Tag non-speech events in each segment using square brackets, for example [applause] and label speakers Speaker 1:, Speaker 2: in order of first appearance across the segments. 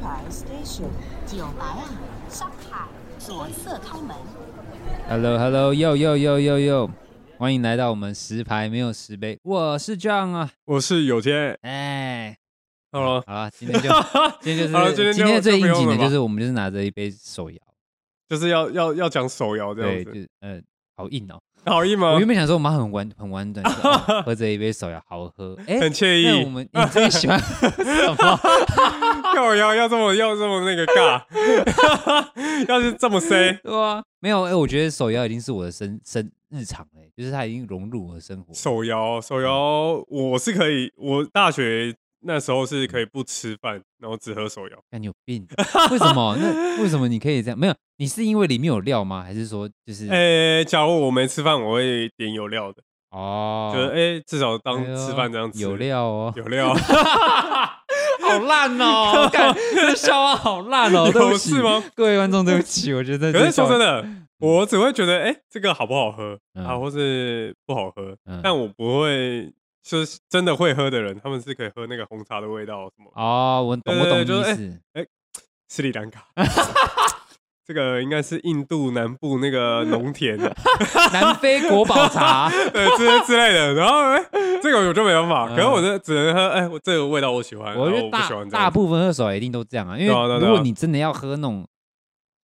Speaker 1: 牌 Station 九白啊，上海左侧开门。
Speaker 2: Hello Hello 又又又又又，欢迎来到我们十排没有十杯，我是 John 啊，
Speaker 3: 我是有天，
Speaker 2: 哎，
Speaker 3: 好了，
Speaker 2: 好了，今天就今天就
Speaker 3: 好了
Speaker 2: 是
Speaker 3: 今天就
Speaker 2: 天最
Speaker 3: 就
Speaker 2: 应
Speaker 3: 不
Speaker 2: 景
Speaker 3: 用
Speaker 2: 的
Speaker 3: 了吧
Speaker 2: 就是我们就是拿着一杯手摇，
Speaker 3: [laughs] 就是要要要讲手摇这
Speaker 2: 对，
Speaker 3: 样
Speaker 2: 就
Speaker 3: 子，
Speaker 2: 是呃好硬哦，
Speaker 3: [laughs] 好意吗
Speaker 2: 我原？本想说我们很完很婉转，就是
Speaker 3: [laughs]
Speaker 2: 哦喝着一杯手摇好喝，哎，
Speaker 3: 很惬
Speaker 2: 那我
Speaker 3: 意，
Speaker 2: 们你最喜欢
Speaker 3: [laughs]
Speaker 2: 什么？
Speaker 3: 要要要这么要这么那个尬， [laughs] 要是这么 say，
Speaker 2: 对啊，没有哎、我觉得手摇已经是我的生生日常嘞、就是它已经融入我的生活。
Speaker 3: 手摇手摇我是可以，我大学那时候是可以不吃饭，然后只喝手摇，
Speaker 2: 那你有病？为什么？那为什么你可以这样？没有，你是因为里面有料吗？还是说
Speaker 3: [laughs]
Speaker 2: 就是、
Speaker 3: 诶，哎假如我没吃饭，我会点有料的，
Speaker 2: 哦，
Speaker 3: 就是诶，至少当
Speaker 2: 哎呦
Speaker 3: 吃饭这样吃，
Speaker 2: 有料哦，
Speaker 3: 有
Speaker 2: [laughs]
Speaker 3: 料，
Speaker 2: 好烂 [laughs] 哦！干，这笑话好烂
Speaker 3: [laughs]
Speaker 2: 哦，对不
Speaker 3: 有
Speaker 2: 起
Speaker 3: 事吗？
Speaker 2: 各位观众，对不
Speaker 3: [laughs]
Speaker 2: 起，我觉得
Speaker 3: 可是说真
Speaker 2: 的，
Speaker 3: 的，我只会觉得，哎、这个好不好喝、
Speaker 2: 嗯
Speaker 3: 啊，或是不好喝，
Speaker 2: 嗯
Speaker 3: 但我不会，就是真的会喝的人，他们是可以喝那个红茶的味道，什么
Speaker 2: 哦，我懂，我懂
Speaker 3: 对对
Speaker 2: 你意
Speaker 3: 对
Speaker 2: 思。
Speaker 3: 斯里
Speaker 2: [laughs]
Speaker 3: 兰卡，这个应该是印度南部那个农
Speaker 2: [laughs]
Speaker 3: 田，哎
Speaker 2: 南非国宝
Speaker 3: [laughs]
Speaker 2: 茶，
Speaker 3: 对之之类的。然后，哎、这个我就没办法，
Speaker 2: 嗯
Speaker 3: 可是我这只能喝，哎、我这个味道哦我喜欢，
Speaker 2: 我
Speaker 3: 然
Speaker 2: 觉得
Speaker 3: 后不
Speaker 2: 大
Speaker 3: 喜欢这
Speaker 2: 大
Speaker 3: 样子。
Speaker 2: 部分二手也一定都这样啊，因
Speaker 3: 对啊对
Speaker 2: 为
Speaker 3: 啊
Speaker 2: 如
Speaker 3: 对啊
Speaker 2: 果你真的要喝那种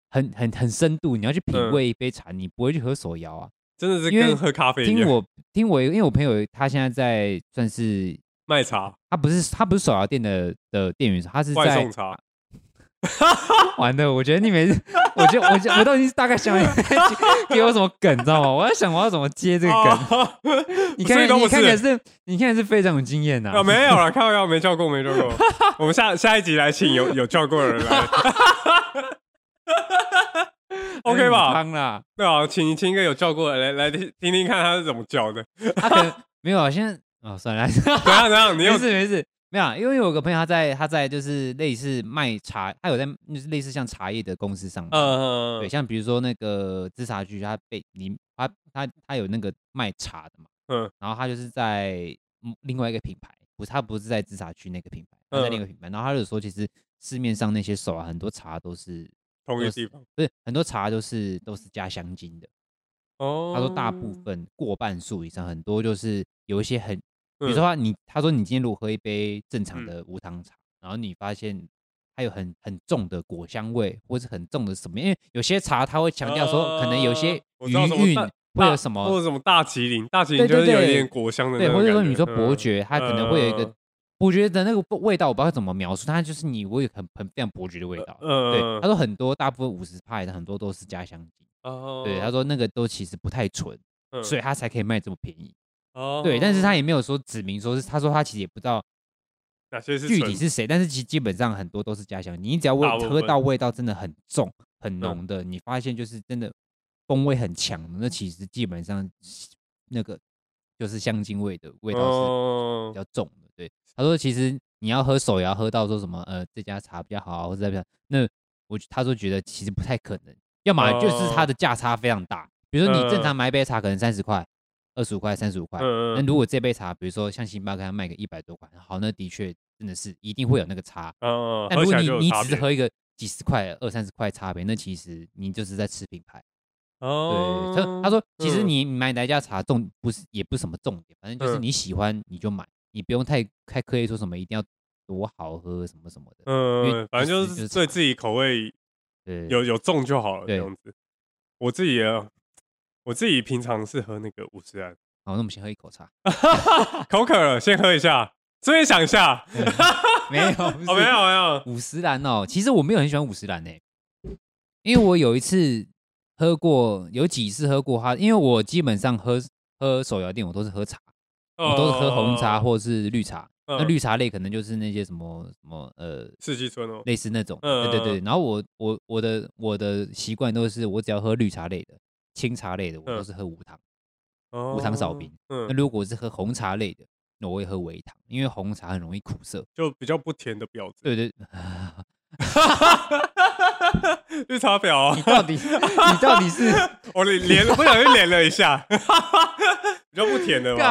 Speaker 2: 很很很深度，你要去
Speaker 3: 嗯
Speaker 2: 品味一杯茶，你不会去喝手摇啊。
Speaker 3: 真的是
Speaker 2: 因为
Speaker 3: 跟喝咖啡一
Speaker 2: 听
Speaker 3: 样，
Speaker 2: 我听我，因为我朋友他现在在算是
Speaker 3: 卖茶、
Speaker 2: 他不是他不是手摇店的的店员，他是
Speaker 3: 外
Speaker 2: 在
Speaker 3: 送茶，
Speaker 2: 玩的。我觉得你每次，我觉得我觉得我都已经大概想 [laughs] 给我什么梗，你知道吗？我在想我要怎么接这个梗。
Speaker 3: 啊
Speaker 2: 你
Speaker 3: 所
Speaker 2: 看
Speaker 3: 以都
Speaker 2: 你
Speaker 3: 不
Speaker 2: 看
Speaker 3: 是
Speaker 2: 可是你看是非常有经验呐、 [laughs]
Speaker 3: 啊，没有啦，开玩笑，没叫过，没叫过。我们下下一集来请有有叫过的人来
Speaker 2: [laughs]
Speaker 3: [laughs] ，OK
Speaker 2: 很
Speaker 3: 吧？
Speaker 2: 汤 [laughs] 啦，
Speaker 3: 对啊，请请一个有叫过的来来听听听看他是怎么叫的。
Speaker 2: 他可能没有啊。现在哦，算 [laughs] 了，
Speaker 3: 等一下等一下，你
Speaker 2: 没
Speaker 3: 又
Speaker 2: 事没事，没有啊，因为有个朋友他在他在就是类似卖茶，他有在就是类似像茶叶的公司上班。
Speaker 3: 呃
Speaker 2: 对，像比如说那个资茶局，他被你他他他有那个卖茶的嘛，
Speaker 3: 嗯，
Speaker 2: 然后他就是在嗯另外一个品牌，不是他不是在资茶区那个品牌，他在另一个品牌，然后他就说其实市面上那些手啊，很多茶都是
Speaker 3: 同一
Speaker 2: 都是
Speaker 3: 个地方
Speaker 2: 不是很多茶都是都是加香精的，
Speaker 3: 哦。
Speaker 2: 他说大部分过半数以上，很多就是有一些很，比如
Speaker 3: 嗯
Speaker 2: 说他你他说你今天如果喝一杯正常
Speaker 3: 嗯
Speaker 2: 的无糖茶，然后你发现它有很很重的果香味，或是很重的什么，因为有些茶它会强调说可能有些
Speaker 3: 呃啊我
Speaker 2: 余
Speaker 3: 知道什么
Speaker 2: 韵
Speaker 3: 大
Speaker 2: 会有
Speaker 3: 大
Speaker 2: 什
Speaker 3: 或
Speaker 2: 么，
Speaker 3: 者什么大麒麟，大麒
Speaker 2: 对
Speaker 3: 麟就
Speaker 2: 对
Speaker 3: 是有一
Speaker 2: 对
Speaker 3: 点果香的那
Speaker 2: 对，
Speaker 3: 种
Speaker 2: 或者说
Speaker 3: 感觉
Speaker 2: 你说伯
Speaker 3: 嗯
Speaker 2: 爵，它可能会有一个
Speaker 3: 嗯
Speaker 2: 伯爵的那个味道，我不知道怎么描述，它就是你会有很很非常伯爵的味道。对，
Speaker 3: 呃
Speaker 2: 他，说很多大部分五十派的很多都是加香精，
Speaker 3: 哦
Speaker 2: 对，他说那个都其实不太纯，所以他才可以卖这么便宜。
Speaker 3: 嗯
Speaker 2: 对，但是他
Speaker 3: 哦
Speaker 2: 也没有说指明说是，他说他其实也不知道
Speaker 3: 哪些是
Speaker 2: 具
Speaker 3: 纯
Speaker 2: 体是谁，但是其基本上很多都是家乡。你只要味
Speaker 3: 大部分
Speaker 2: 喝到味道真的很重、很浓的，你发现就是真的风味很强的，那其实基本上那个就是香精味的味道是
Speaker 3: 哦
Speaker 2: 比较重的。对，他说其实你要喝手摇喝到说什么呃这家茶比较好啊，或者这家那我他说觉得其实不太可能，要么就是
Speaker 3: 哦
Speaker 2: 它的价差非常大，比如说你正常买一杯茶可能三十块、二十五块、三十五块，
Speaker 3: 嗯
Speaker 2: 那如果这杯茶，比如说像星巴克它卖个一百多块，好，那的确真的是一定会有那个差。
Speaker 3: 嗯，
Speaker 2: 但
Speaker 3: 合
Speaker 2: 如
Speaker 3: 起
Speaker 2: 果
Speaker 3: 来
Speaker 2: 你
Speaker 3: 就有
Speaker 2: 你
Speaker 3: 差
Speaker 2: 只是
Speaker 3: 别
Speaker 2: 喝一个几十块、二三十块差别，那其实你就是在吃品牌。对，
Speaker 3: 哦，
Speaker 2: 他他说其实
Speaker 3: 嗯
Speaker 2: 你买哪一家茶重不是也不是什么重点，反正就是
Speaker 3: 嗯
Speaker 2: 你喜欢你就买，你不用太太刻意说什么一定要多好喝什么什么的。因为
Speaker 3: 嗯，反正
Speaker 2: 就
Speaker 3: 就是是
Speaker 2: 就是
Speaker 3: 对
Speaker 2: 茶
Speaker 3: 自己口味
Speaker 2: 对，
Speaker 3: 有有中就好了，这
Speaker 2: 对
Speaker 3: 样子。我自己也，我自己平常是喝那个五十安，
Speaker 2: 好，那我们先喝一口茶。 [laughs]
Speaker 3: 口渴了先喝一下，顺便想一下。
Speaker 2: 没有，
Speaker 3: 哦，没有没有，
Speaker 2: 五十岚哦，其实我没有很喜欢五十岚诶，因为我有一次喝过，有几次喝过它，因为我基本上喝喝手摇店，我都是喝茶，我都是喝红茶
Speaker 3: 哦
Speaker 2: 或是绿茶。那
Speaker 3: 嗯
Speaker 2: 绿茶类可能就是那些什么什么呃，
Speaker 3: 四季春哦，
Speaker 2: 类似那种，
Speaker 3: 嗯
Speaker 2: 对对对。然后我我我的我的习惯都是，我只要喝绿茶类的、清茶类的，我都
Speaker 3: 嗯
Speaker 2: 是喝无糖。
Speaker 3: 无
Speaker 2: 糖少冰，那
Speaker 3: 哦嗯，
Speaker 2: 如果是喝红茶类的，那我会喝微糖，因为红茶很容易苦涩。
Speaker 3: 就比较不甜的婊子。
Speaker 2: 对对，
Speaker 3: [laughs] 绿茶婊啊
Speaker 2: 你！到底你到底是
Speaker 3: 我连不小心连了
Speaker 2: [laughs]
Speaker 3: 一下，比较不甜的嘛。
Speaker 2: 干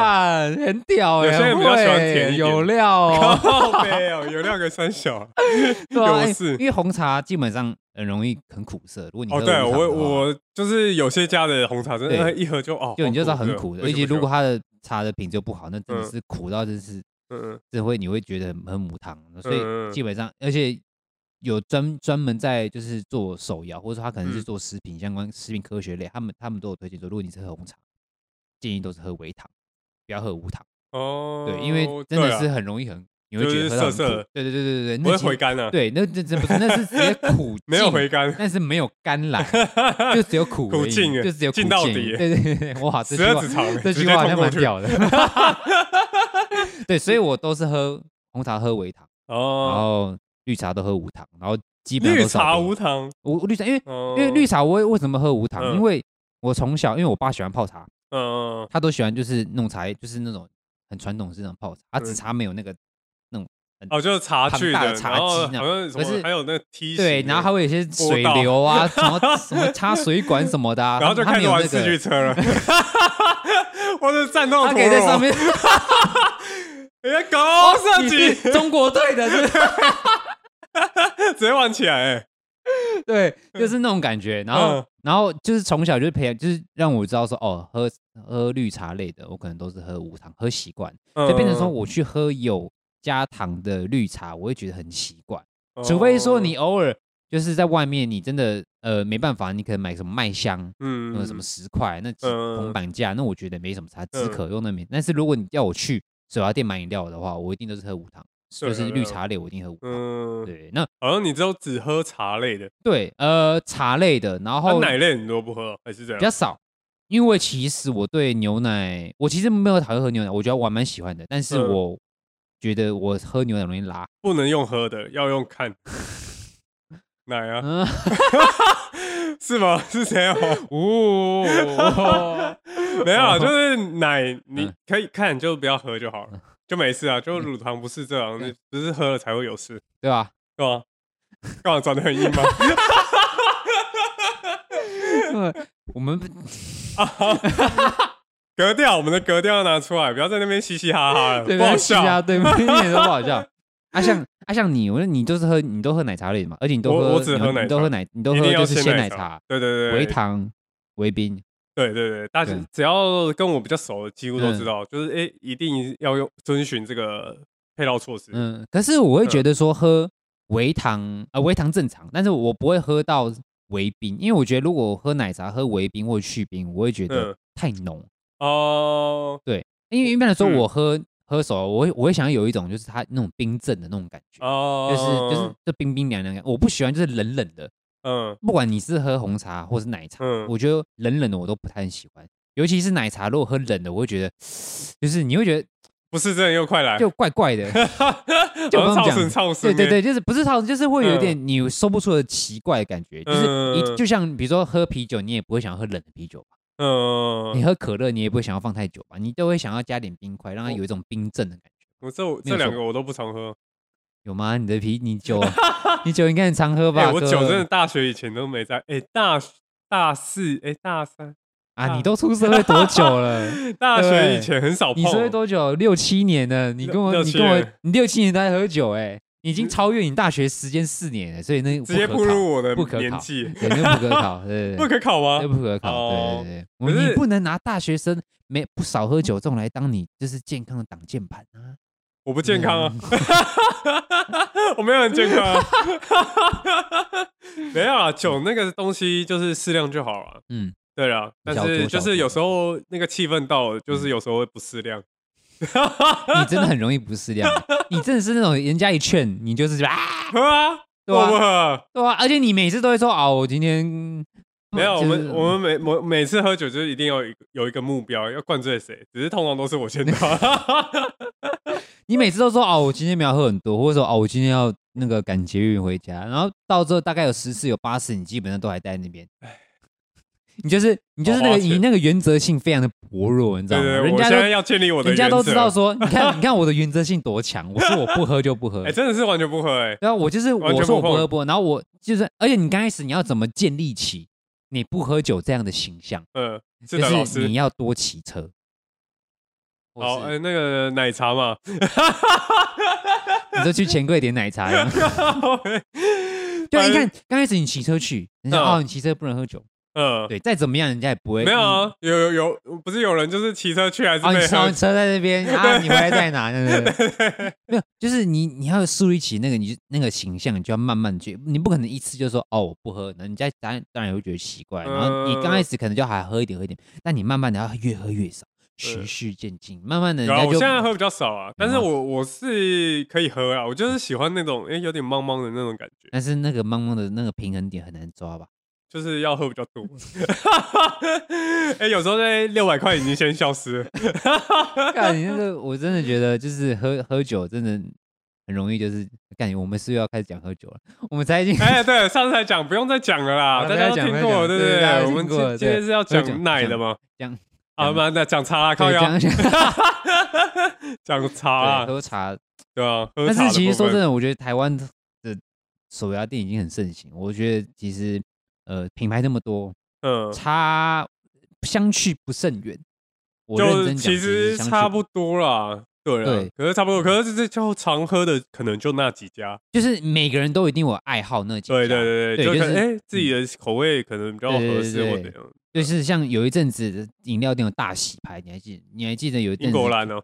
Speaker 2: 哦很屌哎、
Speaker 3: 有些
Speaker 2: 欸，
Speaker 3: 人
Speaker 2: 很
Speaker 3: 比较喜欢
Speaker 2: 会
Speaker 3: 甜一点
Speaker 2: 有料
Speaker 3: [laughs]
Speaker 2: 哦、
Speaker 3: 靠背哦，有两个
Speaker 2: [laughs]
Speaker 3: 三小。
Speaker 2: 对啊，
Speaker 3: 有
Speaker 2: 哎
Speaker 3: 事
Speaker 2: 因为红茶基本上很容易很苦涩，如果你喝
Speaker 3: 哦，对
Speaker 2: 无糖
Speaker 3: 我
Speaker 2: 的话
Speaker 3: 我就是有些家的红茶真的
Speaker 2: 对
Speaker 3: 一喝就哦，
Speaker 2: 就你就知道很
Speaker 3: 好
Speaker 2: 苦的，
Speaker 3: 对
Speaker 2: 而
Speaker 3: 不起
Speaker 2: 且如
Speaker 3: 对不
Speaker 2: 果
Speaker 3: 起
Speaker 2: 它的茶的品质又不好，那真的
Speaker 3: 嗯
Speaker 2: 是苦到真是
Speaker 3: 嗯嗯
Speaker 2: 这会你会觉得很很母汤，所
Speaker 3: 嗯嗯
Speaker 2: 以
Speaker 3: 嗯
Speaker 2: 基本上，而且有专专门在就是做手摇，或者说他可能是
Speaker 3: 嗯
Speaker 2: 做食品相关、食品科学类，他们他们都有推荐说，如果你是喝红茶，建议都是喝微糖，不要喝无糖，
Speaker 3: 哦，
Speaker 2: 对，因为真的
Speaker 3: 对啊
Speaker 2: 是很容易很你会
Speaker 3: 就
Speaker 2: 觉得
Speaker 3: 是
Speaker 2: 喝到很
Speaker 3: 涩涩的
Speaker 2: 苦，对对对对对，
Speaker 3: 不
Speaker 2: 那
Speaker 3: 会
Speaker 2: 其实
Speaker 3: 回甘啊，
Speaker 2: [laughs] 对，哎那那真不是，那是直接
Speaker 3: [laughs]
Speaker 2: 苦
Speaker 3: 没有
Speaker 2: 尽
Speaker 3: 回甘，
Speaker 2: 但是没有甘蓝，就只有苦
Speaker 3: 苦
Speaker 2: 而已
Speaker 3: 劲耶
Speaker 2: 就只有
Speaker 3: 劲
Speaker 2: 苦
Speaker 3: 到
Speaker 2: 劲
Speaker 3: 底耶
Speaker 2: 对对对，对哇，这句
Speaker 3: 十二
Speaker 2: 话
Speaker 3: 指肠
Speaker 2: [laughs] 这
Speaker 3: 直
Speaker 2: 句
Speaker 3: 接
Speaker 2: 话好
Speaker 3: 通
Speaker 2: 像
Speaker 3: 过
Speaker 2: 蛮
Speaker 3: 去 [laughs]
Speaker 2: 屌的。对，所以我都是喝红茶喝微糖，然
Speaker 3: 哦，
Speaker 2: 后绿茶都喝无糖，然后基本上
Speaker 3: 绿
Speaker 2: 都少
Speaker 3: 茶
Speaker 2: 冰
Speaker 3: 无糖，哦
Speaker 2: 无绿茶，因为
Speaker 3: 因
Speaker 2: 因为绿茶我会为什么喝无糖？
Speaker 3: 嗯
Speaker 2: 因为我从小因为我爸喜欢泡茶，
Speaker 3: 嗯
Speaker 2: 他都喜欢就是弄茶，就是那种很传统式那种泡茶，他只茶没有那个那种很
Speaker 3: 哦，就是茶
Speaker 2: 庞
Speaker 3: 去
Speaker 2: 大
Speaker 3: 的
Speaker 2: 的茶
Speaker 3: 然后
Speaker 2: 几那
Speaker 3: 好像什
Speaker 2: 可
Speaker 3: 么
Speaker 2: 是
Speaker 3: 还有那个梯形
Speaker 2: 对，
Speaker 3: 的
Speaker 2: 然后还会有一些
Speaker 3: 波
Speaker 2: 水
Speaker 3: 道
Speaker 2: 流啊，什么什么插水管什么的啊，
Speaker 3: [laughs] 然后就
Speaker 2: 他
Speaker 3: 开
Speaker 2: 没
Speaker 3: 始
Speaker 2: 有
Speaker 3: 玩
Speaker 2: 那
Speaker 3: 四
Speaker 2: 个
Speaker 3: 驱，
Speaker 2: [laughs]
Speaker 3: 车了，我是战斗
Speaker 2: 他
Speaker 3: 陀
Speaker 2: 可以在
Speaker 3: 螺 [laughs]
Speaker 2: 上，面。哦
Speaker 3: 哎，搞射
Speaker 2: 你
Speaker 3: 击，
Speaker 2: 是中国队的，是不
Speaker 3: [laughs]
Speaker 2: 是
Speaker 3: 直接玩起来，哎，
Speaker 2: 对，就是那种感觉。然
Speaker 3: 嗯
Speaker 2: 后，然后就是从小就培养，就是让我知道说，哦，喝喝绿茶类的，我可能都是喝无糖，喝习惯，
Speaker 3: 嗯
Speaker 2: 就变成说我去喝有加糖的绿茶，我会觉得很奇怪。
Speaker 3: 嗯，
Speaker 2: 除非说你
Speaker 3: 哦，
Speaker 2: 偶尔就是在外面，你真的呃没办法，你可能买什么麦香。
Speaker 3: 嗯
Speaker 2: 呃那什么十块，那几
Speaker 3: 嗯
Speaker 2: 铜板价，那我觉得没什么差，只
Speaker 3: 嗯
Speaker 2: 可用那没。但是如果你要我去手摇店买饮料的话，我一定都是喝无糖，
Speaker 3: 对
Speaker 2: 就
Speaker 3: 啊
Speaker 2: 是
Speaker 3: 对
Speaker 2: 绿
Speaker 3: 啊
Speaker 2: 茶类，我一定喝无糖。
Speaker 3: 嗯，
Speaker 2: 对，那
Speaker 3: 好像你只有只喝茶类的，
Speaker 2: 对，呃，茶类的，然
Speaker 3: 那
Speaker 2: 后
Speaker 3: 啊奶类你都不喝，还是这
Speaker 2: 比较
Speaker 3: 样？
Speaker 2: 少，因为其实我对牛奶，我其实没有讨厌喝牛奶，我觉得我还蛮喜欢的，但是
Speaker 3: 嗯
Speaker 2: 我觉得我喝牛奶容易拉，
Speaker 3: 不能用喝的，要用看奶
Speaker 2: [laughs]
Speaker 3: 啊，
Speaker 2: 嗯，
Speaker 3: 是吗？ [laughs] 是谁哦？ [laughs]
Speaker 2: 哦，
Speaker 3: 没有啊，就是奶，你
Speaker 2: 嗯
Speaker 3: 可以看，就不要喝就好了，就没事啊。就乳糖不是这样，
Speaker 2: 嗯
Speaker 3: 你只是喝了才会有事，
Speaker 2: 对吧？
Speaker 3: 对吧？干嘛转的很硬
Speaker 2: [laughs]
Speaker 3: 吗？
Speaker 2: 嗯我们不
Speaker 3: 格调，我们的格调要拿出来，不要在那边嘻嘻哈哈了，
Speaker 2: 对 [laughs]
Speaker 3: 不好
Speaker 2: 啊，
Speaker 3: 笑。
Speaker 2: 对面一点都不好笑。啊像啊像你，我说你都是喝你都喝奶茶类的嘛，而且你都
Speaker 3: 我
Speaker 2: 喝
Speaker 3: 我只
Speaker 2: 牛
Speaker 3: 喝奶
Speaker 2: 你都
Speaker 3: 茶
Speaker 2: 喝奶，你都
Speaker 3: 一
Speaker 2: 喝
Speaker 3: 定要
Speaker 2: 就是
Speaker 3: 鲜
Speaker 2: 鲜
Speaker 3: 奶
Speaker 2: 奶
Speaker 3: 茶
Speaker 2: 茶、
Speaker 3: 对对对，
Speaker 2: 微，糖、微冰，
Speaker 3: 对对对，大家
Speaker 2: 对
Speaker 3: 只要跟我比较熟的，几乎都
Speaker 2: 嗯
Speaker 3: 知道，就是哎，一定要用遵循这个配套措施。
Speaker 2: 嗯，可是我会觉得说喝微糖，呃，微糖正常，但是我不会喝到微冰，因为我觉得如果我喝奶茶喝微冰或去冰，我会觉
Speaker 3: 嗯
Speaker 2: 得太浓。
Speaker 3: 哦
Speaker 2: 因为一般来说，
Speaker 3: 嗯
Speaker 2: 我喝、喝手，我会我会想要有一种就是它那种冰镇的那种感觉，
Speaker 3: 哦，
Speaker 2: 就是就是这冰冰凉凉的感觉，我不喜欢就是冷冷的。
Speaker 3: 嗯
Speaker 2: 不管你是喝红茶或是奶茶，
Speaker 3: 嗯
Speaker 2: 我觉得冷冷的我都不太喜欢。尤其是奶茶，如果喝冷的，我会觉得，就是你会觉得
Speaker 3: 不是真的又快来， [laughs]
Speaker 2: 就怪怪的，就
Speaker 3: 就
Speaker 2: 我刚刚
Speaker 3: 超
Speaker 2: 讲
Speaker 3: 神超
Speaker 2: 对
Speaker 3: 神，
Speaker 2: 对对，就是不是套，就是会有一
Speaker 3: 嗯
Speaker 2: 点你说不出的奇怪的感觉，就是
Speaker 3: 嗯嗯嗯
Speaker 2: 你就像比如说喝啤酒，你也不会想要喝冷的啤酒吧？
Speaker 3: 嗯，
Speaker 2: 你喝可乐，你也不会想要放太久吧？你都会想要加点冰块，
Speaker 3: 哦
Speaker 2: 让它有一种冰镇的感觉，
Speaker 3: 我这我
Speaker 2: 没有
Speaker 3: 这两
Speaker 2: 错
Speaker 3: 个我都不常喝，
Speaker 2: 有吗？你的啤，你
Speaker 3: [laughs]
Speaker 2: 酒，你酒应该很常喝
Speaker 3: 哎、
Speaker 2: 吧？
Speaker 3: 我
Speaker 2: 哥
Speaker 3: 酒真的大学以前都没在，哎、大大四，哎、大三，
Speaker 2: 啊，你都出社会多久了？
Speaker 3: 大
Speaker 2: 对不
Speaker 3: 学
Speaker 2: 对
Speaker 3: 以前很少碰哦
Speaker 2: 你，社会多久？六七年了，你跟
Speaker 3: 六
Speaker 2: 我，
Speaker 3: 六
Speaker 2: 你
Speaker 3: 七
Speaker 2: 跟我
Speaker 3: 年，
Speaker 2: 你六七年都在喝酒，哎，你已经超越你大学时间四年了，所以那
Speaker 3: 直接
Speaker 2: 不
Speaker 3: 步
Speaker 2: 可
Speaker 3: 入 [laughs]
Speaker 2: 考，
Speaker 3: 我的
Speaker 2: 不可
Speaker 3: 年
Speaker 2: 考
Speaker 3: 纪，
Speaker 2: 对，那不可考，对对
Speaker 3: [laughs]
Speaker 2: 对。
Speaker 3: 不可考吗
Speaker 2: 这？不可考，
Speaker 3: 哦
Speaker 2: 对对对，我
Speaker 3: 可是
Speaker 2: 你不能拿大学生没不少喝酒这种来当你就是健康的挡箭牌
Speaker 3: [laughs]
Speaker 2: 啊！
Speaker 3: 我不健康啊，
Speaker 2: 嗯
Speaker 3: [laughs] 我没有很健康、啊， [laughs] 没有啊，酒那个东西就是适量就好了。
Speaker 2: 嗯，
Speaker 3: 对啦，但
Speaker 2: 小
Speaker 3: 是
Speaker 2: 酌小
Speaker 3: 就是
Speaker 2: 酌嗯
Speaker 3: 有时候那个气氛到了，就是有时候会不适量。
Speaker 2: 你真的很容易不适量，你真的是那种人家一劝你就是啊，
Speaker 3: [laughs] 喝啊，
Speaker 2: 对
Speaker 3: 我不
Speaker 2: 啊，
Speaker 3: 喝。
Speaker 2: 对啊，而且你每次都会说啊，我今天
Speaker 3: 没有，我
Speaker 2: 嗯就是
Speaker 3: 们我们每每每次喝酒就是一定要有一个有一个目标，要灌醉谁，只是通常都是我
Speaker 2: [laughs]
Speaker 3: 先到。
Speaker 2: 啊你每次都说哦，我今天没有喝很多，或者说哦，我今天要那个赶捷运回家，然后到最后大概有十次有八次，你基本上都还待在那边。你就是你就是那
Speaker 3: 好
Speaker 2: 个
Speaker 3: 花钱
Speaker 2: 你那个原则性非常的薄弱，你知道
Speaker 3: 对
Speaker 2: 吗？
Speaker 3: 对对，
Speaker 2: 人
Speaker 3: 我
Speaker 2: 家
Speaker 3: 现在
Speaker 2: 都
Speaker 3: 要建立我的
Speaker 2: 人
Speaker 3: 原
Speaker 2: 家都知道
Speaker 3: 则，
Speaker 2: 说，你看你看我的原则性多强，我说我不喝就不喝
Speaker 3: [laughs] 哎，，真的是完全不合哎，
Speaker 2: 然后我就是
Speaker 3: 完全
Speaker 2: 我说我
Speaker 3: 不
Speaker 2: 不
Speaker 3: 碰
Speaker 2: 喝不喝，然后我就是，而且你刚开始你要怎么建立起你不喝酒这样的形象？
Speaker 3: 嗯，是
Speaker 2: 就
Speaker 3: 的，老
Speaker 2: 是
Speaker 3: 师
Speaker 2: 你。要多骑车，或
Speaker 3: 好，
Speaker 2: 是
Speaker 3: 呃，那个奶茶嘛，
Speaker 2: 你就去钱柜点奶茶一样。 [laughs] 对，你
Speaker 3: 反正，
Speaker 2: 看刚开始你骑车去，人家
Speaker 3: 嗯
Speaker 2: 哦你骑车不能喝酒，
Speaker 3: 嗯，
Speaker 2: 对，再怎么样人家也不会
Speaker 3: 没有
Speaker 2: 嗯
Speaker 3: 啊，有有有，不是有人就是骑车去还是
Speaker 2: 哦，你
Speaker 3: 被
Speaker 2: 烧
Speaker 3: 喝？
Speaker 2: 车在这
Speaker 3: [laughs]
Speaker 2: 边啊，你回来再拿，对对对，没有，就是你你要树立起那个你就那个形象，你就要慢慢去，你不可能一次就说哦我不喝，那人家当然当然也会觉得奇怪，然后你
Speaker 3: 嗯
Speaker 2: 刚开始可能就还喝一点喝一点，但你慢慢的要越喝越少，循序渐进，慢慢的
Speaker 3: 有
Speaker 2: 人
Speaker 3: 啊，
Speaker 2: 家
Speaker 3: 我
Speaker 2: 就
Speaker 3: 现在喝比较少啊，但是
Speaker 2: 有吗
Speaker 3: 我我是可以喝啊，我就是喜欢那种哎、诶有点茫茫的那种感觉，
Speaker 2: 但是那个懵懵的那个平衡点很难抓吧？
Speaker 3: 就是要喝比较多。 [laughs] 哎、有时候那六百块已经先消失了。
Speaker 2: 干你那个，我真的觉得就是喝喝酒真的很容易，就是干我们是不是要开始讲喝酒了？我们才已经 [laughs]
Speaker 3: 哎、对，上次才讲，不用再讲了啦，
Speaker 2: 好
Speaker 3: 大
Speaker 2: 不哦
Speaker 3: 家都
Speaker 2: 要讲
Speaker 3: 听
Speaker 2: 不要
Speaker 3: 过
Speaker 2: 讲
Speaker 3: 了，对不
Speaker 2: 对大家
Speaker 3: 对？
Speaker 2: 都
Speaker 3: 我
Speaker 2: 听
Speaker 3: 们
Speaker 2: 过了
Speaker 3: 今今天
Speaker 2: 对
Speaker 3: 是要
Speaker 2: 不要
Speaker 3: 讲
Speaker 2: 讲
Speaker 3: 奶的
Speaker 2: 讲
Speaker 3: 吗？
Speaker 2: 讲
Speaker 3: 啊，
Speaker 2: 讲
Speaker 3: 妈的，讲茶啦，靠
Speaker 2: 对
Speaker 3: 腰，
Speaker 2: 讲
Speaker 3: 讲茶
Speaker 2: 对
Speaker 3: 啦，
Speaker 2: 喝茶
Speaker 3: 对啊，喝
Speaker 2: 但
Speaker 3: 茶
Speaker 2: 是
Speaker 3: 的
Speaker 2: 其实
Speaker 3: 部
Speaker 2: 说
Speaker 3: 分
Speaker 2: 真的，我觉得台湾的手摇店已经很盛行。我觉得其实呃品牌那么多，
Speaker 3: 嗯，
Speaker 2: 差相去不甚远。我认
Speaker 3: 就
Speaker 2: 真讲，
Speaker 3: 其实
Speaker 2: 相去
Speaker 3: 差不多啦，对啊
Speaker 2: 对，
Speaker 3: 可是差不多，可是这就常喝的可能就那几家，
Speaker 2: 就是每个人都一定有爱好那几
Speaker 3: 对
Speaker 2: 家
Speaker 3: 对对
Speaker 2: 对
Speaker 3: 就
Speaker 2: 就
Speaker 3: 可能
Speaker 2: 是嗯
Speaker 3: 哎自己的口味可能比较
Speaker 2: 对对
Speaker 3: 合
Speaker 2: 对
Speaker 3: 适或
Speaker 2: 对
Speaker 3: 怎样。
Speaker 2: 就是像有一阵子的饮料店有大洗牌，你还记？你还记得有一阵
Speaker 3: 英
Speaker 2: 子
Speaker 3: 国蓝哦，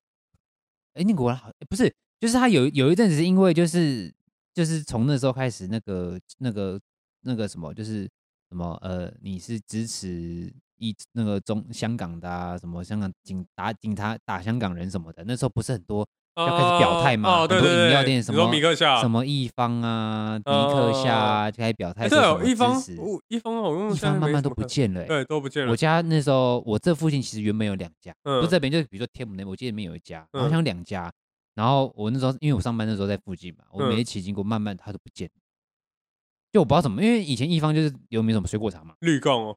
Speaker 2: 哎，英国蓝好不是，就是他有有一阵子，是因为就是就是从那时候开始，那个那个那个什么，就是什么呃，你是支持一那个中香港的啊，什么香港警打警察打香港人什么的，那时候不是很多要开始表态嘛
Speaker 3: 哦，
Speaker 2: 很
Speaker 3: 对
Speaker 2: 多
Speaker 3: 对对，
Speaker 2: 饮料店什
Speaker 3: 你说
Speaker 2: 么
Speaker 3: 米克夏
Speaker 2: 什？么一方啊、迪克夏啊，就开始表态
Speaker 3: 哎，
Speaker 2: 说
Speaker 3: 对
Speaker 2: 什
Speaker 3: 哦，
Speaker 2: 么
Speaker 3: 一方
Speaker 2: 支持，
Speaker 3: 哦一方好像
Speaker 2: 一
Speaker 3: 现在
Speaker 2: 方慢慢
Speaker 3: 没什
Speaker 2: 都
Speaker 3: 么
Speaker 2: 不
Speaker 3: 看，
Speaker 2: 见了、欸，
Speaker 3: 对，都不见了
Speaker 2: 我。家那时候，我这附近其实原本有两家，
Speaker 3: 嗯
Speaker 2: 不是这边，就是比如说天母那边，我记得里面有一家，
Speaker 3: 嗯
Speaker 2: 好像有两家。然后我那时候，因为我上班那时候在附近嘛，我
Speaker 3: 嗯
Speaker 2: 每一期经过，慢慢它都不见了。就我不知道怎么，因为以前一方就是有名什么水果茶嘛，
Speaker 3: 绿共哦，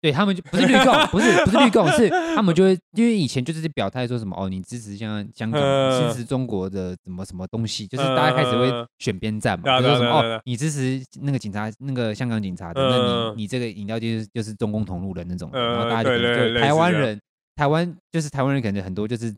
Speaker 2: 对他们就不是绿购，不是不是绿购，
Speaker 3: [laughs]
Speaker 2: 是他们就会因为以前就是表态说什么哦，你支持像香港，
Speaker 3: 嗯
Speaker 2: 支持中国的什么什么东西，就是大家开始会选边站
Speaker 3: 对啊
Speaker 2: 嘛，
Speaker 3: 对
Speaker 2: 就
Speaker 3: 啊
Speaker 2: 说什么
Speaker 3: 对啊对啊
Speaker 2: 哦，你支持那个警察，那个香港警察的，那
Speaker 3: 嗯
Speaker 2: 你你这个饮料就是就是中共同路人那种的，
Speaker 3: 嗯
Speaker 2: 然后大家就可
Speaker 3: 对对
Speaker 2: 能
Speaker 3: 类
Speaker 2: 就
Speaker 3: 似
Speaker 2: 台湾
Speaker 3: 这样
Speaker 2: 人，台湾就是台湾人，感觉很多就是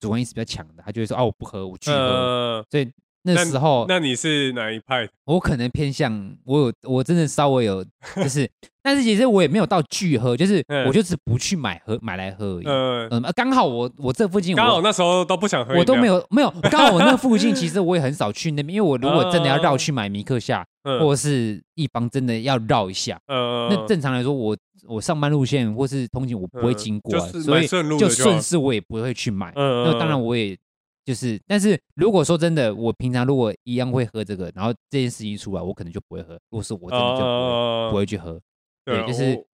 Speaker 2: 主观意识比较强的，他就会说哦，我不喝，我拒喝，
Speaker 3: 呃，
Speaker 2: 所以那时候
Speaker 3: 那你是哪一派的？
Speaker 2: 我可能偏向我有我真的稍微
Speaker 3: [laughs]
Speaker 2: 有就是，但是其实我也没有到拒喝，就是
Speaker 3: 嗯
Speaker 2: 我就是不去买喝买来喝而已。
Speaker 3: 呃，
Speaker 2: 嗯，啊刚好我我这附近
Speaker 3: 刚好
Speaker 2: 我
Speaker 3: 那时候都不想喝饮料，
Speaker 2: 我都没有
Speaker 3: [laughs]
Speaker 2: 没有，刚好我那附近其实我也很少去那边，因为我如果真的要绕去买米克夏
Speaker 3: 哦嗯，
Speaker 2: 或是一方真的要绕一下，
Speaker 3: 呃，
Speaker 2: 那正常来说我我上班路线或是通勤我不会
Speaker 3: 嗯
Speaker 2: 经过
Speaker 3: 就
Speaker 2: 啊，
Speaker 3: 是
Speaker 2: 所
Speaker 3: 蛮
Speaker 2: 以
Speaker 3: 顺路
Speaker 2: 就
Speaker 3: 的就好
Speaker 2: 顺，势我也不会去买。
Speaker 3: 嗯
Speaker 2: 那当
Speaker 3: 嗯
Speaker 2: 然我也就是，但是如果说真的，我平常如果一样会喝这个，然后这件事情一出来，我可能就不会喝。如果是我真的就不会、
Speaker 3: 哦
Speaker 2: 不会去喝。
Speaker 3: 对啊，
Speaker 2: 对就是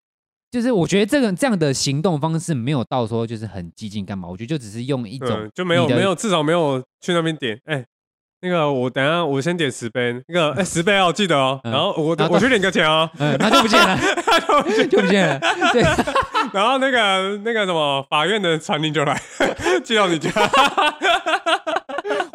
Speaker 2: 就是我觉得这个这样的行动方式没有到说就是很激进干嘛，我觉得就只是用一
Speaker 3: 我
Speaker 2: 种、
Speaker 3: 嗯，就没有没有，至少没有去那边点。哎，那个我等一下我先点十杯，那个哎十杯哦，记得哦。
Speaker 2: 嗯
Speaker 3: 然后我
Speaker 2: 然后
Speaker 3: 我去领个钱哦， [laughs]
Speaker 2: 嗯，那就不见了，就不见了。对，
Speaker 3: [laughs] 然后那个那个什么法院的传令就来 [laughs] 寄到你家。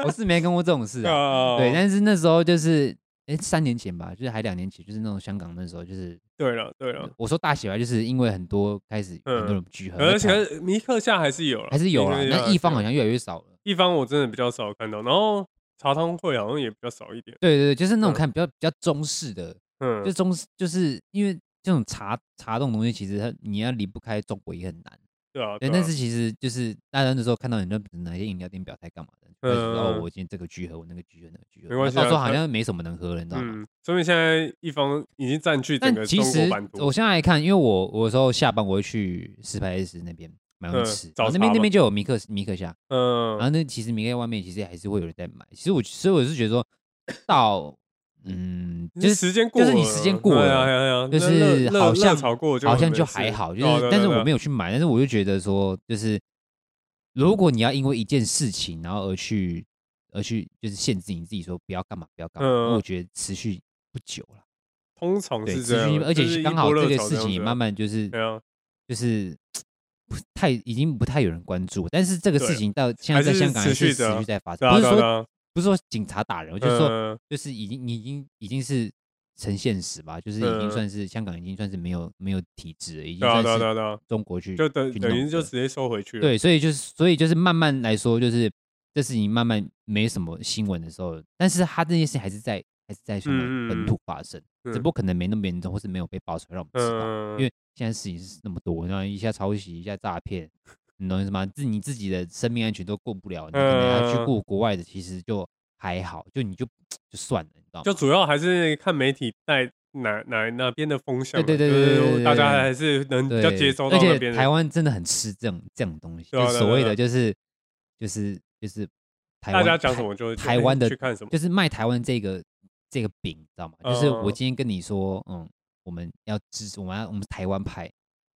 Speaker 2: 我是没干过这种事
Speaker 3: [laughs]
Speaker 2: 啊。对，
Speaker 3: 对
Speaker 2: 但是那时候就是哎、诶三年前吧，就是还两年前，就是那种香港那时候就是。
Speaker 3: 对了对了，
Speaker 2: 我说大洗牌，就是因为很多开始
Speaker 3: 哦嗯
Speaker 2: 很多人聚合，
Speaker 3: 而
Speaker 2: 会产
Speaker 3: 且尼克夏还是有了，
Speaker 2: 呃还是有啦。
Speaker 3: 尼克夏还
Speaker 2: 那
Speaker 3: 是
Speaker 2: 一方
Speaker 3: 有
Speaker 2: 好像越来越少了。
Speaker 3: 一方我真的比较少看到，然后茶汤会好像也比较少一点。
Speaker 2: 对对对，就是那
Speaker 3: 嗯
Speaker 2: 种看比较比较中式的，
Speaker 3: 嗯，
Speaker 2: 就中式就是因为这种茶茶这种东西，其实它你要离不开中国也很难。
Speaker 3: 对啊，
Speaker 2: 对，
Speaker 3: 啊
Speaker 2: 但是其实就是大家那时候看到很多哪些饮料店表态干嘛的，就开始说
Speaker 3: 嗯
Speaker 2: 哦，我今天这个聚合，我那个聚合，那个聚合，
Speaker 3: 没关系啊
Speaker 2: 到时候好
Speaker 3: 它
Speaker 2: 像没什么能喝了，你知道吗？
Speaker 3: 嗯，说明现在一方已经占据整个
Speaker 2: 但
Speaker 3: 中
Speaker 2: 其
Speaker 3: 国
Speaker 2: 实
Speaker 3: 版图
Speaker 2: 我。现在来看，因为我我有时候下班我会去石牌 S 那边买东西
Speaker 3: 嗯
Speaker 2: 吃，
Speaker 3: 找
Speaker 2: 然后那
Speaker 3: 茬
Speaker 2: 边那
Speaker 3: 嘛
Speaker 2: 边就有米克米克虾，然后
Speaker 3: 嗯，
Speaker 2: 那其实米克外面其实还是会有人在买。其实我所以我是觉得
Speaker 3: [coughs]
Speaker 2: 说到嗯，就是
Speaker 3: 时间过
Speaker 2: 就
Speaker 3: 了，
Speaker 2: 是你时间过了
Speaker 3: 对啊对啊对啊
Speaker 2: 就
Speaker 3: 那
Speaker 2: 是
Speaker 3: 热热
Speaker 2: 好像
Speaker 3: 热潮过就
Speaker 2: 好像
Speaker 3: 没
Speaker 2: 就
Speaker 3: 事
Speaker 2: 还好，就
Speaker 3: 对啊对
Speaker 2: 是
Speaker 3: 啊
Speaker 2: 但是
Speaker 3: 对啊
Speaker 2: 我没有去买，但是我就觉得说，就是如
Speaker 3: 嗯
Speaker 2: 果你要因为一件事情，然后而去而去就是限制你自己说不要干嘛不要干嘛，
Speaker 3: 嗯
Speaker 2: 那我觉得持续不久了。
Speaker 3: 通常
Speaker 2: 对，
Speaker 3: 是
Speaker 2: 持
Speaker 3: 这
Speaker 2: 续
Speaker 3: 样
Speaker 2: 性
Speaker 3: 的，
Speaker 2: 而且
Speaker 3: 就是
Speaker 2: 刚
Speaker 3: 一
Speaker 2: 好
Speaker 3: 波
Speaker 2: 这
Speaker 3: 热
Speaker 2: 个
Speaker 3: 潮
Speaker 2: 事
Speaker 3: 样
Speaker 2: 情也
Speaker 3: 子啊
Speaker 2: 慢慢就是
Speaker 3: 对啊，
Speaker 2: 就是不太已经不太有人关注，但是这个
Speaker 3: 对
Speaker 2: 事情到现在
Speaker 3: 还
Speaker 2: 在
Speaker 3: 是
Speaker 2: 香港还
Speaker 3: 持
Speaker 2: 是
Speaker 3: 续的
Speaker 2: 持
Speaker 3: 啊
Speaker 2: 续在发
Speaker 3: 对
Speaker 2: 生，
Speaker 3: 啊
Speaker 2: 不是
Speaker 3: 对啊对
Speaker 2: 说
Speaker 3: 啊，
Speaker 2: 不是说警察打人，我就是说
Speaker 3: 嗯
Speaker 2: 就是已经你已经已经是成现实吧，就是已经
Speaker 3: 嗯
Speaker 2: 算是香港已经算是没有没有体制了，已经
Speaker 3: 对啊
Speaker 2: 算
Speaker 3: 对啊对啊
Speaker 2: 是
Speaker 3: 对啊，
Speaker 2: 中国去
Speaker 3: 就等
Speaker 2: 去
Speaker 3: 等于
Speaker 2: 弄
Speaker 3: 就
Speaker 2: 的
Speaker 3: 直接收回去了。
Speaker 2: 对，所以就是，所以就是慢慢来说，就是这事情慢慢没什么新闻的时候，但是他这件事情还是在还是在香港
Speaker 3: 嗯嗯
Speaker 2: 本
Speaker 3: 嗯
Speaker 2: 土发生，
Speaker 3: 嗯，
Speaker 2: 只不过可能没那么严重，或是没有被爆出来让我们知道，
Speaker 3: 嗯，
Speaker 2: 因为现在事情是那么多，然后一下抄袭，一下诈骗，你懂意思吗？自你自己的生命安全都过不了，你可能要去
Speaker 3: 嗯
Speaker 2: 过国外的，其实就还好，就你就就算了，你知道吗？
Speaker 3: 就主要还是看媒体带哪哪哪边的风向啊，
Speaker 2: 对对
Speaker 3: 就
Speaker 2: 对对
Speaker 3: 是
Speaker 2: 对对
Speaker 3: 大家
Speaker 2: 对
Speaker 3: 还是能比
Speaker 2: 对，
Speaker 3: 较接收到
Speaker 2: 而
Speaker 3: 那
Speaker 2: 且
Speaker 3: 边
Speaker 2: 台
Speaker 3: 的。
Speaker 2: 湾真的很吃这种这种东西，
Speaker 3: 对啊
Speaker 2: 就
Speaker 3: 对啊
Speaker 2: 所谓
Speaker 3: 对啊
Speaker 2: 的就是就是就是台
Speaker 3: 大
Speaker 2: 湾
Speaker 3: 家讲
Speaker 2: 台
Speaker 3: 什么就就
Speaker 2: 台
Speaker 3: 哎 [laughs]
Speaker 2: 湾的
Speaker 3: 去看什么，
Speaker 2: 就是卖台湾这个这个饼，你知道吗？就是我
Speaker 3: 嗯
Speaker 2: 今天跟你说，嗯，我们要支持，我们要我们是台湾派，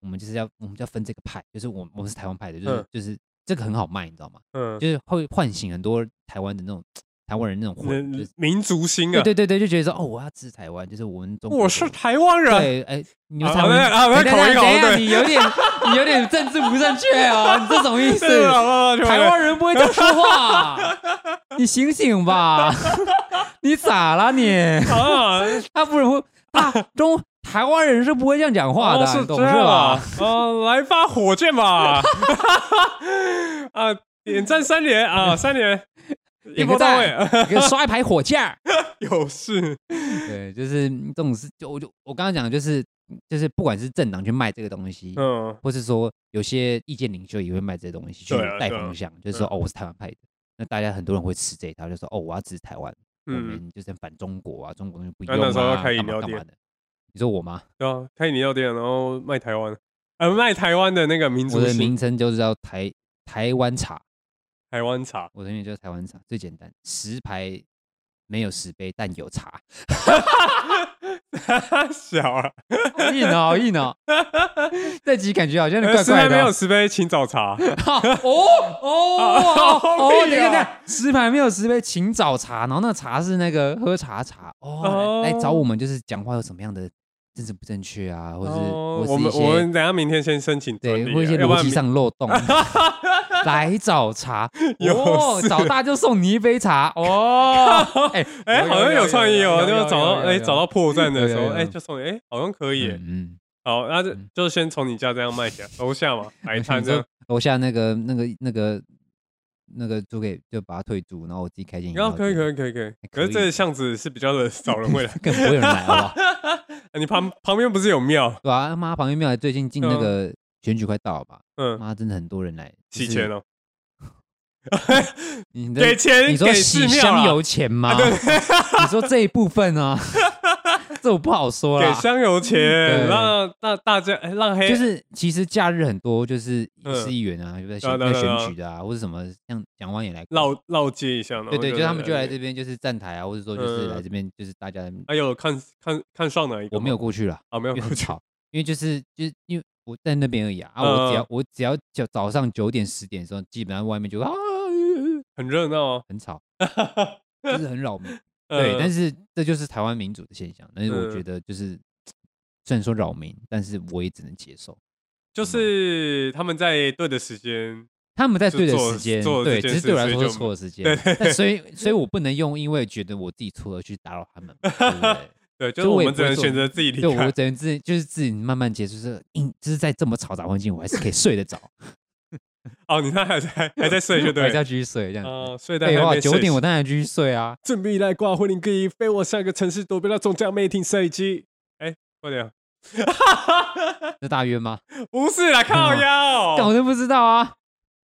Speaker 2: 我们就是要我们就要分这个派，就是我们我们是台湾派的，就是、
Speaker 3: 嗯
Speaker 2: 就是这个很好卖，你知道吗？
Speaker 3: 嗯，
Speaker 2: 就是会唤醒很多台湾的那种台湾人那种魂，就
Speaker 3: 民
Speaker 2: 是
Speaker 3: 民族心
Speaker 2: 对
Speaker 3: 啊，
Speaker 2: 对对对，就觉得说哦，我要支持台湾，就是我们中国
Speaker 3: 我是
Speaker 2: 的
Speaker 3: 台湾人，
Speaker 2: 对，哎，你们
Speaker 3: 啊
Speaker 2: 台
Speaker 3: 啊
Speaker 2: 湾哎
Speaker 3: 啊啊
Speaker 2: 等一下
Speaker 3: 口
Speaker 2: 等一
Speaker 3: 音
Speaker 2: 下
Speaker 3: 搞不对
Speaker 2: 你有点你有点政治不正确哦，你这什么意思？
Speaker 3: 啊
Speaker 2: 台湾人不会这样说话，
Speaker 3: [laughs]
Speaker 2: 你醒醒吧， [laughs] 你咋了你？
Speaker 3: 啊，
Speaker 2: 他不是会啊，中台湾人是不会这样讲话的，
Speaker 3: 哦是
Speaker 2: 你懂
Speaker 3: 这样
Speaker 2: 吧
Speaker 3: 啊？，哦，来发火箭吧，啊，点赞三连啊，三
Speaker 2: [laughs]
Speaker 3: 连，一
Speaker 2: 点
Speaker 3: 波
Speaker 2: 个
Speaker 3: 到
Speaker 2: 赞
Speaker 3: 位，， [laughs]
Speaker 2: 给我刷一排火箭儿。
Speaker 3: 有事，
Speaker 2: 对，就是嗯这种事，就我就我刚刚讲，的就是嗯就是不管是政党去卖这个东西，
Speaker 3: 嗯，
Speaker 2: 或是说有些意见领袖也会卖这些东西去
Speaker 3: 对啊
Speaker 2: 带
Speaker 3: 对啊
Speaker 2: 风向，就是说哦，我是台湾派的。那大家很多人会吃这一套，就说哦，我要支持台湾，我
Speaker 3: 嗯
Speaker 2: 们就是反中国啊，中国东西不
Speaker 3: 那
Speaker 2: 用
Speaker 3: 那时候要
Speaker 2: 啊，
Speaker 3: 开饮
Speaker 2: 干嘛
Speaker 3: 料
Speaker 2: 干嘛
Speaker 3: 店
Speaker 2: 的。你说我吗？
Speaker 3: 对啊，开饮料店，然后卖台湾，呃，卖台湾的那个民
Speaker 2: 我
Speaker 3: 族
Speaker 2: 的
Speaker 3: 性
Speaker 2: 名称就叫台台湾茶，
Speaker 3: 台湾 [laughs] 茶，
Speaker 2: 我的名字叫台湾茶，最简单，十排没有十杯，但有茶， [laughs]
Speaker 3: 小啊，
Speaker 2: 好硬哦，好硬
Speaker 3: [laughs]
Speaker 2: 哦。这集感觉好像有点
Speaker 3: 呃
Speaker 2: 怪
Speaker 3: 十
Speaker 2: 怪
Speaker 3: 杯
Speaker 2: 的
Speaker 3: 没有
Speaker 2: 哦。
Speaker 3: 十杯，请找茶， [laughs]
Speaker 2: 哦哦
Speaker 3: 啊好
Speaker 2: 哦！
Speaker 3: 屁
Speaker 2: 等一下，等一
Speaker 3: 啊
Speaker 2: 下，十排没有十杯，请找茶。然后那茶是那个喝茶茶哦，来来找我们就是讲话有什么样的政治不正确啊，或是
Speaker 3: 哦
Speaker 2: 或
Speaker 3: 我
Speaker 2: 是一
Speaker 3: 们我
Speaker 2: 些
Speaker 3: 们等下明天先申请专
Speaker 2: 对，
Speaker 3: 利
Speaker 2: 或一
Speaker 3: 啊，
Speaker 2: 些
Speaker 3: 要不
Speaker 2: 逻
Speaker 3: 然
Speaker 2: 辑
Speaker 3: 明
Speaker 2: 上漏
Speaker 3: [laughs]
Speaker 2: 洞。来找茶
Speaker 3: 有
Speaker 2: 哦，
Speaker 3: 事
Speaker 2: 找大就送你一杯茶哦。 [laughs] 哎
Speaker 3: 哎，好像有创意哦，就找到哎找到破绽的时
Speaker 2: 有
Speaker 3: 候，
Speaker 2: 有
Speaker 3: 哎
Speaker 2: 有
Speaker 3: 就送你哎好像可以耶，
Speaker 2: 嗯，
Speaker 3: 好，那就
Speaker 2: 嗯
Speaker 3: 就先从你家这样卖起来，楼下嘛，摆
Speaker 2: [laughs]
Speaker 3: 摊这样，
Speaker 2: 楼下那个那个那个那个租给就把它退租，然后我自己开间饮
Speaker 3: 然
Speaker 2: 料
Speaker 3: 后哦可以
Speaker 2: 以，
Speaker 3: 可以可以可以，
Speaker 2: 可
Speaker 3: 可
Speaker 2: 以
Speaker 3: 是这个巷子是比较的少人会来，
Speaker 2: [laughs] 更不会有人来好不好？
Speaker 3: [laughs] 你旁旁边不是有庙，
Speaker 2: 对啊，妈，旁边庙最近进那
Speaker 3: 嗯
Speaker 2: 个选举快到了吧？
Speaker 3: 嗯，
Speaker 2: 妈，真的很多人来
Speaker 3: 洗钱
Speaker 2: 了。
Speaker 3: 哦，
Speaker 2: 你的
Speaker 3: 给钱
Speaker 2: 你说
Speaker 3: 给
Speaker 2: 洗
Speaker 3: 寺庙啊
Speaker 2: 香
Speaker 3: 啦
Speaker 2: 油钱吗？ [laughs] 你说这一部分啊， [laughs] 这我不好说
Speaker 3: 给
Speaker 2: 啦。
Speaker 3: 香油
Speaker 2: 对
Speaker 3: 钱，让让大家哎让黑
Speaker 2: 就是其实假日很多，就是
Speaker 3: 嗯
Speaker 2: 市议员啊，就在
Speaker 3: 对啊
Speaker 2: 选
Speaker 3: 对啊
Speaker 2: 在
Speaker 3: 对啊
Speaker 2: 选举的啊，或者什么，像蒋万也来过，
Speaker 3: 绕绕街一下，然后
Speaker 2: 对对，就他们就来
Speaker 3: 这
Speaker 2: 这边就是站台啊，或者说就是
Speaker 3: 嗯
Speaker 2: 来这边就是大家，
Speaker 3: 哎呦，看看看上哪一个
Speaker 2: 我
Speaker 3: 吗？
Speaker 2: 没有过去啦，
Speaker 3: 啊，没有
Speaker 2: 因为
Speaker 3: 过
Speaker 2: 很
Speaker 3: 去。
Speaker 2: 吵，因为就是就是因为我在那边而已啊，啊，我只要
Speaker 3: 嗯
Speaker 2: 我只要就早上九点十点的时候，基本上外面就啊
Speaker 3: [laughs] 很热闹啊。呃
Speaker 2: 很
Speaker 3: [laughs]
Speaker 2: 吵，就是很扰民。 [laughs] 对，但
Speaker 3: 是
Speaker 2: 是这就是台湾民主的现象。但是我
Speaker 3: 嗯
Speaker 2: 觉得就是，虽然说扰民，但是我也只能接受。嗯
Speaker 3: 就是他们在对的时间，
Speaker 2: 他们在
Speaker 3: 就
Speaker 2: 对的
Speaker 3: 做
Speaker 2: 时间，
Speaker 3: 做了
Speaker 2: 对，
Speaker 3: 这
Speaker 2: 只是
Speaker 3: 件事
Speaker 2: 对我来
Speaker 3: 所以
Speaker 2: 说是
Speaker 3: 就
Speaker 2: 错的时间。
Speaker 3: 对
Speaker 2: 但所
Speaker 3: [laughs]
Speaker 2: 以，所以我不能用因为觉得我自己错而去打扰他们嘛，对不
Speaker 3: [laughs]
Speaker 2: 对？
Speaker 3: 对，
Speaker 2: 就
Speaker 3: 就
Speaker 2: 是我
Speaker 3: 我
Speaker 2: 也
Speaker 3: 们
Speaker 2: 不
Speaker 3: 只
Speaker 2: 会
Speaker 3: 能
Speaker 2: 做
Speaker 3: 选择自己离
Speaker 2: 对，我
Speaker 3: 开。
Speaker 2: 只能自就是自己慢慢结束这个，硬就是在这么嘈杂环境，我还是可以睡得着，
Speaker 3: [laughs] 哦，你那还在还在
Speaker 2: [laughs]
Speaker 3: [laughs] 睡就
Speaker 2: 我还
Speaker 3: 对
Speaker 2: 是要继续睡这样子。
Speaker 3: 啊，睡在
Speaker 2: 废
Speaker 3: 还
Speaker 2: 话，
Speaker 3: 没
Speaker 2: 九
Speaker 3: 睡哎
Speaker 2: 点
Speaker 3: [laughs]
Speaker 2: 我
Speaker 3: 醒
Speaker 2: 当然继续睡啊。
Speaker 3: 正必来挂婚礼可以飞我上个城市躲避到中奖 meeting 设计。哎，快点！
Speaker 2: 这大约吗？
Speaker 3: 不
Speaker 2: [laughs]
Speaker 3: 是啦，靠
Speaker 2: 但
Speaker 3: 腰。
Speaker 2: 我都不知道啊。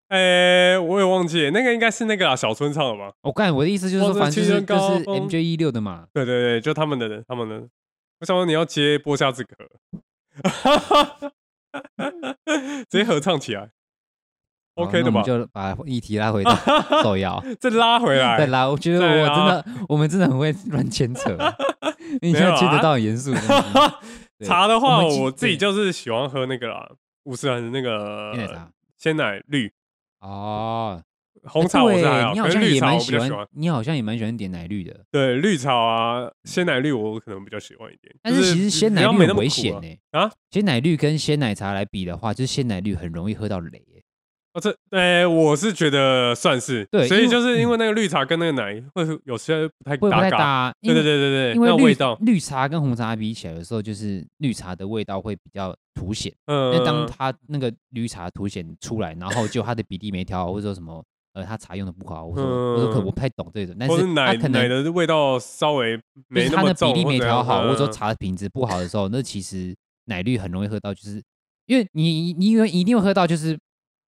Speaker 3: 哎，我也忘记了那个应该是那个啦，小春唱的吧？
Speaker 2: 我干，我的意思就是说，
Speaker 3: 哇这
Speaker 2: 反正
Speaker 3: 青
Speaker 2: 就是
Speaker 3: 春
Speaker 2: 就
Speaker 3: 高嗯
Speaker 2: 是
Speaker 3: 峰
Speaker 2: MJ 一六的嘛。
Speaker 3: 对对对，就他们的人，他们的人。我想说你要接播下之歌， [laughs] 直接合唱起来
Speaker 2: 好
Speaker 3: ，OK
Speaker 2: 那
Speaker 3: 的吧
Speaker 2: 我们？就把议题拉
Speaker 3: [laughs]
Speaker 2: 回到手摇，
Speaker 3: 再拉回
Speaker 2: 再
Speaker 3: 来，
Speaker 2: 拉。我觉得
Speaker 3: 再
Speaker 2: 我真
Speaker 3: 拉
Speaker 2: 的，我们真的很会乱牵
Speaker 3: [laughs]
Speaker 2: 扯。你现
Speaker 3: 没
Speaker 2: 在
Speaker 3: 有
Speaker 2: 牵扯
Speaker 3: 啊
Speaker 2: 到很严肃的东
Speaker 3: [laughs]
Speaker 2: 西对
Speaker 3: 茶的
Speaker 2: 我
Speaker 3: 话，
Speaker 2: 们今
Speaker 3: 我自己
Speaker 2: 对
Speaker 3: 就是喜欢喝那个啦，五十兰的那
Speaker 2: 鲜奶
Speaker 3: 个
Speaker 2: 茶
Speaker 3: 鲜奶绿，
Speaker 2: 啊哦，
Speaker 3: 红茶我是还好，
Speaker 2: 对你好
Speaker 3: 可是
Speaker 2: 像
Speaker 3: 绿
Speaker 2: 也
Speaker 3: 茶
Speaker 2: 蛮
Speaker 3: 我比
Speaker 2: 喜
Speaker 3: 较喜
Speaker 2: 欢
Speaker 3: 欢。，
Speaker 2: 你好像也蛮喜欢点奶绿的，
Speaker 3: 对，绿茶啊，鲜奶绿我可能比较喜欢一点。
Speaker 2: 但
Speaker 3: 就是
Speaker 2: 其实鲜
Speaker 3: 比
Speaker 2: 奶
Speaker 3: 较
Speaker 2: 绿
Speaker 3: 没那
Speaker 2: 很
Speaker 3: 么
Speaker 2: 危
Speaker 3: 苦
Speaker 2: 险
Speaker 3: 啊
Speaker 2: 呢、
Speaker 3: 啊
Speaker 2: 鲜奶绿跟鲜奶茶来比的话，就是鲜奶绿很容易喝到雷、欸。
Speaker 3: 哦，这，哎，我是觉得算是，
Speaker 2: 对
Speaker 3: 所
Speaker 2: 因
Speaker 3: 以
Speaker 2: 为嗯
Speaker 3: 就是因为那个绿茶跟那个奶会有些不太
Speaker 2: 会不
Speaker 3: 搭
Speaker 2: 太
Speaker 3: 嘎
Speaker 2: 搭、啊，
Speaker 3: 对
Speaker 2: 因为
Speaker 3: 对对对对，
Speaker 2: 因为
Speaker 3: 那
Speaker 2: 绿
Speaker 3: 味道，
Speaker 2: 绿茶跟红茶比起来，有时候就是绿茶的味道会比较凸显。
Speaker 3: 嗯，
Speaker 2: 那当它那个绿茶凸显出来，然后就它的比例没调好，或者说什么呃它茶用的不好，我说我说可
Speaker 3: 嗯
Speaker 2: 我不太懂这种，但
Speaker 3: 或
Speaker 2: 是
Speaker 3: 是
Speaker 2: 它
Speaker 3: 奶
Speaker 2: 可
Speaker 3: 奶
Speaker 2: 能
Speaker 3: 的味道稍
Speaker 2: 就
Speaker 3: 微
Speaker 2: 是
Speaker 3: 没那
Speaker 2: 它
Speaker 3: 么
Speaker 2: 的比
Speaker 3: 重，
Speaker 2: 例没
Speaker 3: 怎
Speaker 2: 调
Speaker 3: 样
Speaker 2: 好，或者说
Speaker 3: 嗯
Speaker 2: 茶的品质不好的时候，那其实奶绿很容易喝到，就是因为你你你一定会喝到就是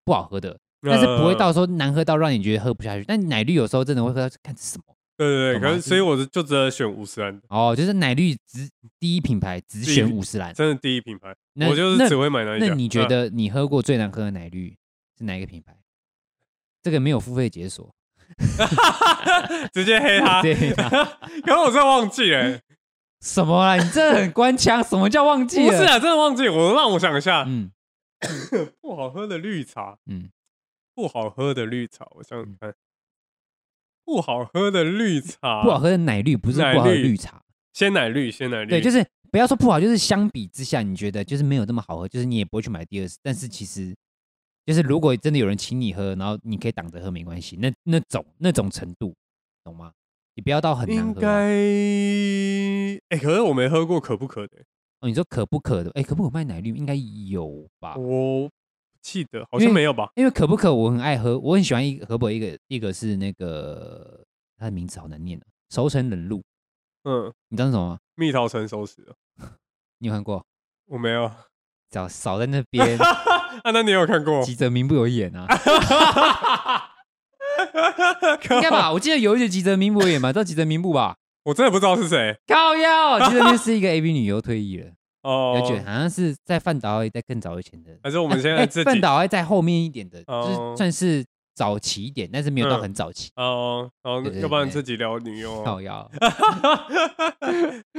Speaker 2: 不好喝的，但是
Speaker 3: 嗯
Speaker 2: 不会到说难喝到让你觉得喝不下去。但奶绿有时候真的会喝到，看什么
Speaker 3: 对对对，
Speaker 2: 懂
Speaker 3: 可
Speaker 2: 吗
Speaker 3: 是所以我就只能选五十岚，
Speaker 2: 哦，就是奶绿只第一品牌只
Speaker 3: 第一
Speaker 2: 选
Speaker 3: 品
Speaker 2: 五十兰。
Speaker 3: 真的第一品牌，
Speaker 2: 那
Speaker 3: 我就是
Speaker 2: 那
Speaker 3: 只会买那一家。
Speaker 2: 那你觉
Speaker 3: 嗯？
Speaker 2: 得你喝过最难喝的奶绿是哪一个品牌？这个没有付费解锁，
Speaker 3: 直接黑
Speaker 2: [laughs]
Speaker 3: 他，
Speaker 2: 直接黑
Speaker 3: [laughs]
Speaker 2: 他
Speaker 3: 可是我真的忘记
Speaker 2: [laughs]
Speaker 3: 了，
Speaker 2: 啊什么啦？你这很官腔，什么叫忘记
Speaker 3: 不
Speaker 2: 了？
Speaker 3: 是啊啊，真的忘记。我让我想一下，
Speaker 2: 嗯
Speaker 3: 不好喝的绿茶，
Speaker 2: 嗯，
Speaker 3: 不好喝的绿茶，我想想看，不好喝的绿茶，
Speaker 2: 不好喝的奶绿不是
Speaker 3: 啊奶
Speaker 2: 不好喝的
Speaker 3: 绿
Speaker 2: 绿茶，
Speaker 3: 鲜奶绿，鲜奶绿，
Speaker 2: 对，就是不要说不好，就是相比之下，你觉得就是没有那么好喝，就是你也不会去买第二次。但是其实就是如果真的有人请你喝，然后你可以挡着喝没关系，那那种那种程度，懂吗？你不要到很难
Speaker 3: 应
Speaker 2: 喝
Speaker 3: 该
Speaker 2: 啊、。
Speaker 3: 哎，可是我没喝过可不可的，
Speaker 2: 哦，你说可不可的？哎，可不可卖奶绿？应该有吧？
Speaker 3: 我记得好
Speaker 2: 因
Speaker 3: 像
Speaker 2: 为
Speaker 3: 没有吧？
Speaker 2: 因为可不可我很爱喝，我很喜欢一个河北一个一个是那个它的名字好难念啊，熟成冷露，
Speaker 3: 嗯，
Speaker 2: 你知道是什么吗？
Speaker 3: 蜜桃成熟时了，
Speaker 2: 你有看过？
Speaker 3: 我没有。 [laughs]
Speaker 2: 只要少在那边，
Speaker 3: 啊，那你有看 [laughs] 过？
Speaker 2: 吉泽明步有演啊，应
Speaker 3: 应
Speaker 2: 该？吧？我记得有一集吉泽明步有演吧，知道吉泽明步吧？
Speaker 3: 我真的不知道是谁
Speaker 2: 靠腰，吉泽明步是一个 AV 女优退役了，哎
Speaker 3: 哦
Speaker 2: 而。且好像是在范岛爱在更早以前的，
Speaker 3: 还是我
Speaker 2: 我
Speaker 3: 们现在自
Speaker 2: 范
Speaker 3: 己
Speaker 2: 岛爱在后面一点的，就
Speaker 3: 哦
Speaker 2: 是算是早期一点，但是没有到
Speaker 3: 嗯
Speaker 2: 很早期。
Speaker 3: 哦，然后
Speaker 2: 对对
Speaker 3: 要不然
Speaker 2: 对
Speaker 3: 自己聊女优啊。
Speaker 2: 靠腰，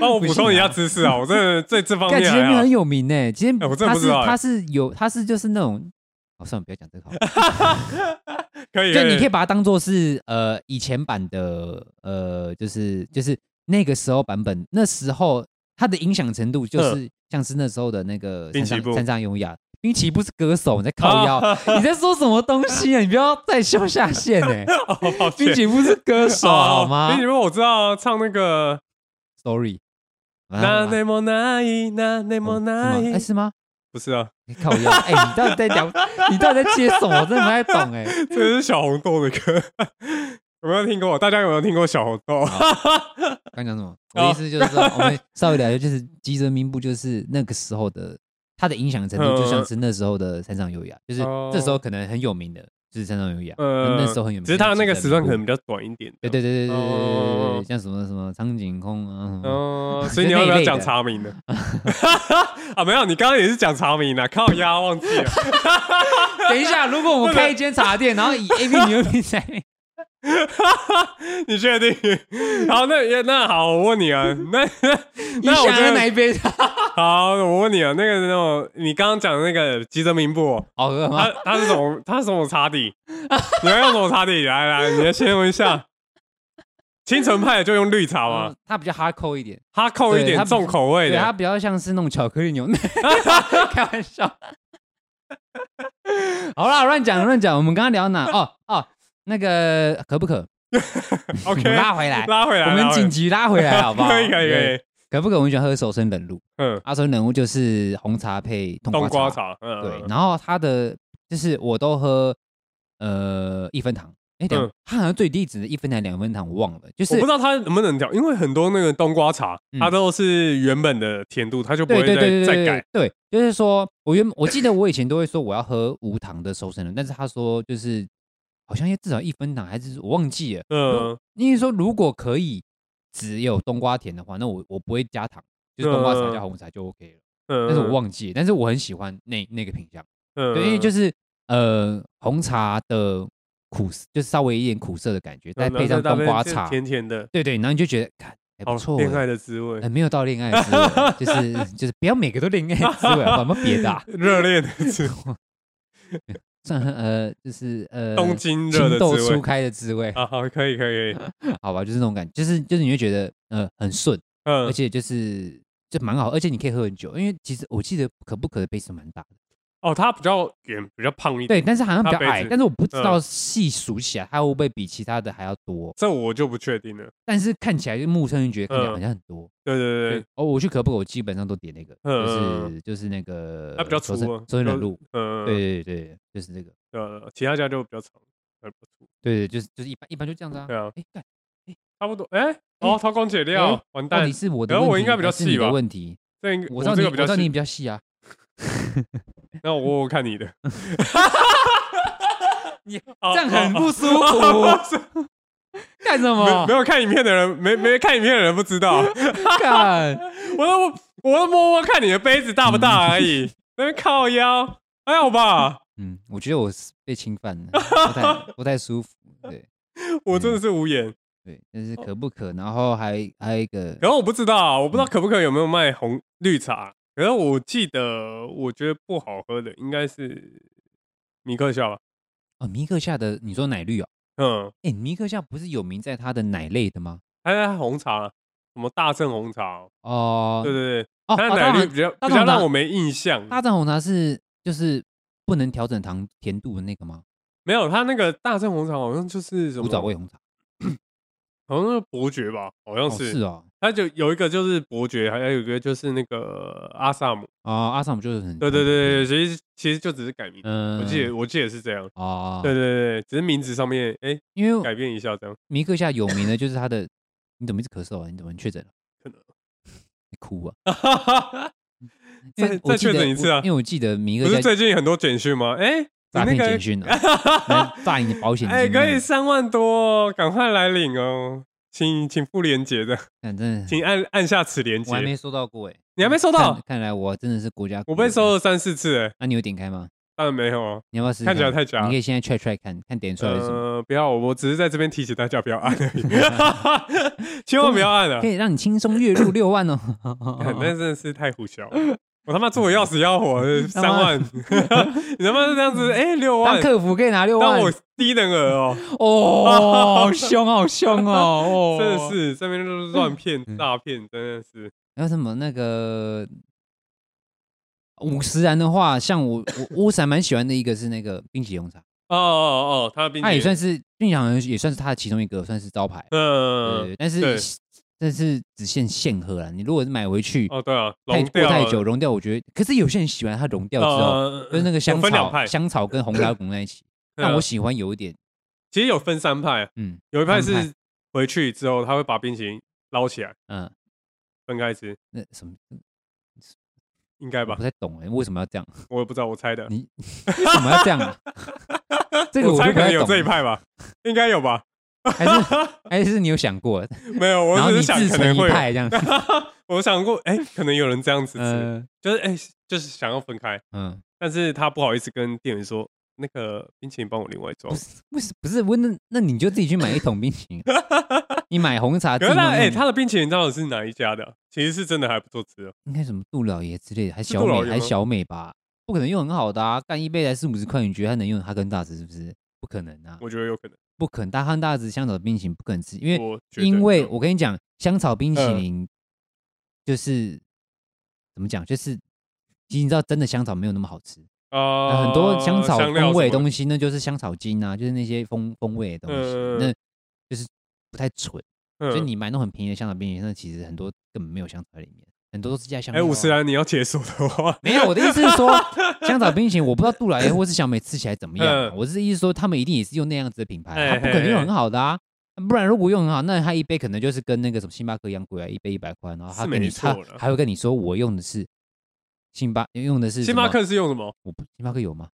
Speaker 3: 帮我补充一下
Speaker 2: 不行啊
Speaker 3: 知识啊，我真的在这方
Speaker 2: 但
Speaker 3: 面
Speaker 2: 吉泽
Speaker 3: 还
Speaker 2: 明
Speaker 3: 好
Speaker 2: 很。有名呢，吉
Speaker 3: 哎
Speaker 2: 泽
Speaker 3: 我真的
Speaker 2: 他
Speaker 3: 不知
Speaker 2: 是
Speaker 3: 道哎
Speaker 2: 他是有他是就是那种，哦，算了，不要讲这个
Speaker 3: [laughs]
Speaker 2: 好了。
Speaker 3: 可以，
Speaker 2: 就你可以
Speaker 3: 以
Speaker 2: 把它当做是呃以前版的呃，就是就是那个时候版本，那时候它的影响程度就是像是那时候的那个
Speaker 3: 嗯滨
Speaker 2: 山
Speaker 3: 崎步，
Speaker 2: 上山上优雅，滨崎不是歌手，你在靠腰，你在说什么东西啊？你不要再修下线哎、欸
Speaker 3: [laughs] 哦抱
Speaker 2: 滨
Speaker 3: 歉
Speaker 2: 崎不是歌手
Speaker 3: 哦
Speaker 2: 好吗
Speaker 3: 冰淇淋我知道啊，唱那个
Speaker 2: ？Sorry，
Speaker 3: 那
Speaker 2: 啊
Speaker 3: 内莫那伊那内莫
Speaker 2: 哦
Speaker 3: 那
Speaker 2: 是吗哎
Speaker 3: 伊，
Speaker 2: 是吗？
Speaker 3: 不是啊，
Speaker 2: 你靠腰，哎、你到底在讲，你到底在接什么？我真的不太懂哎、
Speaker 3: 这是小红豆的歌， [laughs] 有没有听过？大家有没有听过小红豆？ [laughs]
Speaker 2: 刚讲什么？我的意思就是说，
Speaker 3: 哦
Speaker 2: 我们稍微聊一下，就是吉泽明步，就是那个时候的他的影响程度，就
Speaker 3: 嗯
Speaker 2: 像是那时候的山上优雅，就是这时候可能很有名的，就是山上优雅，
Speaker 3: 呃，
Speaker 2: 那时候很有名。
Speaker 3: 哦只是他那个时段可能
Speaker 2: 吉
Speaker 3: 比较短一点。
Speaker 2: 泽明步对对对对对对对对，像什么什么苍井空啊，什么
Speaker 3: 哦，
Speaker 2: 就
Speaker 3: 所以你
Speaker 2: 那
Speaker 3: 要
Speaker 2: 一
Speaker 3: 不要
Speaker 2: 类
Speaker 3: 讲
Speaker 2: 的 [laughs]
Speaker 3: 茶名呢？啊，没有，你刚刚也是讲茶名啊，靠鸭忘记了。 [laughs]
Speaker 2: 等一下，如果我们开一间茶店，然后以 A B 女优比赛，
Speaker 3: 你确定？ [laughs] 好，那也那好，我问你啊，那
Speaker 2: 你
Speaker 3: [laughs] 那我
Speaker 2: 想
Speaker 3: 觉
Speaker 2: 喝哪
Speaker 3: 得
Speaker 2: 一杯
Speaker 3: [laughs]
Speaker 2: 茶？
Speaker 3: 好，我问你啊，那个那种你刚刚讲的那个吉泽明步，
Speaker 2: 好喝吗
Speaker 3: 他？他哦是什么？他是什么茶底？你要用什么茶底？来来，你来先用一下。清纯派就用绿茶嘛，
Speaker 2: 嗯它比较哈扣一点，
Speaker 3: 它扣一
Speaker 2: 对它
Speaker 3: 点
Speaker 2: 不
Speaker 3: 重口味
Speaker 2: 对，它
Speaker 3: 的。
Speaker 2: 比较像是那种巧克力牛奶， [laughs] 开玩笑。 [laughs] 好啦，乱讲乱讲，我们刚刚聊哪？哦哦，那个可不
Speaker 3: [laughs]
Speaker 2: 可？我
Speaker 3: OK，
Speaker 2: 们拉回来，
Speaker 3: 拉回来，
Speaker 2: 我
Speaker 3: 拉
Speaker 2: 们
Speaker 3: 回
Speaker 2: 紧
Speaker 3: 来
Speaker 2: 急拉回来，好不好？
Speaker 3: [laughs] 可以可以可
Speaker 2: 对
Speaker 3: 以，
Speaker 2: 可不可？我们喜欢喝手生冷露，
Speaker 3: 嗯，
Speaker 2: 阿生冷露就是红茶配冬
Speaker 3: 冬瓜
Speaker 2: 茶，
Speaker 3: 茶，嗯，
Speaker 2: 对。
Speaker 3: 嗯
Speaker 2: 然后它的就是我都喝呃一分糖，哎，等一下
Speaker 3: 嗯
Speaker 2: 它好像最低只能一分糖两分糖，我忘了，就是
Speaker 3: 我不知道它能不能调，因为很多那个冬瓜茶，
Speaker 2: 嗯
Speaker 3: 它都是原本的甜度，它就不
Speaker 2: 对
Speaker 3: 会
Speaker 2: 对对
Speaker 3: 再
Speaker 2: 对
Speaker 3: 再
Speaker 2: 对
Speaker 3: 改
Speaker 2: 对。对，就是说我原我记得我以前都会说我要喝无糖的收生的，但是他说就是好像要至少一分糖，还是我忘记了。
Speaker 3: 嗯，
Speaker 2: 因为说如果可以只有冬瓜甜的话，那我我不会加糖，就是
Speaker 3: 嗯
Speaker 2: 冬瓜茶加红茶就 OK 了。
Speaker 3: 但
Speaker 2: 但是我忘记了，但是我很喜欢那那个品相，
Speaker 3: 嗯，
Speaker 2: 对，因为就是是呃红茶的苦涩，就是稍微一点苦涩的感觉，
Speaker 3: 嗯
Speaker 2: 再配上冬瓜茶，
Speaker 3: 甜哦甜的，
Speaker 2: 对对，然后你就觉得看还不
Speaker 3: 好
Speaker 2: 错
Speaker 3: 恋
Speaker 2: 欸。
Speaker 3: 爱的滋味
Speaker 2: 呃，，没有到恋爱的啊滋
Speaker 3: [laughs]
Speaker 2: 味， [laughs] 就是就是不要每个都恋爱的滋味，好不好有没有别的、啊？
Speaker 3: 热恋的滋味。
Speaker 2: 啊算呃，就是呃，
Speaker 3: 东京热
Speaker 2: 情
Speaker 3: 的
Speaker 2: 窦
Speaker 3: 滋
Speaker 2: 初
Speaker 3: 味
Speaker 2: 开的滋味，
Speaker 3: 啊，好，可以可以可以，
Speaker 2: 好吧，就是那种感觉，就是就是你会觉得呃很顺，
Speaker 3: 嗯
Speaker 2: 而，且就是就蛮好，而且你可以喝很久，因为其实我记得可不可的杯子蛮大的，
Speaker 3: 哦，它比较圆，比较胖一点，
Speaker 2: 对，但是好像比较
Speaker 3: 它杯子
Speaker 2: 矮，但是我不知
Speaker 3: 嗯
Speaker 2: 道细数起来它会不会比其他的还要多，
Speaker 3: 这我就不确定了。
Speaker 2: 但是看起来就目测就觉得看起来
Speaker 3: 嗯
Speaker 2: 好像很多。
Speaker 3: 对对对
Speaker 2: 对，哦，我去可不可我基本上都点那个，
Speaker 3: 嗯
Speaker 2: 就
Speaker 3: 嗯
Speaker 2: 是就是那个
Speaker 3: 它比较粗
Speaker 2: 周
Speaker 3: 啊
Speaker 2: 深周深
Speaker 3: 就
Speaker 2: 冷露，
Speaker 3: 嗯，
Speaker 2: 对对对，就是这个，
Speaker 3: 呃，其他家就比较长，呃，不错，
Speaker 2: 对对，就是就是一般一般就这样子啊
Speaker 3: 对。啊，
Speaker 2: 哎，干
Speaker 3: 差不多。哎，哦，韬光解料
Speaker 2: 哎，
Speaker 3: 完
Speaker 2: 到
Speaker 3: 蛋
Speaker 2: 底，是我的
Speaker 3: 然后
Speaker 2: 问题，
Speaker 3: 我应该比较
Speaker 2: 还是你
Speaker 3: 细
Speaker 2: 的
Speaker 3: 吧
Speaker 2: 问
Speaker 3: [laughs]
Speaker 2: 题，
Speaker 3: 这应该
Speaker 2: 我知
Speaker 3: 这
Speaker 2: 道你，
Speaker 3: 个
Speaker 2: 我
Speaker 3: 比
Speaker 2: 知
Speaker 3: 较
Speaker 2: 道你
Speaker 3: 细 [laughs]
Speaker 2: 比，较细啊，
Speaker 3: 那我我看你的，
Speaker 2: [laughs] 你
Speaker 3: 哦
Speaker 2: 这样很
Speaker 3: 哦
Speaker 2: 不舒
Speaker 3: 哦
Speaker 2: 服，哦
Speaker 3: 是
Speaker 2: 干什
Speaker 3: 没
Speaker 2: 么
Speaker 3: 没？有看影片的人，没没看影片的人不知道，
Speaker 2: 干，
Speaker 3: 我都我都摸摸看你的杯子大不大而已，那边靠腰，还好吧？
Speaker 2: 嗯，我觉得我是被侵犯了，不
Speaker 3: [laughs]
Speaker 2: 太不太舒服，对
Speaker 3: 我真的是无言。
Speaker 2: 对，但是
Speaker 3: 哦
Speaker 2: 可不可，然后还还有一个
Speaker 3: 然后我不知道，啊我不知道可不可有没有卖红绿茶。可是我记得，我觉得不好喝的应该是米克夏吧。
Speaker 2: 哦，米克夏的，你说奶绿哦，
Speaker 3: 嗯，
Speaker 2: 哎，米克夏不是有名在它的奶类的吗？
Speaker 3: 还有红茶，什么大正红茶哦，
Speaker 2: 哦，
Speaker 3: 对对对，
Speaker 2: 哦，
Speaker 3: 它
Speaker 2: 哦
Speaker 3: 的奶绿比嗯较
Speaker 2: 大正
Speaker 3: 比较
Speaker 2: 红茶
Speaker 3: 让我没印象。
Speaker 2: 大正红茶是就是不能调整糖甜度的那个吗？
Speaker 3: 没有，它那个大正红茶好像就是什么
Speaker 2: 古早味，红茶
Speaker 3: 好像是伯爵吧，好像
Speaker 2: 哦是
Speaker 3: 是。
Speaker 2: 哦，
Speaker 3: 它就有一个就是伯爵，还有一个就是那个阿萨姆。
Speaker 2: 哦阿萨姆就是很
Speaker 3: 对对对对，，其实其实就只是改名，
Speaker 2: 嗯，
Speaker 3: 我记得我记得是这样。
Speaker 2: 哦，
Speaker 3: 对，对对，只是名字上面哎
Speaker 2: 因
Speaker 3: 改
Speaker 2: 为
Speaker 3: 变一下这样。
Speaker 2: 米克夏有名的就是它的，你怎么一直咳嗽啊？你怎么你确诊了？
Speaker 3: 可能
Speaker 2: 你哭啊？
Speaker 3: 哈哈 [laughs] 哈，
Speaker 2: 因为
Speaker 3: 再
Speaker 2: 我
Speaker 3: 再
Speaker 2: 记得
Speaker 3: 确诊一
Speaker 2: 我
Speaker 3: 次啊
Speaker 2: 因为我记得米
Speaker 3: 不是
Speaker 2: 克夏
Speaker 3: 最近很多简讯吗？哎、你
Speaker 2: 诈骗
Speaker 3: 那
Speaker 2: 简
Speaker 3: 个
Speaker 2: 讯
Speaker 3: [laughs]
Speaker 2: 啊，那诈你的保险金啊，
Speaker 3: 哎、可以三万多、哦，赶快来领哦！请请付连结的，
Speaker 2: 干，反正
Speaker 3: 请按按下此连
Speaker 2: 我还
Speaker 3: 结。
Speaker 2: 没收到过哎，
Speaker 3: 你还没收到
Speaker 2: 看看来我真的是国家，
Speaker 3: 我被收，了三四次、哎，
Speaker 2: 那你有点开吗？
Speaker 3: 当然没有哦。
Speaker 2: 你要不要试试？
Speaker 3: 看起来太假
Speaker 2: 你可以现在 try try 看看点出来是什么。
Speaker 3: 呃，不要，我只是在这边提醒大家不要按而
Speaker 2: [laughs]
Speaker 3: 已，千万不要按了
Speaker 2: 可，以让你轻松月入六
Speaker 3: [laughs]
Speaker 2: 万哦。
Speaker 3: 干那真的是太胡笑了。我他妈做的要死要活的，三
Speaker 2: [laughs]
Speaker 3: 万，你他妈是这样子，哎、六
Speaker 2: [laughs] 嗯当
Speaker 3: 万，
Speaker 2: 客服可以拿六
Speaker 3: 当
Speaker 2: 万
Speaker 3: 我低能儿哦，
Speaker 2: 哦，好凶，好凶 [laughs] 哦！哦，嗯
Speaker 3: [laughs] 真的。是这边就是乱骗诈骗，真的是。
Speaker 2: 还有什么那个五十然的话，像我我我还蛮喜欢的一个是那个冰淇淋红茶，
Speaker 3: 哦哦哦，他的冰淇
Speaker 2: 它
Speaker 3: 淋
Speaker 2: 也啊算是冰淇淋好像也算是它的其中一个算是招牌，
Speaker 3: 嗯
Speaker 2: 对，但
Speaker 3: 对
Speaker 2: 是但是只限现喝啦。你如果是买回去
Speaker 3: 哦对啊，
Speaker 2: 太
Speaker 3: 融
Speaker 2: 过
Speaker 3: 掉
Speaker 2: 太
Speaker 3: 了
Speaker 2: 久溶掉，我觉得，可是有些人喜欢它溶掉之后，
Speaker 3: 呃
Speaker 2: 就是那个香
Speaker 3: 有分两
Speaker 2: 草
Speaker 3: 派，
Speaker 2: 香草跟红
Speaker 3: [laughs]
Speaker 2: 茶混在一起，
Speaker 3: 对
Speaker 2: 但
Speaker 3: 啊
Speaker 2: 我喜欢有一点，
Speaker 3: 其实有分三派，
Speaker 2: 嗯
Speaker 3: 有一派
Speaker 2: 三派
Speaker 3: 是回去之后他会把冰淇淋捞起来
Speaker 2: 嗯，
Speaker 3: 分开吃，
Speaker 2: 那什么
Speaker 3: 应该
Speaker 2: 我
Speaker 3: 吧
Speaker 2: 不？太懂哎，为什么要这样？ [laughs]
Speaker 3: 我也不知道，我猜的。
Speaker 2: 你为什么要这样啊？ [laughs] 这个
Speaker 3: 我
Speaker 2: 我
Speaker 3: 猜
Speaker 2: 就不
Speaker 3: 可能
Speaker 2: 太
Speaker 3: 有
Speaker 2: 懂
Speaker 3: 这一
Speaker 2: 了，
Speaker 3: 派吧，应该有吧？
Speaker 2: 还是
Speaker 3: [laughs]
Speaker 2: 还是你有想过，
Speaker 3: 没有，
Speaker 2: 然
Speaker 3: 我
Speaker 2: 后
Speaker 3: 只
Speaker 2: 你
Speaker 3: 是想
Speaker 2: 自
Speaker 3: 可
Speaker 2: 成
Speaker 3: 能
Speaker 2: 一
Speaker 3: 会有。
Speaker 2: 派这样，
Speaker 3: [laughs] 我想过，哎，可能有人这样子吃，
Speaker 2: 嗯
Speaker 3: 就是哎，就是想要分开，
Speaker 2: 嗯，
Speaker 3: 但是他不好意思跟店员说，那个冰淇淋帮我另外装
Speaker 2: 不。是啊不是不是，我那那你就自己去买一桶冰淇
Speaker 3: [laughs]
Speaker 2: 淋，你买红茶，
Speaker 3: 可是
Speaker 2: 自己
Speaker 3: 他
Speaker 2: 弄
Speaker 3: 哎、
Speaker 2: 弄
Speaker 3: 他的冰淇淋到底是哪一家的啊？其实是真的还不错吃的。
Speaker 2: 应该什么杜老爷之类的，还
Speaker 3: 是
Speaker 2: 小
Speaker 3: 杜老
Speaker 2: 美
Speaker 3: 爷
Speaker 2: 还
Speaker 3: 吗
Speaker 2: 小美吧，不可能用很好的啊，干一杯才四五十块，你觉得它能用哈根达斯是不是？不可能啊，
Speaker 3: 我觉得有可能。
Speaker 2: 不可能，大哈根达斯香草冰淇淋不可能吃，因为
Speaker 3: 我觉得
Speaker 2: 因为
Speaker 3: 有
Speaker 2: 我跟你讲，香草冰淇
Speaker 3: 嗯
Speaker 2: 淋就是怎么讲，就是其实你知道，真的香草没有那么好吃，
Speaker 3: 啊、
Speaker 2: 那呃很多香草
Speaker 3: 料
Speaker 2: 风味的
Speaker 3: 什么
Speaker 2: 东西，那就是香草精啊，就是那些风风味的东西，
Speaker 3: 嗯
Speaker 2: 那就是不太纯。
Speaker 3: 的，
Speaker 2: 所以
Speaker 3: 嗯
Speaker 2: 你买那种很便宜的香草冰淇淋，那其实很多根本没有香草在里面，很多都是加香
Speaker 3: 哎、
Speaker 2: 料、啊。
Speaker 3: 五十兰你要解锁的话，
Speaker 2: 没有，我的意思是
Speaker 3: [laughs]
Speaker 2: 说，香草冰淇淋我不知道杜老爷或是小美吃起来怎么样啊、
Speaker 3: 嗯
Speaker 2: 我是意思说，他们一定也是用那样子的品牌啊，
Speaker 3: 哎
Speaker 2: 他不可能
Speaker 3: 嘿
Speaker 2: 用
Speaker 3: 嘿
Speaker 2: 很好的啊。不然如果用很好，那他一杯可能就是跟那个什么星巴克一样贵啊，一杯一百块，然后他
Speaker 3: 是
Speaker 2: 跟
Speaker 3: 没
Speaker 2: 你他
Speaker 3: 错啦
Speaker 2: 还会跟你说我用的是星巴用的是什
Speaker 3: 星巴
Speaker 2: 么，
Speaker 3: 克是用什么？
Speaker 2: 我不星巴克有吗？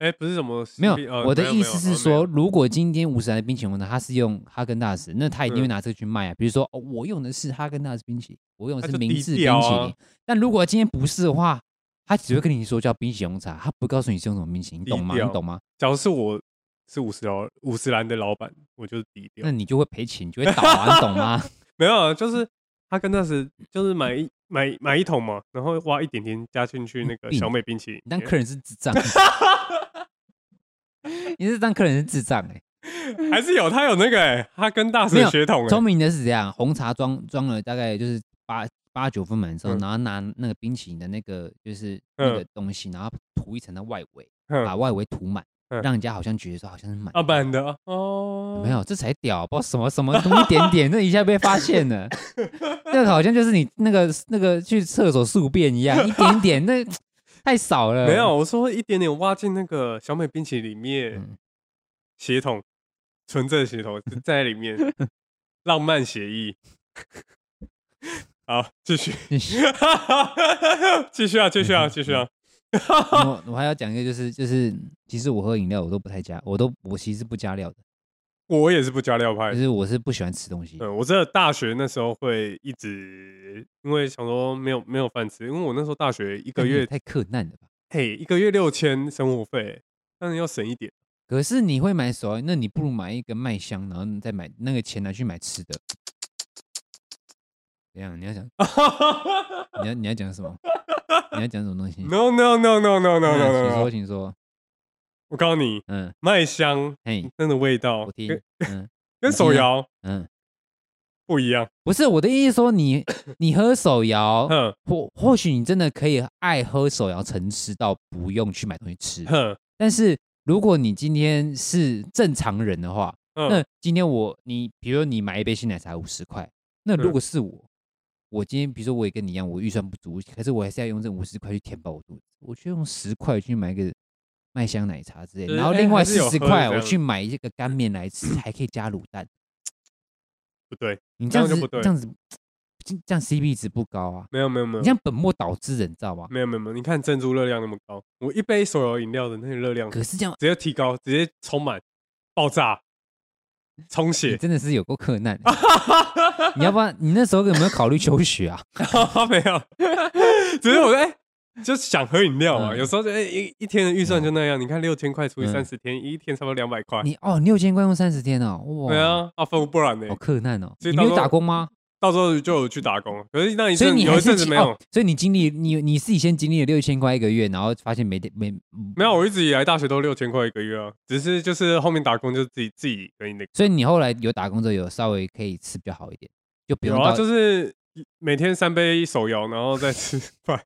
Speaker 3: 哎、不是什么 CP，
Speaker 2: 没有
Speaker 3: 呃，
Speaker 2: 我
Speaker 3: 没
Speaker 2: 的
Speaker 3: 有
Speaker 2: 意
Speaker 3: 没
Speaker 2: 思
Speaker 3: 有
Speaker 2: 是
Speaker 3: 呃
Speaker 2: 说，如果今天五十来的冰淇淋呢，他是用哈根达斯，那他一定会
Speaker 3: 嗯
Speaker 2: 拿这个去卖啊。比如说，哦，我用的是哈根达斯冰淇淋，我用的是
Speaker 3: 那就
Speaker 2: 明
Speaker 3: 低
Speaker 2: 治冰
Speaker 3: 调
Speaker 2: 淇
Speaker 3: 啊
Speaker 2: 淋。但如果今天不是的话，他只会跟你说叫冰淇淋红茶，他不告诉你是用什么冰淇淋，你
Speaker 3: 低
Speaker 2: 懂吗？你
Speaker 3: 调
Speaker 2: 懂吗？
Speaker 3: 假如是我是五十兰五十兰的老板，我就是低调
Speaker 2: 那。你就会赔钱，你就会倒啊，你懂
Speaker 3: [laughs]
Speaker 2: 吗？
Speaker 3: 没有，啊，
Speaker 2: 嗯
Speaker 3: 就是他跟那时就是买一买买一桶嘛，然
Speaker 2: 嗯
Speaker 3: 后挖一点点加进去那个
Speaker 2: 病
Speaker 3: 小美冰淇淋里
Speaker 2: 你当
Speaker 3: 面。
Speaker 2: 客人是智障。 [laughs] 你这当客人是智障哎、
Speaker 3: 还是有他有那个哎、他跟大
Speaker 2: 没
Speaker 3: 神
Speaker 2: 有
Speaker 3: 血统哎、
Speaker 2: 聪明的是怎样？红茶装装了大概就是八八九分满的时候，
Speaker 3: 嗯
Speaker 2: 然后拿那个冰淇淋的那个就是那个
Speaker 3: 嗯
Speaker 2: 东西，然后涂一层的外围，
Speaker 3: 嗯
Speaker 2: 把外围涂满，
Speaker 3: 嗯
Speaker 2: 让人家好像觉得说好像是满
Speaker 3: 啊，版的哦，
Speaker 2: 没有，这才屌，不知道什么什么涂一点点，那一下被发现
Speaker 3: [laughs]
Speaker 2: 了，那个好像就是你那个那个去厕所宿便一
Speaker 3: [laughs]
Speaker 2: 样，一点点，那太少了。
Speaker 3: 没有，，我说一点点挖进那个小美冰淇淋里面，
Speaker 2: 嗯，
Speaker 3: 血统纯正血统在
Speaker 2: [laughs]
Speaker 3: 里面，浪漫协议。 [laughs] 好，
Speaker 2: [laughs]
Speaker 3: 继续，
Speaker 2: 继
Speaker 3: [laughs]
Speaker 2: 续
Speaker 3: 继续啊，继续啊，继续啊。
Speaker 2: 我我还要讲一个，就是就是，其实我喝饮料我都不太加，我都我其实不加料的，
Speaker 3: 我也是不加料派
Speaker 2: 就，是我是不喜欢吃东西。
Speaker 3: 哎嗯，我这大学那时候会一直，因为想说没有没有饭吃，因为我那时候大学一
Speaker 2: 那
Speaker 3: 个
Speaker 2: 你也
Speaker 3: 月，
Speaker 2: 太克难了吧？
Speaker 3: 嘿，一个月六千生活费，当然要省一点。 [laughs]
Speaker 2: 可是你会买手摇，那你不如买一个麦香，然后你再买那个钱拿去买吃的。怎样？你
Speaker 3: [laughs]
Speaker 2: 要讲，你要你要讲什么？你要讲什么东西？
Speaker 3: no no no no no no
Speaker 2: 嗯
Speaker 3: no no！
Speaker 2: 请
Speaker 3: no
Speaker 2: 说，请说。
Speaker 3: 我告诉你，
Speaker 2: 嗯，
Speaker 3: 麦香
Speaker 2: 嘿，
Speaker 3: 真的味道
Speaker 2: 我听
Speaker 3: 跟。
Speaker 2: 嗯
Speaker 3: 跟
Speaker 2: 你
Speaker 3: 手
Speaker 2: 听啊
Speaker 3: 摇
Speaker 2: 嗯，
Speaker 3: 不一样。
Speaker 2: 不是我的意思，说
Speaker 3: [laughs]
Speaker 2: 你你喝手摇，
Speaker 3: 哼
Speaker 2: 或或许你真的可以爱喝手摇成吃到不用去买东西吃，
Speaker 3: 哼
Speaker 2: 但是如果你今天是正常人的话，那
Speaker 3: [laughs] 嗯，
Speaker 2: 今天我你，比如说你买一杯新奶茶五十块，那如
Speaker 3: 对
Speaker 2: 果是我，我今天比如说我也跟你一样，我预算不足，可是我还是要用这五十块去填饱我肚子，我去用十块去买个麦香奶茶之类的，
Speaker 3: 就是
Speaker 2: 然后
Speaker 3: 哎
Speaker 2: 另
Speaker 3: 还
Speaker 2: 外
Speaker 3: 是有
Speaker 2: 四十
Speaker 3: 喝
Speaker 2: 块
Speaker 3: 这
Speaker 2: 我
Speaker 3: 样
Speaker 2: 去买一个干面来吃，还可以加卤蛋。
Speaker 3: 不对，
Speaker 2: 你这
Speaker 3: 这
Speaker 2: 样
Speaker 3: 样就
Speaker 2: 子
Speaker 3: 不对
Speaker 2: 这样子这样 CP 值不高啊，
Speaker 3: 没有没有没
Speaker 2: 你
Speaker 3: 有
Speaker 2: 这样本末倒置人，你知道吗？
Speaker 3: 没有没有没有，你看珍珠热量那么高，我一杯手摇饮料的那个热量直
Speaker 2: 可是这样
Speaker 3: 接提高，直接充满爆炸，充
Speaker 2: 你
Speaker 3: 血。
Speaker 2: 真的是有够困难的，
Speaker 3: [laughs]
Speaker 2: 你要不然你那时候有没有考虑休学
Speaker 3: [laughs]
Speaker 2: 啊？
Speaker 3: 没有， [laughs] 只是我哎、就想喝饮料嘛，
Speaker 2: 嗯
Speaker 3: 有时候就哎、一一天的预算就那样，你看六千块除以
Speaker 2: 嗯
Speaker 3: 三十天，一天差不多两百块。
Speaker 2: 你哦，六千块用三十天哦，哇，
Speaker 3: 哎对啊，啊，不不然呢
Speaker 2: 好？困难哦。
Speaker 3: 所
Speaker 2: 你
Speaker 3: 以
Speaker 2: 没有
Speaker 3: 到时候
Speaker 2: 打工吗？
Speaker 3: 到时候就有去打工，可是那一
Speaker 2: 所以
Speaker 3: 阵
Speaker 2: 你
Speaker 3: 有
Speaker 2: 还
Speaker 3: 一
Speaker 2: 是
Speaker 3: 阵子
Speaker 2: 经
Speaker 3: 没有
Speaker 2: 哦，所以你经历你你自己先经历了六千块一个月，然后发现没得没
Speaker 3: 没有，，我一直以来大学都六千块一个月啊，只是就是后面打工就自己自己跟那个，
Speaker 2: 所以你后来有打工之后有稍微可以吃比较好一点，就不用
Speaker 3: 有
Speaker 2: 到、
Speaker 3: 啊，就是每天三杯手摇，然后再吃
Speaker 2: [laughs]
Speaker 3: 饭。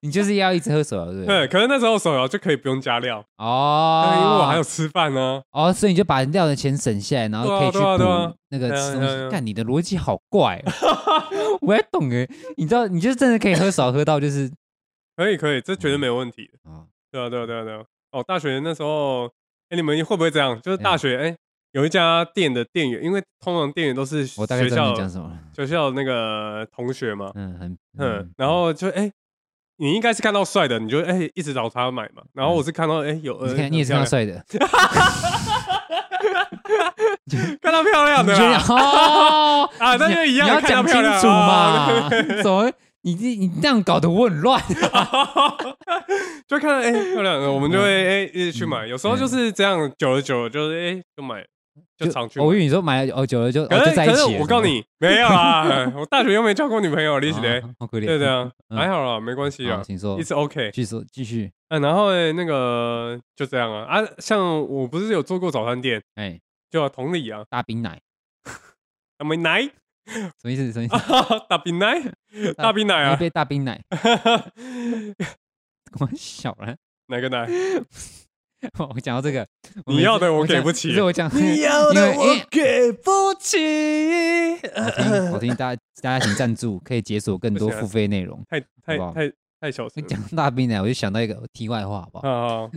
Speaker 2: 你就是要一直喝手摇对不
Speaker 3: 对，
Speaker 2: 对？
Speaker 3: 可是那时候手摇就可以不用加料，
Speaker 2: 哦，
Speaker 3: 但因为我还有吃饭啊呢。
Speaker 2: 哦，所以你就把料的钱省下来，然后
Speaker 3: 对啊
Speaker 2: 可以去
Speaker 3: 对啊对
Speaker 2: 补
Speaker 3: 啊
Speaker 2: 那个
Speaker 3: 对啊
Speaker 2: 吃东
Speaker 3: 对啊对
Speaker 2: 西。
Speaker 3: 啊
Speaker 2: 看你的逻辑好怪哦， [laughs] 我也懂哎，你知道你就是真的可以喝少喝到就是
Speaker 3: 可以可以，这绝对没有问题的。
Speaker 2: 啊，
Speaker 3: 对啊对啊对啊对啊。哦，大学那时候，哎，你们会不会这样？就是
Speaker 2: 哎
Speaker 3: 大学哎，有一家店的店员，因为通常店员都是
Speaker 2: 我大概
Speaker 3: 学
Speaker 2: 知道
Speaker 3: 校
Speaker 2: 你讲什么了，
Speaker 3: 学校那个同学嘛，
Speaker 2: 嗯，很
Speaker 3: [laughs] 嗯，然后就哎、你应该是看到帅的，你就哎、一直找他买嘛。然后我是看到哎、有，
Speaker 2: 嗯你
Speaker 3: 呃
Speaker 2: 看你也是看到，帅的，
Speaker 3: 看到漂亮啊
Speaker 2: 你
Speaker 3: 的
Speaker 2: 觉得
Speaker 3: 啦，
Speaker 2: 哦
Speaker 3: 啊那就一样
Speaker 2: 你要
Speaker 3: 看到
Speaker 2: 讲清
Speaker 3: 漂亮
Speaker 2: 楚嘛
Speaker 3: 啊，
Speaker 2: [laughs] 怎么你这你这样搞得我很乱？
Speaker 3: [laughs] 就看到哎、漂亮的，我们就会
Speaker 2: 嗯
Speaker 3: 哎、一直去买。有时候就是这样，久了久了就是哎、就买，就常去
Speaker 2: 我
Speaker 3: 买。
Speaker 2: 跟你说买了哦久了就哦
Speaker 3: 可
Speaker 2: 就是在一
Speaker 3: 哎可
Speaker 2: 起了。
Speaker 3: 是我告
Speaker 2: [laughs]
Speaker 3: 诉你没有啊， [laughs] 我大学又没交过女朋友，
Speaker 2: 是
Speaker 3: 你
Speaker 2: 吗，
Speaker 3: 起嘞
Speaker 2: 啊，好可怜。
Speaker 3: 对对啊，
Speaker 2: 嗯
Speaker 3: 还好啦，没关系
Speaker 2: 好
Speaker 3: 啊，
Speaker 2: 请说
Speaker 3: 一，直 OK。
Speaker 2: 继续说继续。
Speaker 3: 嗯，然后哎那个就这样啊啊，像我不是有做过早餐店，
Speaker 2: 哎，
Speaker 3: 就啊同理啊，
Speaker 2: 大冰奶
Speaker 3: 那么奶 [laughs]
Speaker 2: 什么意思？什么意思？
Speaker 3: 大冰奶，
Speaker 2: 啊
Speaker 3: 大冰奶
Speaker 2: 一
Speaker 3: 啊，
Speaker 2: 杯大冰奶， [laughs] 我小了。
Speaker 3: [laughs] 哪个奶？
Speaker 2: 我讲到这个，
Speaker 3: 你要的我
Speaker 2: 我每次
Speaker 3: 给
Speaker 2: 讲
Speaker 3: 不起
Speaker 2: 不是我
Speaker 3: [laughs]
Speaker 2: 讲，因为因为
Speaker 3: 给不起。
Speaker 2: 好听好听，大家大家请赞助，可以解锁更多
Speaker 3: 不行啊
Speaker 2: 付费内容。
Speaker 3: 太
Speaker 2: 好
Speaker 3: 太
Speaker 2: 不好
Speaker 3: 太太小声了。
Speaker 2: 讲大冰奶，我就想到一个题外话，好不好？
Speaker 3: 啊啊，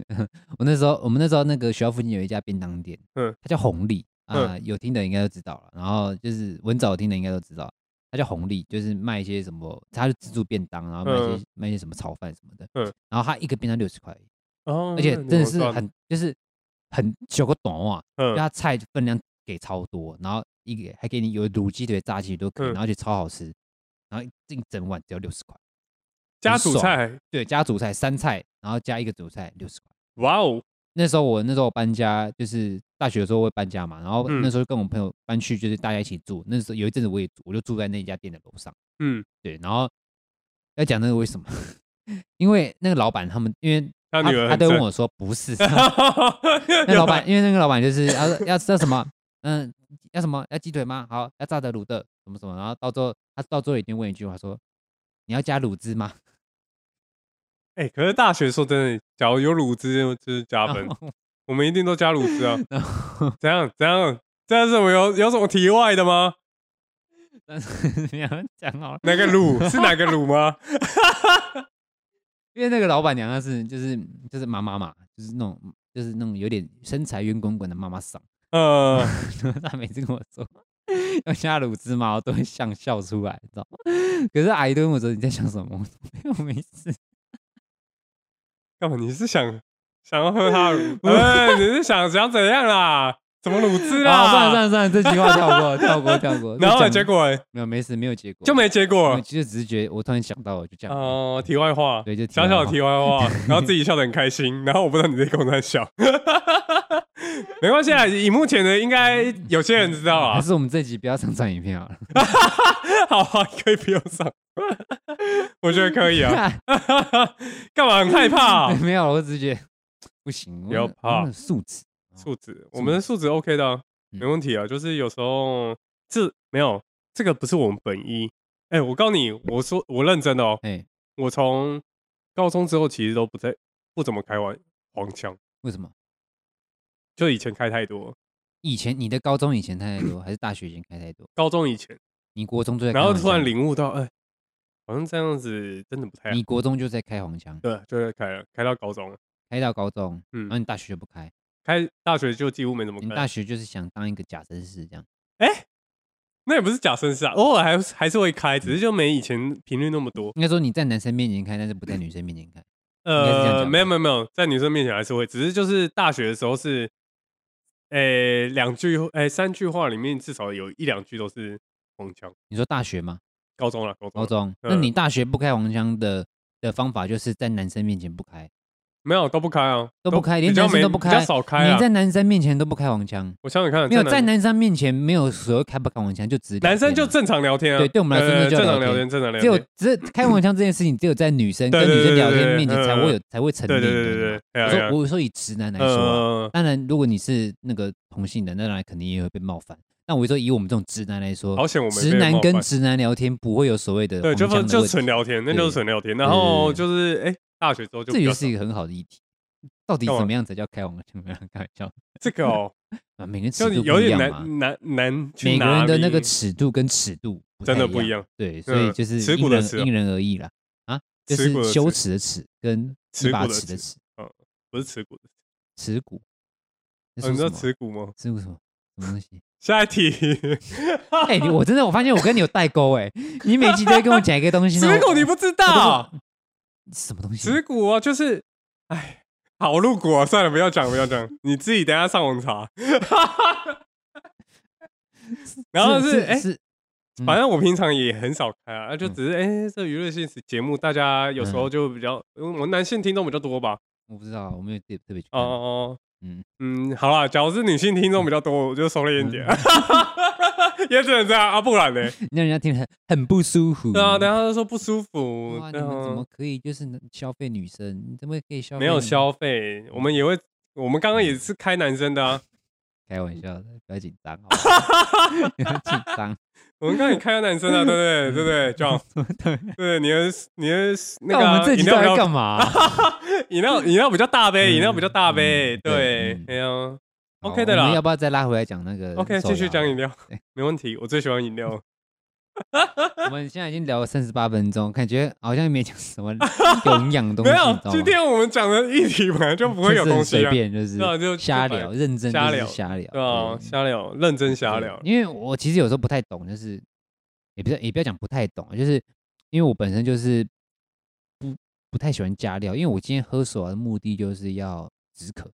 Speaker 2: 我那时候，我们那时候那个学校附近有一家便当店，
Speaker 3: 嗯
Speaker 2: 它叫红利啊、有听的应该都知道了。然后就是文藻有听的应该都知道，它叫红利，就是卖一些什么，它就自助便当，然后卖一些、
Speaker 3: 嗯
Speaker 2: 卖一些什么炒饭什么的。
Speaker 3: 嗯
Speaker 2: 然后它一个便当六十块，[laughs]
Speaker 3: 哦
Speaker 2: 而且真的是，
Speaker 3: 那你
Speaker 2: 很就是很小个短袜，
Speaker 3: 怎么
Speaker 2: 就
Speaker 3: 算嗯
Speaker 2: 它菜分量给超多，然后一个还给你有卤鸡腿、炸鸡腿都可以，
Speaker 3: 嗯
Speaker 2: 然后就超好吃，然后一整碗只要六十块，
Speaker 3: 家主菜，
Speaker 2: 对，加主菜三菜，然后加一个主菜六十块。
Speaker 3: 哇哦，
Speaker 2: 那时候我那时候我搬家，就是大学的时候会搬家嘛，然后
Speaker 3: 嗯
Speaker 2: 那时候跟我朋友搬去，就是大家一起住。那时候有一阵子我也住我就住在那家店的楼上，
Speaker 3: 嗯
Speaker 2: [laughs] 对。然后要讲那个为什么？因为那个老板他们，因为
Speaker 3: 他女儿
Speaker 2: 他
Speaker 3: 很
Speaker 2: 对
Speaker 3: 正 [laughs]
Speaker 2: 问，我说 [laughs] 不是，那老板因为那个老板就是要要要什么，嗯，要什么要鸡腿吗？好，要炸的卤的什么什么，然后到最后他到最后一定问一句话说，你要加卤汁吗？
Speaker 3: 哎、可是大学说真的，假如有卤汁就是加分
Speaker 2: 然，后
Speaker 3: 我们一定都加卤汁啊。
Speaker 2: 然后
Speaker 3: 怎样怎样？这样是我有有什么题外的吗？
Speaker 2: 但是 [laughs] 你要讲好了，
Speaker 3: 哪个卤是哪个卤吗？
Speaker 2: 因为那个老板娘她是就是就是妈妈嘛，就是那种就是那种有点身材圆滚滚的妈妈桑， [laughs]
Speaker 3: 呃，
Speaker 2: 然后她每次跟我说要加卤汁嘛，我都会想笑出来，你知道吗？可是阿姨都问我说你在想什么，我 [laughs] 说没有没事，
Speaker 3: 干嘛？你是想想要喝他的
Speaker 2: [laughs]
Speaker 3: 卤？
Speaker 2: 是
Speaker 3: 哎，你是想想怎样啦？怎么卤汁
Speaker 2: 啊，算了算
Speaker 3: 啦？
Speaker 2: 了算了，这句话跳过跳过跳
Speaker 3: [laughs]
Speaker 2: 过，
Speaker 3: 然后
Speaker 2: 就
Speaker 3: 呢
Speaker 2: 讲
Speaker 3: 结果欸
Speaker 2: 没有没事没有结果，
Speaker 3: 就没结
Speaker 2: 我
Speaker 3: 果
Speaker 2: 们。就只是觉得我突然想到我就这样，
Speaker 3: 哦，题外话，
Speaker 2: 对，就哦
Speaker 3: 小小的
Speaker 2: 题
Speaker 3: 题
Speaker 2: 外
Speaker 3: 外
Speaker 2: [laughs]
Speaker 3: 话，然后自己笑得很开心，然后我不知道你在跟我在笑， [laughs] 没关系啊，荧幕前的应该有些人知道
Speaker 2: 话，还
Speaker 3: 啊，
Speaker 2: 是我们这集不要上传影片好了，
Speaker 3: 好啊，可以不用上，我觉得可以
Speaker 2: [laughs]
Speaker 3: 啊， [laughs] 干嘛很害怕啊？
Speaker 2: 没有，我只是觉得不行，
Speaker 3: 不要
Speaker 2: 我们
Speaker 3: 怕
Speaker 2: 我们的素质，
Speaker 3: 素质，我们的素质 OK 的啊、
Speaker 2: 嗯
Speaker 3: 没问题啊。就是有时候这没有这个不是我们本意。哎、我告诉你，我说我认真的哦，
Speaker 2: 哎，
Speaker 3: 我从高中之后其实都不在不怎么开玩黄腔，
Speaker 2: 为什么？
Speaker 3: 就以前开太多，
Speaker 2: 以前你的高中以前开太多，还是大学以前开太多？
Speaker 3: 高中以前，
Speaker 2: 你国中就在开
Speaker 3: 然后
Speaker 2: 黄腔，
Speaker 3: 突然领悟到，哎、好像这样子真的不太好
Speaker 2: 你。国中就在开黄腔，
Speaker 3: 对，就在开了，开到高中了，
Speaker 2: 开到高中，
Speaker 3: 嗯
Speaker 2: 然后你大学就不开，
Speaker 3: 开大学就几乎没怎么
Speaker 2: 你
Speaker 3: 开
Speaker 2: 大。学就是想当一个假绅士这样。
Speaker 3: 那也不是假绅士啊，偶尔还是还是会开，只是就没以前频率那么多。
Speaker 2: 应该说你在男生面前开，但是不在
Speaker 3: 嗯
Speaker 2: 女生面前开。应该是这样
Speaker 3: 呃，
Speaker 2: 讲
Speaker 3: 没有没有没有，在女生面前还是会，只是就是大学的时候是，诶、两句诶、三句话里面至少有一两句都是黄腔。
Speaker 2: 你说大学吗？
Speaker 3: 高中了，高中
Speaker 2: 高
Speaker 3: 啦
Speaker 2: 中？
Speaker 3: 嗯
Speaker 2: 那你大学不开黄腔的的方法就是在男生面前不开，
Speaker 3: 没有都不开啊，
Speaker 2: 都不开连
Speaker 3: 比较
Speaker 2: 男生
Speaker 3: 没
Speaker 2: 都不开
Speaker 3: 比较少开
Speaker 2: 你
Speaker 3: 啊。
Speaker 2: 在男生面前都不开黄腔，
Speaker 3: 我想想看，
Speaker 2: 没有
Speaker 3: 男
Speaker 2: 在男生面前没有所谓开不开黄腔，就只是聊
Speaker 3: 男生就
Speaker 2: 天啊
Speaker 3: 正常聊天啊，
Speaker 2: 对对我们来说那
Speaker 3: 呃
Speaker 2: 就
Speaker 3: 正
Speaker 2: 聊
Speaker 3: 常聊
Speaker 2: 天
Speaker 3: 天，正常聊
Speaker 2: 只有
Speaker 3: 天，
Speaker 2: 只是开黄腔这件事情，只有在女生跟
Speaker 3: 对对
Speaker 2: 女生
Speaker 3: 对
Speaker 2: 聊
Speaker 3: 对对
Speaker 2: 天面前才会有
Speaker 3: 嗯
Speaker 2: 才会成立
Speaker 3: 对
Speaker 2: 的
Speaker 3: 对
Speaker 2: 嘛。
Speaker 3: 对对对，
Speaker 2: 我
Speaker 3: 哎呀
Speaker 2: 说我说以直男来说啊，
Speaker 3: 呃，
Speaker 2: 当然，如果你是那个同性的，那当然肯定也会被冒犯。那我就说，以我们这种直男来说，
Speaker 3: 好险我们
Speaker 2: 直
Speaker 3: 被
Speaker 2: 男
Speaker 3: 冒
Speaker 2: 跟
Speaker 3: 犯
Speaker 2: 直男聊天不会有所谓的
Speaker 3: 对，就
Speaker 2: 黄腔的
Speaker 3: 就
Speaker 2: 问
Speaker 3: 纯
Speaker 2: 题
Speaker 3: 聊天，那就是纯聊天。
Speaker 2: 对
Speaker 3: 然
Speaker 2: 对对
Speaker 3: 后
Speaker 2: 对
Speaker 3: 就是哎，大学之后就
Speaker 2: 这
Speaker 3: 比较
Speaker 2: 就
Speaker 3: 少
Speaker 2: 是一个很好的议题。到底
Speaker 3: 干嘛
Speaker 2: 怎么样才叫开黄腔？没有开玩笑 [laughs]
Speaker 3: 这个哦，
Speaker 2: 啊，每个人尺
Speaker 3: 就
Speaker 2: 度
Speaker 3: 有
Speaker 2: 不一
Speaker 3: 点
Speaker 2: 样嘛，
Speaker 3: 难难难去
Speaker 2: 每个人
Speaker 3: 拿
Speaker 2: 的那
Speaker 3: 捏
Speaker 2: 个尺度跟尺度
Speaker 3: 真的不
Speaker 2: 一
Speaker 3: 一
Speaker 2: 样，
Speaker 3: 样，
Speaker 2: 对，所以
Speaker 3: 嗯
Speaker 2: 就是
Speaker 3: 耻
Speaker 2: 因
Speaker 3: 骨的
Speaker 2: 人
Speaker 3: 耻啊
Speaker 2: 因人而异啦。啊，就
Speaker 3: 耻骨
Speaker 2: 是
Speaker 3: 的
Speaker 2: 羞
Speaker 3: 耻
Speaker 2: 耻的耻跟
Speaker 3: 耻
Speaker 2: 一
Speaker 3: 骨
Speaker 2: 把
Speaker 3: 的
Speaker 2: 尺的
Speaker 3: 耻
Speaker 2: 尺，
Speaker 3: 不是持股的。
Speaker 2: 耻骨。那
Speaker 3: 哦
Speaker 2: 说
Speaker 3: 你知
Speaker 2: 什
Speaker 3: 道
Speaker 2: 么
Speaker 3: 持股吗？
Speaker 2: 耻骨
Speaker 3: [laughs]
Speaker 2: 什么什么东西？
Speaker 3: 下
Speaker 2: [laughs]
Speaker 3: 一题，
Speaker 2: 哎、你我真的我发现我跟你有代沟
Speaker 3: [laughs]
Speaker 2: 哎、你每集都在跟我讲一个东西，
Speaker 3: 持股你不知道？
Speaker 2: [laughs] 什么东西？
Speaker 3: 持股啊，就是，哎，好露骨啊！算了，不要讲，不要讲，你自己等一下上
Speaker 2: [laughs]
Speaker 3: 网查。然后是哎
Speaker 2: 是嗯
Speaker 3: 反正我平常也很少开啊，啊就
Speaker 2: 嗯
Speaker 3: 只是哎，这娱乐性节目，大家有时候就比较，嗯因为我们男性听众比较多吧。
Speaker 2: 我不知道，我没有特特别去
Speaker 3: 哦
Speaker 2: 看。
Speaker 3: 哦哦，
Speaker 2: 嗯
Speaker 3: 嗯嗯，好啦，假如是女性听众比较多，我就收敛一点，
Speaker 2: 嗯
Speaker 3: [laughs] 也只能这样啊，不然呢？
Speaker 2: 让人家听得很很不舒服。
Speaker 3: 对啊，等一下他就说不舒服
Speaker 2: 哇，，你
Speaker 3: 对
Speaker 2: 们怎
Speaker 3: 啊
Speaker 2: 么可以就是能消费女生？你怎么可以消费？
Speaker 3: 没有，消费，我们也会，我们刚刚也是开男生的啊，
Speaker 2: 开玩笑的，不要紧
Speaker 3: [laughs]
Speaker 2: 张，好不好不要紧张。
Speaker 3: 我们刚刚也开男生的啊，对不对？对不对，John？
Speaker 2: [laughs] 对，
Speaker 3: 对，你的你的 [laughs] 那个
Speaker 2: 我们
Speaker 3: 啊
Speaker 2: 这集
Speaker 3: 饮
Speaker 2: 到底在
Speaker 3: 料比较
Speaker 2: 干嘛啊？
Speaker 3: [laughs] 饮料饮料比较大杯，
Speaker 2: 嗯
Speaker 3: 饮料比较大杯
Speaker 2: 嗯，对
Speaker 3: 对
Speaker 2: 嗯，
Speaker 3: 哎呀
Speaker 2: 好
Speaker 3: OK 的啦
Speaker 2: 我们要不要再拉回来讲那个
Speaker 3: ，OK，
Speaker 2: 手
Speaker 3: 继续
Speaker 2: 摇
Speaker 3: 讲饮料
Speaker 2: 对，
Speaker 3: 没问题，我最喜欢饮料。
Speaker 2: 我们现在已经聊了三十八分钟，感觉好像也没讲什
Speaker 3: [laughs]
Speaker 2: 么有营养的东
Speaker 3: 没
Speaker 2: 西，
Speaker 3: 有
Speaker 2: 你知道，吗
Speaker 3: 今天我们讲的议题本来就不会
Speaker 2: 就
Speaker 3: 有
Speaker 2: 是很 [laughs]
Speaker 3: 东西
Speaker 2: 随
Speaker 3: 啊，
Speaker 2: 便就是
Speaker 3: 对啊就
Speaker 2: 瞎
Speaker 3: 就
Speaker 2: 聊，认真
Speaker 3: 瞎
Speaker 2: 就是
Speaker 3: 聊
Speaker 2: 瞎聊，
Speaker 3: 对啊，
Speaker 2: 嗯
Speaker 3: 瞎聊，认真瞎聊
Speaker 2: 对，因为我其实有时候不太懂，就是也不要也不要讲不太懂，就是因为我本身就是不不太喜欢加料，因为我今天喝手摇的目的就是要止渴，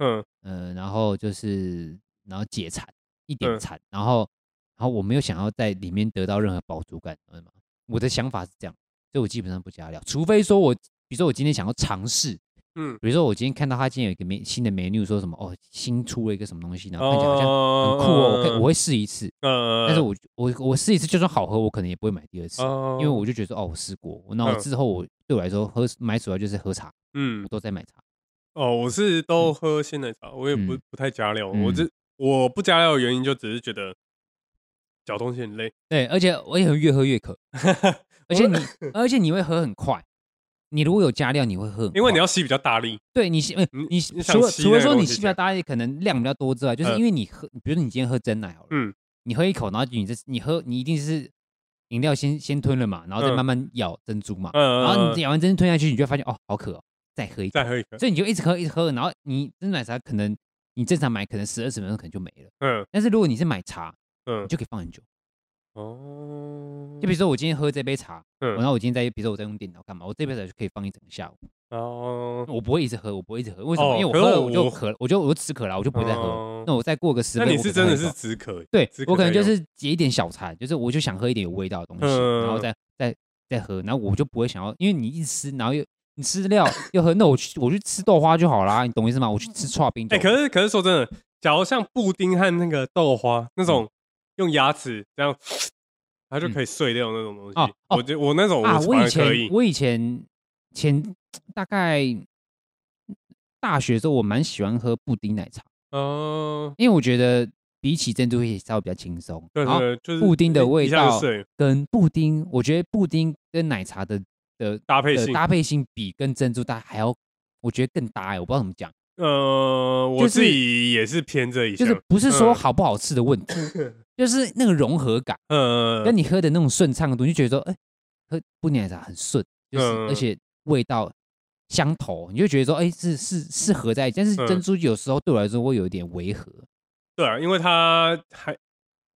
Speaker 3: 嗯，
Speaker 2: 嗯、然后就是然后解馋一点
Speaker 3: 嗯
Speaker 2: 馋，然后然后我没有想要在里面得到任何饱足感，嗯，我的想法是这样，所以我基本上不加料，除非说我比如说我今天想要尝试
Speaker 3: 嗯，
Speaker 2: 比如说我今天看到他今天有一个新新的 menu，说什么哦，新出了一个什么东西，然后看起来好像很
Speaker 3: 很
Speaker 2: 酷哦，我可以我会试一次，
Speaker 3: 呃，
Speaker 2: 但是我我我试一次就算好喝，我可能也不会买第二次，
Speaker 3: 哦，
Speaker 2: 因为我就觉得说哦，我试过，那我
Speaker 3: 嗯
Speaker 2: 之后我对我来说喝买主要就是喝茶，
Speaker 3: 嗯
Speaker 2: 我都在买茶，
Speaker 3: 哦，我是都喝鲜奶茶，我也不
Speaker 2: 嗯
Speaker 3: 不太加料，
Speaker 2: 嗯
Speaker 3: 我这我不加料的原因就只是觉得嚼东西很累，
Speaker 2: 对，而且我也会越喝越渴，而 [laughs] 且你而且你会喝很快。你如果有加料，你会喝很快，
Speaker 3: 因为你要吸比较大力，
Speaker 2: 对你吸，呃
Speaker 3: 你
Speaker 2: 你
Speaker 3: 你
Speaker 2: 吸
Speaker 3: 想
Speaker 2: 除了
Speaker 3: 吸
Speaker 2: 除
Speaker 3: 那
Speaker 2: 了
Speaker 3: 个
Speaker 2: 说
Speaker 3: 东
Speaker 2: 你
Speaker 3: 西
Speaker 2: 吸比
Speaker 3: 这
Speaker 2: 较
Speaker 3: 样
Speaker 2: 大力，可能量比较多之外，就是
Speaker 3: 嗯
Speaker 2: 因为你喝，比如说你今天喝真奶好了，
Speaker 3: 嗯，
Speaker 2: 你喝一口，然后你这你喝你一定是饮料先先吞了嘛，然后再
Speaker 3: 嗯
Speaker 2: 慢慢咬珍珠嘛，
Speaker 3: 嗯，
Speaker 2: 然后
Speaker 3: 嗯
Speaker 2: 你咬完珍珠吞下去，你就会发现哦好渴哦，再喝一口，
Speaker 3: 再喝一个，
Speaker 2: 所以你就一直喝一直喝，然后你珍珠奶茶可能你正常买可能十二十分钟可能就没了，
Speaker 3: 嗯
Speaker 2: 但是如果你是买茶，你
Speaker 3: 嗯，
Speaker 2: 就可以放很久。
Speaker 3: 哦，
Speaker 2: 就比如说我今天喝这杯茶，
Speaker 3: 嗯
Speaker 2: 然后我今天在比如说我在用电脑干嘛，我这杯茶就可以放一整个下午。
Speaker 3: 哦，
Speaker 2: 我不会一直喝，我不会一直喝，为什么？因
Speaker 3: 哦
Speaker 2: 为我
Speaker 3: 可是
Speaker 2: 喝了我
Speaker 3: 我
Speaker 2: 就渴了，我就我就止渴了，我就不会再喝。
Speaker 3: 哦
Speaker 2: 那我再过个十
Speaker 3: 那
Speaker 2: 分钟，
Speaker 3: 你是
Speaker 2: 我可能
Speaker 3: 真的
Speaker 2: 会
Speaker 3: 是
Speaker 2: 走
Speaker 3: 止渴，
Speaker 2: 对
Speaker 3: 止渴
Speaker 2: 我可能
Speaker 3: 在
Speaker 2: 就
Speaker 3: 用
Speaker 2: 是解一点小菜，就是我就想喝一点有味道的东西，然后
Speaker 3: 嗯
Speaker 2: 再再再喝，然后我就不会想要，因为你一直吃，然后又你吃料又喝，那我去我去吃豆花就好啦，你懂我意思吗？我去吃刨冰就
Speaker 3: 哎、
Speaker 2: 好，
Speaker 3: 可是可是说真的，假如像布丁和那个豆花
Speaker 2: 嗯
Speaker 3: 那种用牙齿这样，它就可以碎掉那种东西。
Speaker 2: 哦哦
Speaker 3: 我觉得我那种
Speaker 2: 啊，我
Speaker 3: 反
Speaker 2: 以
Speaker 3: 而可
Speaker 2: 前
Speaker 3: 以。
Speaker 2: 我以前前大概大学的时候，我蛮喜欢喝布丁奶茶，
Speaker 3: 哦、
Speaker 2: 因为我觉得比起珍珠可以稍微比较轻松，
Speaker 3: 对
Speaker 2: 然后
Speaker 3: 对，就是
Speaker 2: 布丁的
Speaker 3: 一
Speaker 2: 味
Speaker 3: 一下就
Speaker 2: 道
Speaker 3: 碎
Speaker 2: 跟布丁，我觉得布丁跟奶茶的的
Speaker 3: 搭配
Speaker 2: 的
Speaker 3: 性。
Speaker 2: 搭配性比跟珍珠大还要，我觉得更搭哎、我不知道怎么讲，
Speaker 3: 呃，我
Speaker 2: 就是
Speaker 3: 自己也是偏这一
Speaker 2: 就
Speaker 3: 项，
Speaker 2: 是不是说
Speaker 3: 嗯
Speaker 2: 好不好吃的
Speaker 3: [laughs]
Speaker 2: 问题，就是那个融合感，
Speaker 3: 呃，
Speaker 2: 跟你喝的那种顺畅度，你就觉得说，哎、喝布丁奶茶很顺，就是、
Speaker 3: 嗯
Speaker 2: 而且味道相投，你就觉得说，哎、是是是合在一起。但是
Speaker 3: 嗯
Speaker 2: 珍珠有时候对我来说会有一点违和，
Speaker 3: 对啊，因为它还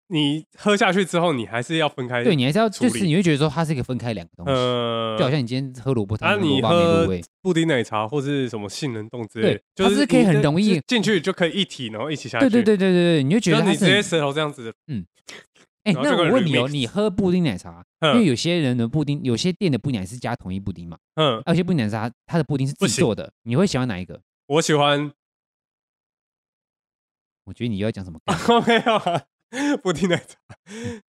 Speaker 3: 你喝下去之后，你还是要分开。
Speaker 2: 对你还是要
Speaker 3: 处理
Speaker 2: 就是你会觉得说它是一个分开两个东西，
Speaker 3: 呃，
Speaker 2: 就好像你今天喝萝卜汤，
Speaker 3: 啊
Speaker 2: 萝
Speaker 3: 你
Speaker 2: 卜没
Speaker 3: 喝
Speaker 2: 入味，
Speaker 3: 布丁奶茶或是什么杏仁冻之类的
Speaker 2: 对，
Speaker 3: 就
Speaker 2: 它是可以
Speaker 3: 你
Speaker 2: 很
Speaker 3: 这
Speaker 2: 容易
Speaker 3: 就进去就可以一体，然后一起下去。
Speaker 2: 对对对对对对，你就觉
Speaker 3: 就
Speaker 2: 得它
Speaker 3: 你直接
Speaker 2: 是
Speaker 3: 舌头这样子，
Speaker 2: 哎、
Speaker 3: 然后
Speaker 2: 那
Speaker 3: 就跟
Speaker 2: 我问你哦，
Speaker 3: remix
Speaker 2: 你喝布丁奶茶，啊因为
Speaker 3: 嗯
Speaker 2: 有些人的布丁，有些店的布丁奶是加统一布丁嘛，
Speaker 3: 嗯，
Speaker 2: 啊有些布丁奶茶它的布丁是
Speaker 3: 不
Speaker 2: 自己
Speaker 3: 行
Speaker 2: 做的，你会喜欢哪一个？
Speaker 3: 我喜欢， [laughs]
Speaker 2: 我觉得你又要讲什么干话？
Speaker 3: 没有啊，布丁奶茶，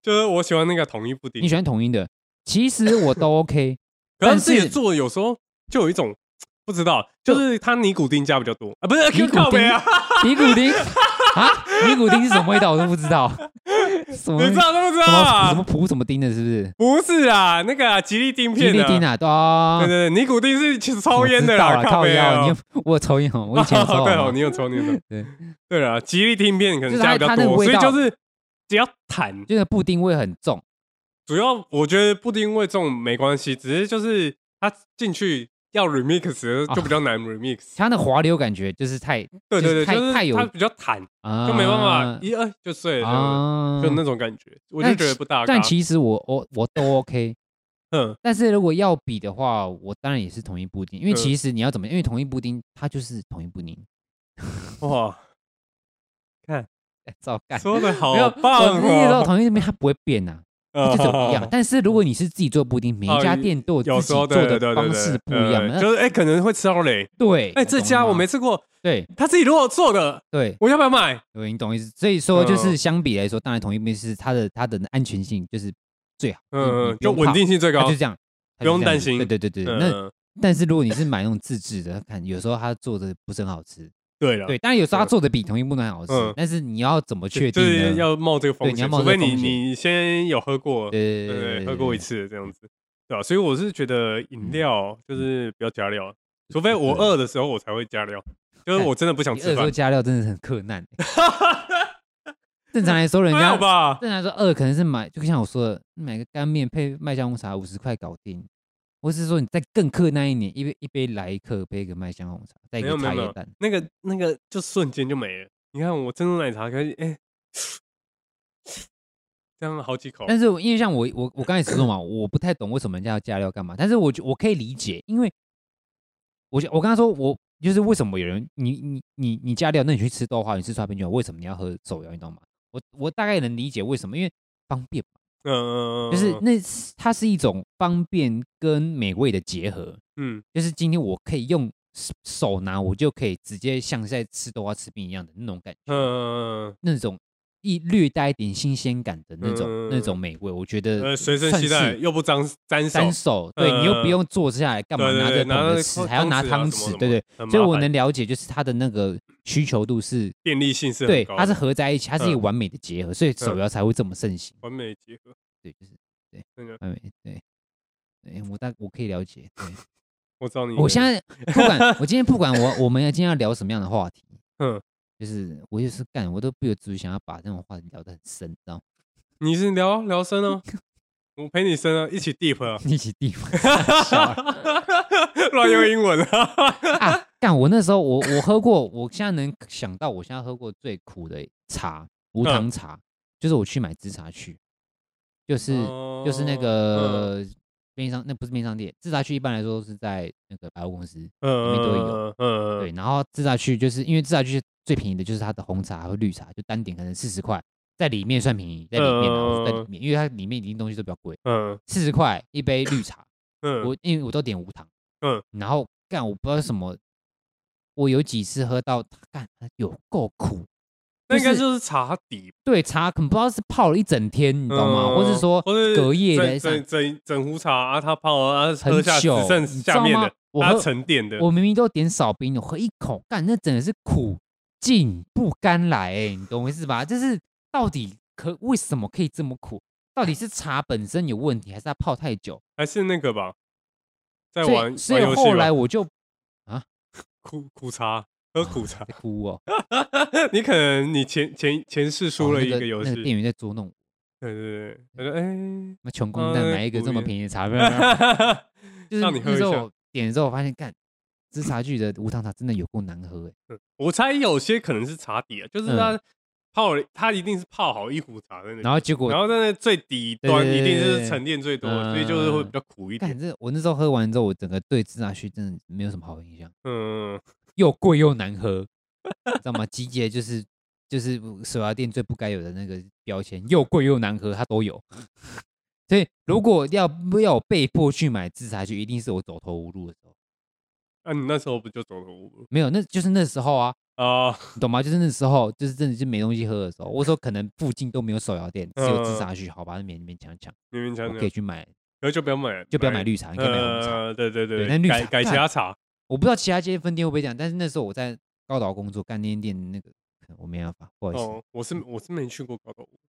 Speaker 3: 就是我喜欢那个统一布丁
Speaker 2: 你，喜欢统一的？其实我都 OK，
Speaker 3: [laughs] 可
Speaker 2: 但
Speaker 3: 是自己
Speaker 2: 是
Speaker 3: 做的有时候就有一种不知道，就是它尼古丁加比较多啊，不是
Speaker 2: 尼古
Speaker 3: 靠北
Speaker 2: 丁
Speaker 3: 啊，
Speaker 2: 尼古丁啊，尼古丁是什么味道我都不知道，什么
Speaker 3: 你知道都不知道
Speaker 2: 什么什么
Speaker 3: 啊？
Speaker 2: 普什么丁的，是不是？
Speaker 3: 不是啊，那个啊吉利丁
Speaker 2: 吉
Speaker 3: 片
Speaker 2: 利丁
Speaker 3: 啊，
Speaker 2: 啊，对啊
Speaker 3: 对，对对，尼古丁是其实抽
Speaker 2: 我
Speaker 3: 烟的
Speaker 2: 知道
Speaker 3: 啦，
Speaker 2: 啦，靠
Speaker 3: 北
Speaker 2: 腰，
Speaker 3: 啊
Speaker 2: 你。又 [laughs] 我有抽烟哦，我以前有抽
Speaker 3: 对
Speaker 2: 好
Speaker 3: [laughs] 哦，
Speaker 2: 吗
Speaker 3: 你有抽，你有抽。
Speaker 2: 对，
Speaker 3: 对啊，吉利丁片可
Speaker 2: 就
Speaker 3: 能
Speaker 2: 是
Speaker 3: 加
Speaker 2: 它
Speaker 3: 比较
Speaker 2: 它那个
Speaker 3: 多，
Speaker 2: 味
Speaker 3: 所以
Speaker 2: 道
Speaker 3: 就是只要弹
Speaker 2: 就那布丁味很重，
Speaker 3: 主要我觉得布丁味重没关系，只是就是它进去要 remix 的
Speaker 2: 啊
Speaker 3: 就比较难
Speaker 2: [laughs]
Speaker 3: remix。
Speaker 2: 它那滑溜感觉就是太
Speaker 3: 对对对，
Speaker 2: 太
Speaker 3: 就是
Speaker 2: 太有
Speaker 3: 它比较弹，
Speaker 2: 啊，
Speaker 3: 就没办法一二就碎了，
Speaker 2: 啊
Speaker 3: 就那种感觉，我
Speaker 2: 但
Speaker 3: 就觉得不搭嘎。
Speaker 2: 但其实我我我都 OK， [laughs]
Speaker 3: 嗯
Speaker 2: 但是如果要比的话，我当然也是同一布丁，因为
Speaker 3: 嗯
Speaker 2: 其实你要怎么，因为同一布丁它就是同一布丁， [laughs]
Speaker 3: 哇，
Speaker 2: 哎照干。
Speaker 3: 说的好
Speaker 2: 没有，
Speaker 3: 棒
Speaker 2: 我是一直到
Speaker 3: 哦，
Speaker 2: 同一那边它不会变
Speaker 3: [laughs]
Speaker 2: 呐、它
Speaker 3: 嗯
Speaker 2: 就怎么样？但是如果你是自己做布丁，每一家店都有自
Speaker 3: 哦有
Speaker 2: 己
Speaker 3: 时候
Speaker 2: 做
Speaker 3: 对对
Speaker 2: 的
Speaker 3: 对对
Speaker 2: 方
Speaker 3: 对
Speaker 2: 式不一样嘛。
Speaker 3: 呃
Speaker 2: 那
Speaker 3: 就是哎可能会吃到雷。
Speaker 2: 对，
Speaker 3: 哎，这
Speaker 2: 懂
Speaker 3: 家
Speaker 2: 吗
Speaker 3: 我没吃过，
Speaker 2: 对
Speaker 3: 他自己如果做的，
Speaker 2: 对，
Speaker 3: 我要不要买？
Speaker 2: 我你懂意思。所以说就是
Speaker 3: 嗯
Speaker 2: 相比来说，当然同一边是它的它的安全性就是最好，
Speaker 3: 嗯，
Speaker 2: 就
Speaker 3: 就稳，定性最
Speaker 2: 它
Speaker 3: 高
Speaker 2: 啊就。这样，它
Speaker 3: 不
Speaker 2: 就
Speaker 3: 用
Speaker 2: 这样
Speaker 3: 担
Speaker 2: 子
Speaker 3: 心
Speaker 2: 对对对对，那
Speaker 3: 嗯，
Speaker 2: 但是如果你是买那种自制的，看有时候它做的不是很好吃，
Speaker 3: 对了，
Speaker 2: 对，当然有时候它
Speaker 3: 嗯
Speaker 2: 做的比同一部分好吃
Speaker 3: 嗯，
Speaker 2: 但是你要怎么
Speaker 3: 对
Speaker 2: 确
Speaker 3: 就
Speaker 2: 定
Speaker 3: 是
Speaker 2: 呢？
Speaker 3: 要冒这个风
Speaker 2: 对你要
Speaker 3: 险，
Speaker 2: 冒
Speaker 3: 除
Speaker 2: 这个
Speaker 3: 非你
Speaker 2: 风险
Speaker 3: 你先有喝过，
Speaker 2: 对对
Speaker 3: 对
Speaker 2: 嗯
Speaker 3: 对，喝过一，次这样子，对啊吧、所以我是觉得饮料就是不要加料，除非我
Speaker 2: [laughs]
Speaker 3: 饿的时候我才会加料，就是我真的不想
Speaker 2: 你二
Speaker 3: 吃
Speaker 2: 时候
Speaker 3: 饭，
Speaker 2: 加料真的是很困难。欸
Speaker 3: [laughs]
Speaker 2: 正常来说，人
Speaker 3: 还
Speaker 2: 家
Speaker 3: 好吧？
Speaker 2: 正常来说二可能是买，就像我说的，买个干面配麦香红茶五十块搞定，或是说你再更克那一年，一杯一杯来一克配一个麦香红茶，再一
Speaker 3: 没
Speaker 2: 个
Speaker 3: 有没有
Speaker 2: 茶
Speaker 3: 没
Speaker 2: 叶
Speaker 3: 有
Speaker 2: 蛋，
Speaker 3: 那个那个就瞬间就没了。你看我珍珠奶茶可以，哎、这样好几口，
Speaker 2: 但是我因为像我我我刚才说嘛，我不太懂为什么人家要加料干嘛，但是我觉我可以理解，因为我就我刚才说我就是为什么有人你你你你加料，那你去吃豆花，你吃刷冰卷，为什么你要喝手摇？你懂吗？我我大概能理解为什么，因为方便嘛，
Speaker 3: 嗯嗯嗯，
Speaker 2: 就是
Speaker 3: 嗯
Speaker 2: 那是它是一种方便跟美味的结合，
Speaker 3: 嗯
Speaker 2: 就是今天我可以用手手拿，我就可以直接像在吃豆花吃冰一样的那种感觉，
Speaker 3: 嗯，
Speaker 2: 那种一略带一点新鲜感的那种、那种
Speaker 3: 嗯
Speaker 2: 美味，我觉
Speaker 3: 呃，
Speaker 2: 得
Speaker 3: 随身
Speaker 2: 算
Speaker 3: 携带
Speaker 2: 是
Speaker 3: 又不脏沾手
Speaker 2: 单，手，对你又不
Speaker 3: 呃
Speaker 2: 用坐下来干嘛，
Speaker 3: 对对
Speaker 2: 拿着捧
Speaker 3: 对拿着
Speaker 2: 着吃，
Speaker 3: 汤
Speaker 2: 还要拿
Speaker 3: 匙啊
Speaker 2: 汤
Speaker 3: 什么什
Speaker 2: 匙，
Speaker 3: 么
Speaker 2: 对对，
Speaker 3: 很
Speaker 2: 所以
Speaker 3: 麻
Speaker 2: 我
Speaker 3: 烦
Speaker 2: 能了解，就是它的那个需求度是，
Speaker 3: 便利性是很
Speaker 2: 对，
Speaker 3: 高
Speaker 2: 它是
Speaker 3: 的
Speaker 2: 合在一起，它是一个
Speaker 3: 嗯
Speaker 2: 完美的结合，所以手
Speaker 3: 嗯
Speaker 2: 摇才会这么盛行。
Speaker 3: 完美结合。
Speaker 2: 对，就是对
Speaker 3: 真的，
Speaker 2: 完美，对，对我大我可以了解。对，
Speaker 3: 我 [laughs] 知道你的，
Speaker 2: 我现
Speaker 3: [laughs]
Speaker 2: 在不管我今天不管我我们要今天要聊什么样的话题，
Speaker 3: [laughs] 嗯，
Speaker 2: 就是我就是干，我都不由自主想要把这种话题聊得很深，你知道
Speaker 3: [laughs]
Speaker 2: 吗？
Speaker 3: 你是聊啊聊深哦，我陪你深啊，一起 deep 啊，
Speaker 2: 一起地方 [laughs]
Speaker 3: 乱用英文啊，
Speaker 2: 啊，干！我那时候我我喝过，我现在能想到我现在喝过最苦的茶，
Speaker 3: 嗯
Speaker 2: 无糖茶，就是我去买芝茶去，就是、
Speaker 3: 哦
Speaker 2: 就是
Speaker 3: 嗯
Speaker 2: 那个便利商，那不是便利商店，芝茶去一般来说都是在那个百货公司，
Speaker 3: 嗯，
Speaker 2: 里面都会
Speaker 3: 有，嗯，
Speaker 2: 对，然后自榨区就是因为自榨区最便宜的就是它的红茶和绿茶，就单点可能四十块，在里面算便宜，在里面啊，我说在里
Speaker 3: 嗯
Speaker 2: 面，因为它里面一定东西都比较贵，
Speaker 3: 嗯
Speaker 2: 四十块一杯绿茶，
Speaker 3: 嗯，
Speaker 2: 我因为我都点无糖，
Speaker 3: 嗯，
Speaker 2: 然后干我不知道什么，我有几次喝到干有够苦，
Speaker 3: 那应该
Speaker 2: 就是
Speaker 3: 就是茶底，
Speaker 2: 对茶可能不知道是泡了一整天，你懂吗？或是
Speaker 3: 嗯
Speaker 2: 说
Speaker 3: 或是
Speaker 2: 隔夜的上
Speaker 3: 整整整整壶茶啊，它泡啊，它喝
Speaker 2: 很
Speaker 3: 下只
Speaker 2: 久，
Speaker 3: 剩
Speaker 2: 你知
Speaker 3: 下
Speaker 2: 道
Speaker 3: 面
Speaker 2: 吗
Speaker 3: 的？，
Speaker 2: 我
Speaker 3: 它
Speaker 2: 喝
Speaker 3: 沉淀的，
Speaker 2: 我明明都点少冰的，我喝一口，干那真的是苦尽不甘来、欸，你懂我意思吧？就是到底可为什么可以这么苦？到底是茶本身有问题，还是它泡太久？
Speaker 3: 还是那个吧，在
Speaker 2: 所
Speaker 3: 玩
Speaker 2: 以所
Speaker 3: 玩
Speaker 2: 以
Speaker 3: 游
Speaker 2: 后
Speaker 3: 戏吧
Speaker 2: 来，我就
Speaker 3: 苦苦茶，喝苦
Speaker 2: [laughs]
Speaker 3: 茶，
Speaker 2: 在哭哦，
Speaker 3: 你可能你前前前世输
Speaker 2: 哦
Speaker 3: 了
Speaker 2: 那
Speaker 3: 一个游戏
Speaker 2: 那个，店员在捉弄我，
Speaker 3: 对对对，他说哎。
Speaker 2: 那穷光蛋
Speaker 3: 哎
Speaker 2: 买一个这么
Speaker 3: 故意
Speaker 2: 便宜的
Speaker 3: [laughs]
Speaker 2: 茶，没有没有没有就是
Speaker 3: 让你喝
Speaker 2: 那
Speaker 3: 一
Speaker 2: 时候
Speaker 3: 下。
Speaker 2: 我点的时候，我发现干芝茶具的无糖茶真的有够难喝、欸，
Speaker 3: 我猜有些可能是茶底啊，就是它泡了，它一定是泡好一壶茶在那里，
Speaker 2: 嗯然后结果
Speaker 3: 然后在那最底端
Speaker 2: 对对
Speaker 3: 一定
Speaker 2: 对
Speaker 3: 是
Speaker 2: 对
Speaker 3: 沉淀最多的，
Speaker 2: 嗯
Speaker 3: 所以就是会比较苦一
Speaker 2: 干
Speaker 3: 点。
Speaker 2: 这我那时候喝完之后，我整个对芝茶具真的没有什么好印象。
Speaker 3: 嗯，
Speaker 2: 又贵又难喝，你知道吗？集结就是就是手摇店最不该有的那个标签，又贵又难喝，它都有。所以如果要要我被迫去买自茶去，一定是我走投无路的时候。
Speaker 3: 那你那时候不就走投无路
Speaker 2: 没有，那就是那时候啊，
Speaker 3: 啊？
Speaker 2: 你懂吗？就是那时候，就是真的就没东西喝的时候。我说可能附近都没有手摇店，只有自
Speaker 3: 嗯
Speaker 2: 茶去，好吧，那勉勉强强
Speaker 3: 勉勉强
Speaker 2: 我
Speaker 3: 强
Speaker 2: 可以，去买，
Speaker 3: 然后就不要买，
Speaker 2: 就不要买绿茶，你可以买红茶。
Speaker 3: 呃，对对
Speaker 2: 对那绿
Speaker 3: 改
Speaker 2: 茶
Speaker 3: 改其
Speaker 2: 干
Speaker 3: 他茶。
Speaker 2: 我不知道其他街分店会不会这样，但是那时候我在高岛工作，干那间店那个我没办法，不好意思，
Speaker 3: 哦，我是我是没去过高岛屋，比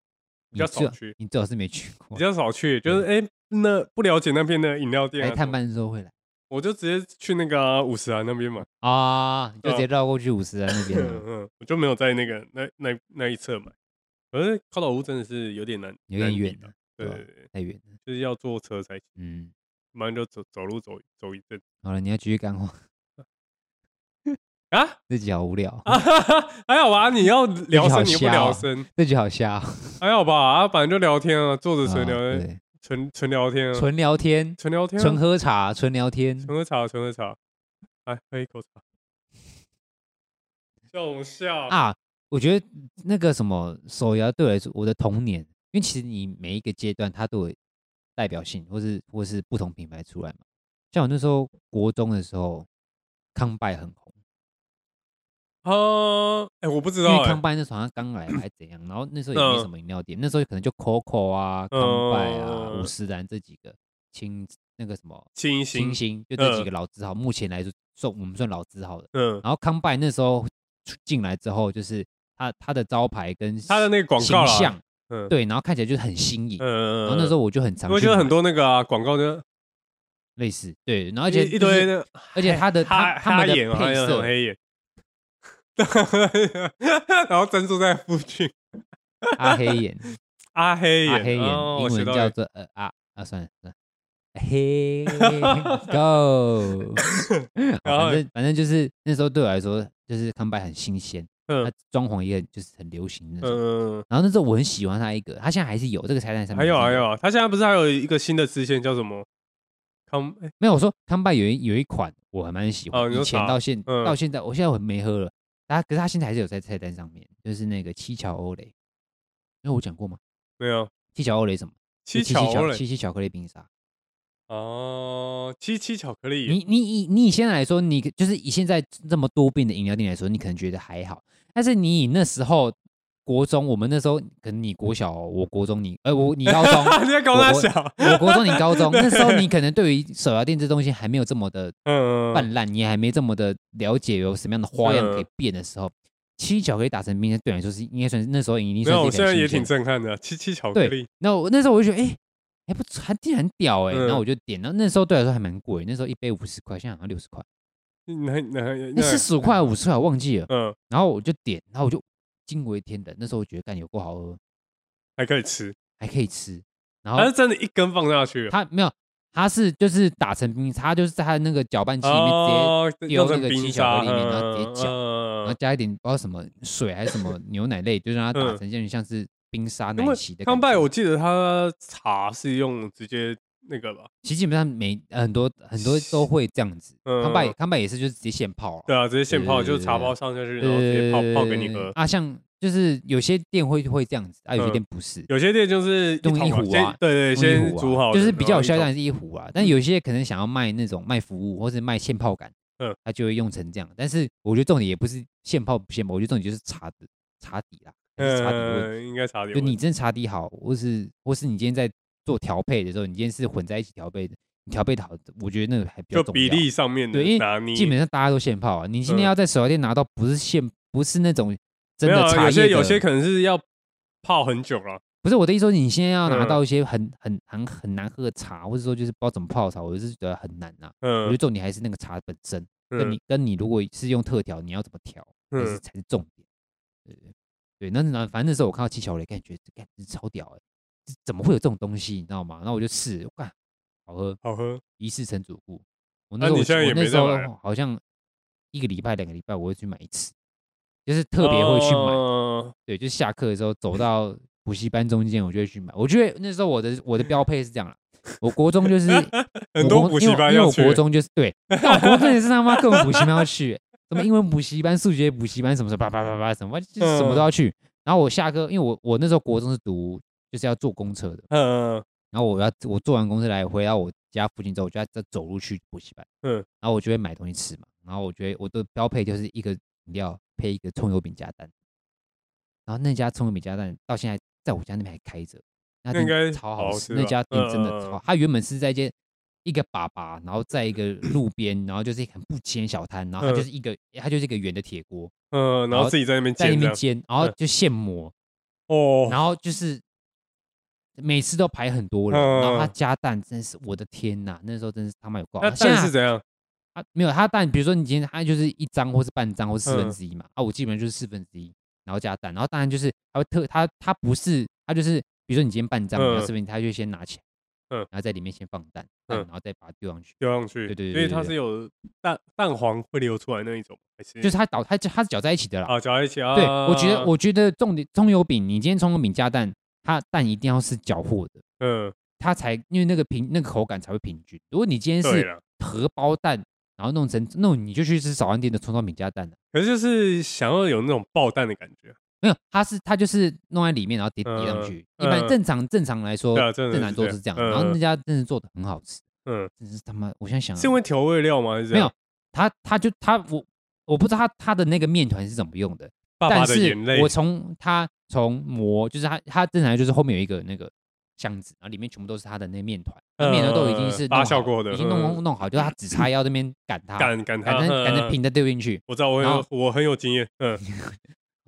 Speaker 2: 你哦
Speaker 3: 较
Speaker 2: 最
Speaker 3: 少
Speaker 2: 好
Speaker 3: 去，
Speaker 2: 你最好是没去过
Speaker 3: 比。较少去，就是
Speaker 2: 嗯
Speaker 3: 哎，那不了解那边的饮料店
Speaker 2: 来
Speaker 3: 啊什
Speaker 2: 探
Speaker 3: 么，
Speaker 2: 班的时候会来
Speaker 3: 我就直接去那个啊五十啊那边买。
Speaker 2: 啊，你就
Speaker 3: 对
Speaker 2: 直
Speaker 3: 啊
Speaker 2: 接绕过去五十啊那边
Speaker 3: 嗯 [laughs]
Speaker 2: 啊，
Speaker 3: 嗯，我就没有在那个那那那一侧买。可是靠岛屋真的是有点难，
Speaker 2: 有点
Speaker 3: 难
Speaker 2: 远
Speaker 3: 抵达
Speaker 2: 了，
Speaker 3: 对
Speaker 2: 吧
Speaker 3: 对对，
Speaker 2: 太远了。
Speaker 3: 就是要坐车才行，
Speaker 2: 嗯，
Speaker 3: 不然就走走路走走一阵
Speaker 2: 好了，你要继续干话，
Speaker 3: 啊
Speaker 2: 这集好无聊，
Speaker 3: 啊， [laughs] 哈哈还好吧？你
Speaker 2: [laughs]
Speaker 3: 要聊
Speaker 2: 好
Speaker 3: 深，你又不
Speaker 2: 笑
Speaker 3: 聊
Speaker 2: 哦
Speaker 3: 深，
Speaker 2: 这集好瞎哦。
Speaker 3: 还好吧？啊，反正就聊天啊，坐着纯
Speaker 2: 啊
Speaker 3: 聊天，
Speaker 2: 对，
Speaker 3: 纯纯聊天啊，
Speaker 2: 纯聊天，
Speaker 3: 纯聊天啊，
Speaker 2: 纯喝茶，纯聊天
Speaker 3: 纯，喝茶，纯喝茶，来喝一口茶，笑什么笑？
Speaker 2: 啊，我觉得那个什么手摇对我来说，我的童年，因为其实你每一个阶段它都有代表性，或是或是不同品牌出来嘛。像我那时候国中的时候，康拜很红，
Speaker 3: 啊，哎，我不知
Speaker 2: 因
Speaker 3: 道
Speaker 2: 为
Speaker 3: 哎
Speaker 2: 康，拜那时候好像刚来还是怎样，然后那时候也没
Speaker 3: 嗯
Speaker 2: 什么饮料店，那时候可能就 Coco 啊、康拜啊、
Speaker 3: 嗯
Speaker 2: 五十岚这几个清那个什么
Speaker 3: 清
Speaker 2: 清
Speaker 3: 新，
Speaker 2: 新，就这几
Speaker 3: 嗯
Speaker 2: 个老字号，目前来说算我们算老字号的。
Speaker 3: 嗯，
Speaker 2: 然后康拜那时候出进来之后，就是他他的招牌跟
Speaker 3: 他的那个广
Speaker 2: 形
Speaker 3: 告啦
Speaker 2: 象，，
Speaker 3: 嗯，
Speaker 2: 对，然后看起来就是很新颖。
Speaker 3: 嗯，
Speaker 2: 然后那时候我就很常
Speaker 3: 我
Speaker 2: 去
Speaker 3: 觉得很
Speaker 2: 买
Speaker 3: 多那个啊广告呢，
Speaker 2: 类似，对，然后而
Speaker 3: 而
Speaker 2: 且
Speaker 3: 一
Speaker 2: 就是
Speaker 3: 堆那，
Speaker 2: 而且他的他
Speaker 3: 哈
Speaker 2: 他们
Speaker 3: 哈
Speaker 2: 的
Speaker 3: 眼啊还
Speaker 2: 配
Speaker 3: 有
Speaker 2: 色，
Speaker 3: 黑眼， [laughs] 然后珍珠在附近，
Speaker 2: 阿啊黑眼，
Speaker 3: 阿 [laughs] 黑
Speaker 2: 阿
Speaker 3: 眼，
Speaker 2: 啊黑眼，
Speaker 3: 哦
Speaker 2: 英
Speaker 3: 我学
Speaker 2: 文
Speaker 3: 到
Speaker 2: 叫
Speaker 3: 了
Speaker 2: 做呃啊啊，算了算了。
Speaker 3: [laughs]
Speaker 2: 嘿，go！
Speaker 3: 然后
Speaker 2: 反正反正就是那时候对我来说，就是康拜很新鲜，它
Speaker 3: 嗯
Speaker 2: 装潢也很就是很流行那种。
Speaker 3: 嗯，
Speaker 2: 然后那时候我很喜欢它一个，它现在还是有这个菜单上面
Speaker 3: 还有
Speaker 2: 是
Speaker 3: 还有啊，他现在不是还有一个新的支线叫什么？康哎
Speaker 2: 没有我说康拜有一有一款我还蛮喜欢，
Speaker 3: 哦你说
Speaker 2: 以前
Speaker 3: 啥
Speaker 2: 到现、
Speaker 3: 嗯
Speaker 2: 到现在，我现在我没喝了，它可是它现在还是有在菜单上面，就是那个七巧欧蕾，因为我讲过吗？
Speaker 3: 没有
Speaker 2: 七巧欧蕾什么？
Speaker 3: 七
Speaker 2: 就七巧
Speaker 3: 巧嘞，
Speaker 2: 七七巧克力冰沙，
Speaker 3: 哦，七七巧克力，
Speaker 2: 你你以你以现在来说，你就是以现在这么多变的饮料店来说，你可能觉得还好，但是你以那时候国中，我们那时候可能你国小，我国中你，呃，我你高中，
Speaker 3: 啊你在搞大小，
Speaker 2: 我国中你高中，那时候你可能对于手摇店这东西还没有这么的
Speaker 3: 嗯，
Speaker 2: 泛滥，你还没这么的了解有什么样的花样可以变的时候，七巧克力打成冰，对你来说是应该算是那时候已经
Speaker 3: 没
Speaker 2: 算是一
Speaker 3: 有，我
Speaker 2: 个
Speaker 3: 现在
Speaker 2: 新
Speaker 3: 也
Speaker 2: 鲜
Speaker 3: 挺震撼的，啊七七巧克
Speaker 2: 对
Speaker 3: 力，，
Speaker 2: 那我那时候我就觉得，哎、还不错，还竟然屌哎、
Speaker 3: 嗯
Speaker 2: 然后我就点，然后那时候对我来说还蛮贵，那时候一杯五十块，现在好像六十块，
Speaker 3: 那那
Speaker 2: 那四十五块，五十块我忘记了。
Speaker 3: 嗯，
Speaker 2: 然后我就点，然后我就惊为天人。那时候我觉得干有够好喝，
Speaker 3: 还可以吃，
Speaker 2: 还可以吃。然后
Speaker 3: 它是真的一根放下去了，啊
Speaker 2: 它没有，它是就是打成冰，它就是在它那个搅拌器里面直接，
Speaker 3: 哦，
Speaker 2: 丢
Speaker 3: 弄成
Speaker 2: 那个
Speaker 3: 冰
Speaker 2: 七
Speaker 3: 沙
Speaker 2: 巧克力里面然后直接搅然后
Speaker 3: 嗯，
Speaker 2: 加一点不知道什么水还是什么牛奶类，就让它打
Speaker 3: 嗯
Speaker 2: 成像像是冰沙
Speaker 3: 因
Speaker 2: 奶
Speaker 3: 为
Speaker 2: 昔的
Speaker 3: 康
Speaker 2: 感
Speaker 3: 拜，
Speaker 2: 觉。
Speaker 3: 我记得它茶是用直接那个吧，
Speaker 2: 其实基本上每呃很多很多都会这样子，
Speaker 3: [laughs] 嗯
Speaker 2: 康拜康拜也是就是直接现泡了。
Speaker 3: 对啊，直接现泡，
Speaker 2: 对对
Speaker 3: 就
Speaker 2: 对
Speaker 3: 是茶包上下去，然后直接泡泡给你喝。
Speaker 2: 啊，像就是有些店会会这样子，啊，有些
Speaker 3: 嗯
Speaker 2: 店不是，
Speaker 3: 有些店就是
Speaker 2: 用
Speaker 3: 桶
Speaker 2: 一
Speaker 3: 嘛
Speaker 2: 壶啊
Speaker 3: 先对对，
Speaker 2: 用一
Speaker 3: 先
Speaker 2: 壶啊
Speaker 3: 煮好的，
Speaker 2: 就是比较有销
Speaker 3: 然后
Speaker 2: 量是一壶啊。但有些可能想要卖那种卖服务或是卖现泡感，
Speaker 3: 嗯
Speaker 2: 嗯，他就会用成这样。但是我觉得重点也不是现泡不现泡，我觉得重点就是茶的茶底啦，还
Speaker 3: 一
Speaker 2: 啊是
Speaker 3: 桶。
Speaker 2: 茶底的问题。
Speaker 3: 嗯，应该茶底
Speaker 2: 就
Speaker 3: 问
Speaker 2: 你
Speaker 3: 题。
Speaker 2: 真茶底好，或是或是你今天在做调配的时候，你今天是混在一起调配的，你调配的好，我觉得那个还比较重要。
Speaker 3: 就比例上面的
Speaker 2: 对因为
Speaker 3: 拿捏，
Speaker 2: 基本上大家都现泡啊，你今天
Speaker 3: 嗯
Speaker 2: 要在手摇店拿到不是现不是那种真
Speaker 3: 没有
Speaker 2: 的
Speaker 3: 啊
Speaker 2: 茶
Speaker 3: 有
Speaker 2: 叶
Speaker 3: 些
Speaker 2: 的，
Speaker 3: 有些可能是要泡很久了，
Speaker 2: 不是我的意思说，你现在要拿
Speaker 3: 嗯
Speaker 2: 到一些很很很很难喝的茶，或者说就是不知道怎么泡的茶，我是觉得很难呐、啊我觉
Speaker 3: 嗯
Speaker 2: 得，重点还是那个茶本身，跟
Speaker 3: 嗯
Speaker 2: 你跟你如果是用特调，你要怎么调，才是
Speaker 3: 嗯，
Speaker 2: 才是重点。对对，那那反正那时候我看到七巧雷，感觉感觉超屌哎、这怎么会有这种东西，你知道吗？然后我就试，哇，好喝，
Speaker 3: 好喝，
Speaker 2: 一试成主顾。我
Speaker 3: 啊
Speaker 2: 那时候
Speaker 3: 你
Speaker 2: 我
Speaker 3: 现在
Speaker 2: 我
Speaker 3: 也没
Speaker 2: 那时
Speaker 3: 在买
Speaker 2: 候好像一个礼拜两个礼拜我会去买一次，就是特别会去买。
Speaker 3: 哦买。
Speaker 2: 对，就下课的时候走到补习班中间，我就会去买。我觉得那时候我的我的标配是这样啦，我国中就是
Speaker 3: 很
Speaker 2: 我
Speaker 3: 多
Speaker 2: 国
Speaker 3: 补
Speaker 2: 因为
Speaker 3: 习班
Speaker 2: 因为
Speaker 3: 要
Speaker 2: 我
Speaker 3: 去
Speaker 2: 国中就是对，但我国中也是他妈各种补习班要去、 [laughs] 什么英文补习班、数学补习班，什么什么叭叭叭叭什么，就是什
Speaker 3: 嗯
Speaker 2: 么都要去。然后我下课，因为我我那时候国中是读就是要坐公车的，
Speaker 3: 嗯
Speaker 2: 然后我要我坐完公车来回到我家附近之后，我就要再走路去补习班。
Speaker 3: 嗯
Speaker 2: 然后我就会买东西吃嘛，然后我觉得我的标配就是一个饮料配一个葱油饼加蛋，然后那家葱油饼加蛋到现在在我家那边还开着，那
Speaker 3: 那应该
Speaker 2: 店超
Speaker 3: 好
Speaker 2: 好
Speaker 3: 好吃
Speaker 2: 吃，那
Speaker 3: 吧
Speaker 2: 家店真的
Speaker 3: 嗯嗯
Speaker 2: 超
Speaker 3: 嗯
Speaker 2: 好，它原本是在一间一个粑粑，然后在一个路边，然后就是很不起眼小摊，然后它
Speaker 3: 嗯
Speaker 2: 就是一个它就是一个圆的铁锅
Speaker 3: 嗯，然
Speaker 2: 然
Speaker 3: 后
Speaker 2: 后
Speaker 3: 自己在那边
Speaker 2: 在那
Speaker 3: 煎这
Speaker 2: 边
Speaker 3: 样，
Speaker 2: 煎，然后
Speaker 3: 嗯
Speaker 2: 就现磨，
Speaker 3: 哦，
Speaker 2: 然后就是每次都排很多人，
Speaker 3: 嗯嗯
Speaker 2: 然后它
Speaker 3: 嗯
Speaker 2: 加蛋真是我的天呐，那时候真是他妈有够好，
Speaker 3: 那
Speaker 2: 现在
Speaker 3: 蛋是怎样？
Speaker 2: 啊，没有它蛋，比如说你今天它就是一张或是半张或是
Speaker 3: 嗯
Speaker 2: 四分之一嘛，啊，我基本上就是四分之一，然后加蛋，然后当然就是它会特它它不是它就是比如说你今天半张，然后
Speaker 3: 嗯
Speaker 2: 四分之一，它就先拿起来，
Speaker 3: 嗯
Speaker 2: 然后在里面先放蛋，
Speaker 3: 嗯
Speaker 2: 蛋然后再把它丢上去，
Speaker 3: 丢上去，
Speaker 2: 对对对
Speaker 3: 所以
Speaker 2: 对
Speaker 3: 它
Speaker 2: 对
Speaker 3: 是有蛋蛋黄会流出来那一种，还是
Speaker 2: 就是它倒它它是搅在一起的啦。
Speaker 3: 啊搅在一起啊？
Speaker 2: 对，我觉得我觉得重点葱油饼，你今天葱油饼加蛋，它蛋一定要是搅和的，
Speaker 3: 嗯
Speaker 2: 它才因为那个平那个口感才会平均。如果你今天
Speaker 3: 对
Speaker 2: 是
Speaker 3: 了，
Speaker 2: 荷包蛋，然后弄成弄你就去吃早餐店的葱烧饼加蛋了。
Speaker 3: 可是就是想要有那种爆蛋的感觉，
Speaker 2: 没有，它是它就是弄在里面，然后叠叠上
Speaker 3: 嗯
Speaker 2: 去。
Speaker 3: 嗯
Speaker 2: 一般正常正常来说
Speaker 3: 对啊，真的
Speaker 2: 正常
Speaker 3: 是
Speaker 2: 做
Speaker 3: 这
Speaker 2: 是这
Speaker 3: 样
Speaker 2: 样。然后
Speaker 3: 嗯
Speaker 2: 那家真的做的很好吃，
Speaker 3: 嗯，
Speaker 2: 真是他妈！我现在想啊，
Speaker 3: 是因为调味料吗？还是怎
Speaker 2: 没有
Speaker 3: 样
Speaker 2: 他他就他我我不知道他他的那个面团是怎么用的，
Speaker 3: 爸爸
Speaker 2: 但
Speaker 3: 的眼泪
Speaker 2: 是我从他从磨，就是他他正常来就是后面有一个那个箱子，然后里面全部都是他的那面团，那面团都已经是
Speaker 3: 嗯发
Speaker 2: 弄
Speaker 3: 酵
Speaker 2: 好
Speaker 3: 过的
Speaker 2: 已经
Speaker 3: 嗯
Speaker 2: 弄弄好，就是他只差要那边擀它，擀
Speaker 3: 擀擀它，
Speaker 2: 成擀成
Speaker 3: 嗯
Speaker 2: 平的丢进去。
Speaker 3: 我知道，我
Speaker 2: 然
Speaker 3: 有
Speaker 2: 后
Speaker 3: 我很有经验，嗯，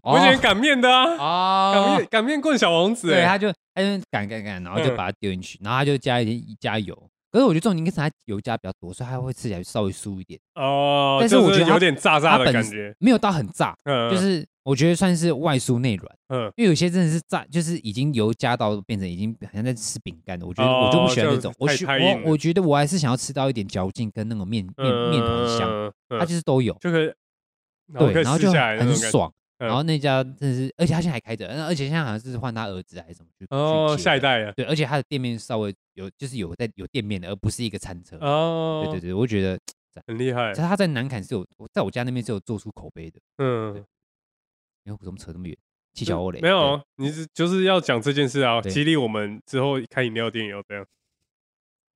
Speaker 3: 我
Speaker 2: 哦
Speaker 3: 以
Speaker 2: [laughs]
Speaker 3: 前擀面的啊，擀
Speaker 2: 哦
Speaker 3: 面擀面棍小王子，
Speaker 2: 对，
Speaker 3: 哎
Speaker 2: 他就他就擀擀擀，然后就
Speaker 3: 嗯
Speaker 2: 把它丢进去，然后他就加一点加油。可是我觉得重点应该是它油加比较多，所以它会吃起来稍微酥一点，
Speaker 3: 哦，
Speaker 2: 但是
Speaker 3: 就
Speaker 2: 我觉得它
Speaker 3: 有点炸炸
Speaker 2: 它
Speaker 3: 的
Speaker 2: 本
Speaker 3: 感
Speaker 2: 身
Speaker 3: 觉，
Speaker 2: 没有到很炸，
Speaker 3: 嗯，
Speaker 2: 就是我觉得算是外酥内软。
Speaker 3: 嗯
Speaker 2: 因为有些真的是炸，就是已经油加到变成已经好像在吃饼干的，我觉得、
Speaker 3: 哦
Speaker 2: 我就不喜欢那
Speaker 3: 就
Speaker 2: 种
Speaker 3: 是，
Speaker 2: 我
Speaker 3: 太
Speaker 2: 喜
Speaker 3: 太硬了
Speaker 2: 我我觉得我还是想要吃到一点嚼劲跟那种面面面团香，
Speaker 3: 嗯，嗯
Speaker 2: 它就是都有，
Speaker 3: 就可以，然后
Speaker 2: 对，
Speaker 3: 可以
Speaker 2: 然后
Speaker 3: 撕
Speaker 2: 就
Speaker 3: 下来
Speaker 2: 很
Speaker 3: 那种
Speaker 2: 很
Speaker 3: 感觉。
Speaker 2: 爽。
Speaker 3: 嗯
Speaker 2: 然后那家真的是，而且他现在还开着，而且现在好像是换他儿子还是什么去去
Speaker 3: 哦，
Speaker 2: 接
Speaker 3: 下一
Speaker 2: 的
Speaker 3: 代了。
Speaker 2: 对，而且它的店面稍微有，就是有在有店面的，而不是一个餐车。
Speaker 3: 哦，哎
Speaker 2: 对对对，我觉得
Speaker 3: 很厉害
Speaker 2: 其实。它在南坎是有，在我家那边是有做出口碑的。
Speaker 3: 嗯，
Speaker 2: 因为怎么扯那么远？七巧欧蕾
Speaker 3: 没有
Speaker 2: 对
Speaker 3: 啊，你是就是要讲这件事啊，
Speaker 2: 对
Speaker 3: 激励我们之后开饮料店也要这样，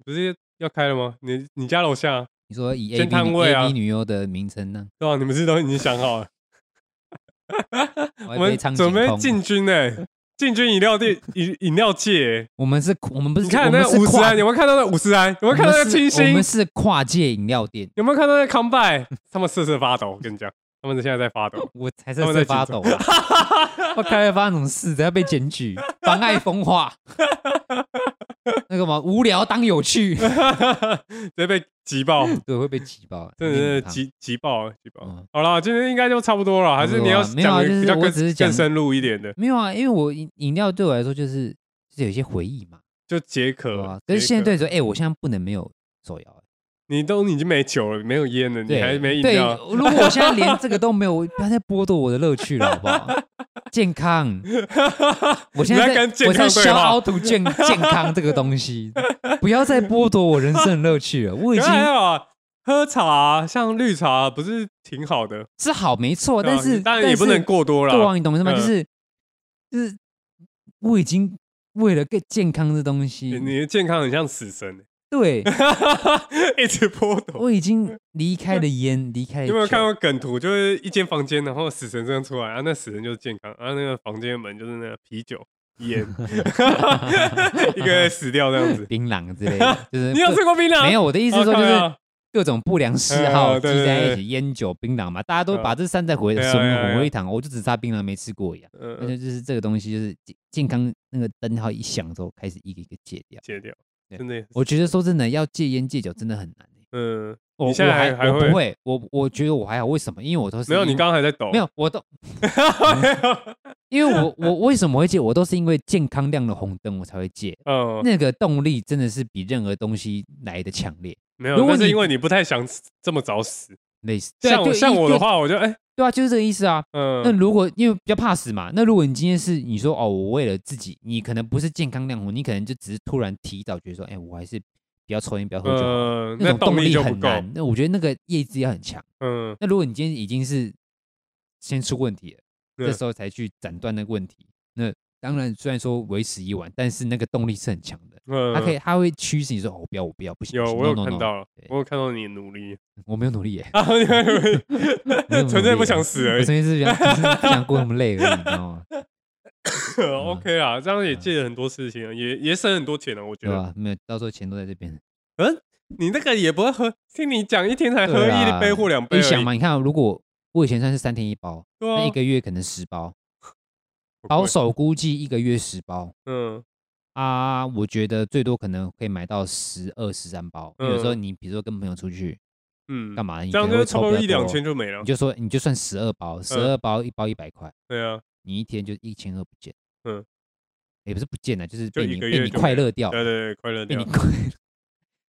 Speaker 3: 不是要开了吗？你你家楼下
Speaker 2: 你说以 A
Speaker 3: 先
Speaker 2: B
Speaker 3: 摊位啊
Speaker 2: A B 女优的名称
Speaker 3: [laughs]
Speaker 2: 呢？
Speaker 3: 对吧、你们是都已经想好了？
Speaker 2: 我
Speaker 3: 我
Speaker 2: 们
Speaker 3: 们准备进
Speaker 2: 进，
Speaker 3: 军呢、 [laughs] 进军饮料店饮饮料界欸、
Speaker 2: 我们是，我们不是，
Speaker 3: 你看
Speaker 2: 我们
Speaker 3: 那
Speaker 2: 是
Speaker 3: 五十
Speaker 2: 跨
Speaker 3: 安，有没有看到那五十安？有没有看到那
Speaker 2: 我
Speaker 3: 个
Speaker 2: 们
Speaker 3: 清
Speaker 2: 是我
Speaker 3: 新
Speaker 2: 们？是跨界饮料店，。
Speaker 3: 有没有看到那康拜？他们瑟瑟发抖，我跟你讲，他们现在在发抖
Speaker 2: [laughs] 我才是
Speaker 3: 他们在
Speaker 2: 在发
Speaker 3: 紧
Speaker 2: 抖、啊，我开会发生什么事？等下被检举，妨碍风化，那个嘛，无聊当有趣，
Speaker 3: 直接被挤爆，
Speaker 2: 对，会被挤爆，
Speaker 3: 真的
Speaker 2: 一定
Speaker 3: 是
Speaker 2: 很烫
Speaker 3: 挤挤爆了，挤爆
Speaker 2: 嗯。
Speaker 3: 好啦，今天应该就差不多了，还是你要
Speaker 2: 没有
Speaker 3: 讲
Speaker 2: 啊
Speaker 3: 得
Speaker 2: 就是
Speaker 3: 比较
Speaker 2: 我
Speaker 3: 更
Speaker 2: 只是讲
Speaker 3: 更深入一点的，
Speaker 2: 没有啊，因为我饮饮料对我来说就是就是有一些回忆嘛，
Speaker 3: 就解
Speaker 2: 对
Speaker 3: 渴
Speaker 2: 吧？。但是
Speaker 3: 解
Speaker 2: 现在
Speaker 3: 渴
Speaker 2: 对你说，哎、我现在不能没有手摇、
Speaker 3: 你都已经没酒了，没有烟了，你
Speaker 2: 对，
Speaker 3: 还没饮
Speaker 2: 对，
Speaker 3: 料，
Speaker 2: [laughs] 如果我现在连这个都没有，不要再剥夺我的乐趣了，好不
Speaker 3: [laughs]
Speaker 2: 好？健康，我现在
Speaker 3: 你在跟健
Speaker 2: 我
Speaker 3: 康
Speaker 2: 在
Speaker 3: 对
Speaker 2: 消
Speaker 3: 话
Speaker 2: 凹图健健康这个东
Speaker 3: [laughs]
Speaker 2: 西，不要再剥夺我人生的乐趣了。我已
Speaker 3: 可
Speaker 2: 经
Speaker 3: 还好啊。喝茶啊像绿茶啊不是挺好的，
Speaker 2: 是好没错，
Speaker 3: 对
Speaker 2: 哦
Speaker 3: 啊
Speaker 2: 但是
Speaker 3: 当然也不能过多
Speaker 2: 过
Speaker 3: 了
Speaker 2: 往，。你懂什么？
Speaker 3: 嗯
Speaker 2: 就是就是我已经为了更健康这东西，
Speaker 3: 你的健康很像死神，欸
Speaker 2: 对
Speaker 3: [laughs] 一直剥夺。
Speaker 2: 我已经离开了烟，离开了
Speaker 3: 有没有
Speaker 2: 酒
Speaker 3: 看过梗图？就是一间房间，然后死神这样出来，啊，那死神就是健康，啊，那个房间门就是那个啤酒、
Speaker 2: [laughs]
Speaker 3: 烟，一个人死掉这样子。
Speaker 2: 槟榔之类的，就是
Speaker 3: [laughs] 你有吃过槟榔？
Speaker 2: 没有，我的意思是说就
Speaker 3: 哦看
Speaker 2: 是
Speaker 3: 来啊
Speaker 2: 各种不良嗜好
Speaker 3: 嗯
Speaker 2: 聚
Speaker 3: 对对
Speaker 2: 在一
Speaker 3: 对
Speaker 2: 起，烟酒、槟榔嘛，大家都
Speaker 3: 嗯
Speaker 2: 把这三在混
Speaker 3: 对啊对啊
Speaker 2: 混
Speaker 3: 对啊
Speaker 2: 为一谈，我就只差槟榔没吃过一样。那就
Speaker 3: 嗯，
Speaker 2: 就是这个东西，就是健健康那个灯号一响之后，开始一个一个戒掉。
Speaker 3: 戒掉，
Speaker 2: 对
Speaker 3: 真的也是。
Speaker 2: 我觉得说真的，要戒烟戒酒真的很难欸。
Speaker 3: 嗯，
Speaker 2: 我
Speaker 3: 你现在
Speaker 2: 我
Speaker 3: 还还
Speaker 2: 我
Speaker 3: 会
Speaker 2: 不会，我我觉得我还好，为什么？因为我都是
Speaker 3: 没有，
Speaker 2: 因为
Speaker 3: 你刚刚还在抖。啊
Speaker 2: 没有，我都
Speaker 3: 没有，
Speaker 2: 因为我 [laughs] 我为什么会戒？我都是因为健康亮了红灯我才会戒，
Speaker 3: 嗯，
Speaker 2: 那个动力真的是比任何东西来的强烈。
Speaker 3: 没
Speaker 2: 如
Speaker 3: 有，
Speaker 2: 果
Speaker 3: 但是
Speaker 2: 你
Speaker 3: 因为你不太想死这么早死。
Speaker 2: 类似，对啊
Speaker 3: 像我
Speaker 2: 对
Speaker 3: 像
Speaker 2: 一
Speaker 3: 我
Speaker 2: 对
Speaker 3: 的话，我就哎，
Speaker 2: 对啊，就是这个意思啊。那
Speaker 3: 嗯，
Speaker 2: 如果因为比较怕死嘛，那如果你今天是你说哦，我为了自己，你可能不是健康亮红，你可能就只是突然提早觉得说，哎、我还是不要抽烟，不要喝酒好了，
Speaker 3: 呃，
Speaker 2: 那
Speaker 3: 那
Speaker 2: 种动
Speaker 3: 力就不
Speaker 2: 很
Speaker 3: 够。
Speaker 2: 难。那我觉得那个意志要很强。
Speaker 3: 嗯，
Speaker 2: 那如果你今天已经是先出问题了，这
Speaker 3: 对
Speaker 2: 时候才去斩断那个问题，那当然虽然说为时已晚，但是那个动力是很强的。
Speaker 3: 嗯，
Speaker 2: 它可以，它会驱使你说：“哦，我不要，我不要，不行。不
Speaker 3: 有，
Speaker 2: 行
Speaker 3: 我有
Speaker 2: no, no,
Speaker 3: 看
Speaker 2: no
Speaker 3: 到了
Speaker 2: 对，
Speaker 3: 我有看到你努力
Speaker 2: 我没有努力耶，
Speaker 3: 啊，你很努力
Speaker 2: 我没
Speaker 3: [laughs]
Speaker 2: 有努
Speaker 3: 纯粹
Speaker 2: 力
Speaker 3: 不
Speaker 2: 耶
Speaker 3: 想死而
Speaker 2: 我
Speaker 3: 已。
Speaker 2: 纯粹是想， [laughs] 只是不想过那么累而已，你知道吗？
Speaker 3: OK 啦，这样也
Speaker 2: 嗯
Speaker 3: 借了很多事情，也也省很多钱了，我觉
Speaker 2: 对
Speaker 3: 得。
Speaker 2: 吧？没有，到时候钱都在这边。
Speaker 3: 你那个也不会喝，听你讲一天才喝
Speaker 2: 对啦
Speaker 3: 一杯或两杯
Speaker 2: 你
Speaker 3: 而
Speaker 2: 想
Speaker 3: 已
Speaker 2: 嘛，，你看，如果我以前算是三天一包，
Speaker 3: 对
Speaker 2: 那
Speaker 3: 啊
Speaker 2: 一，个月可能十包，
Speaker 3: 不
Speaker 2: 保
Speaker 3: 贵
Speaker 2: 守估计一个月十包
Speaker 3: 嗯
Speaker 2: 啊，我觉得最多可能可以买到十二、十三包。因为有时候你比如说跟朋友出去
Speaker 3: 嗯，
Speaker 2: 干嘛，你
Speaker 3: 这样
Speaker 2: 可能
Speaker 3: 就
Speaker 2: 会
Speaker 3: 差
Speaker 2: 抽比
Speaker 3: 不多
Speaker 2: 较
Speaker 3: 一两
Speaker 2: 多
Speaker 3: 千就嗯没了
Speaker 2: 你。就说你就算十二包，十二包一包一百块，
Speaker 3: 对啊，
Speaker 2: 你一天就一千二不见。
Speaker 3: 嗯，
Speaker 2: 也不是不见了，就是
Speaker 3: 就
Speaker 2: 被
Speaker 3: 一
Speaker 2: 你
Speaker 3: 个
Speaker 2: 被
Speaker 3: 月
Speaker 2: 你
Speaker 3: 就
Speaker 2: 快
Speaker 3: 没了
Speaker 2: 乐掉，
Speaker 3: 对对对，快乐
Speaker 2: 被
Speaker 3: 掉
Speaker 2: 你。快 [laughs]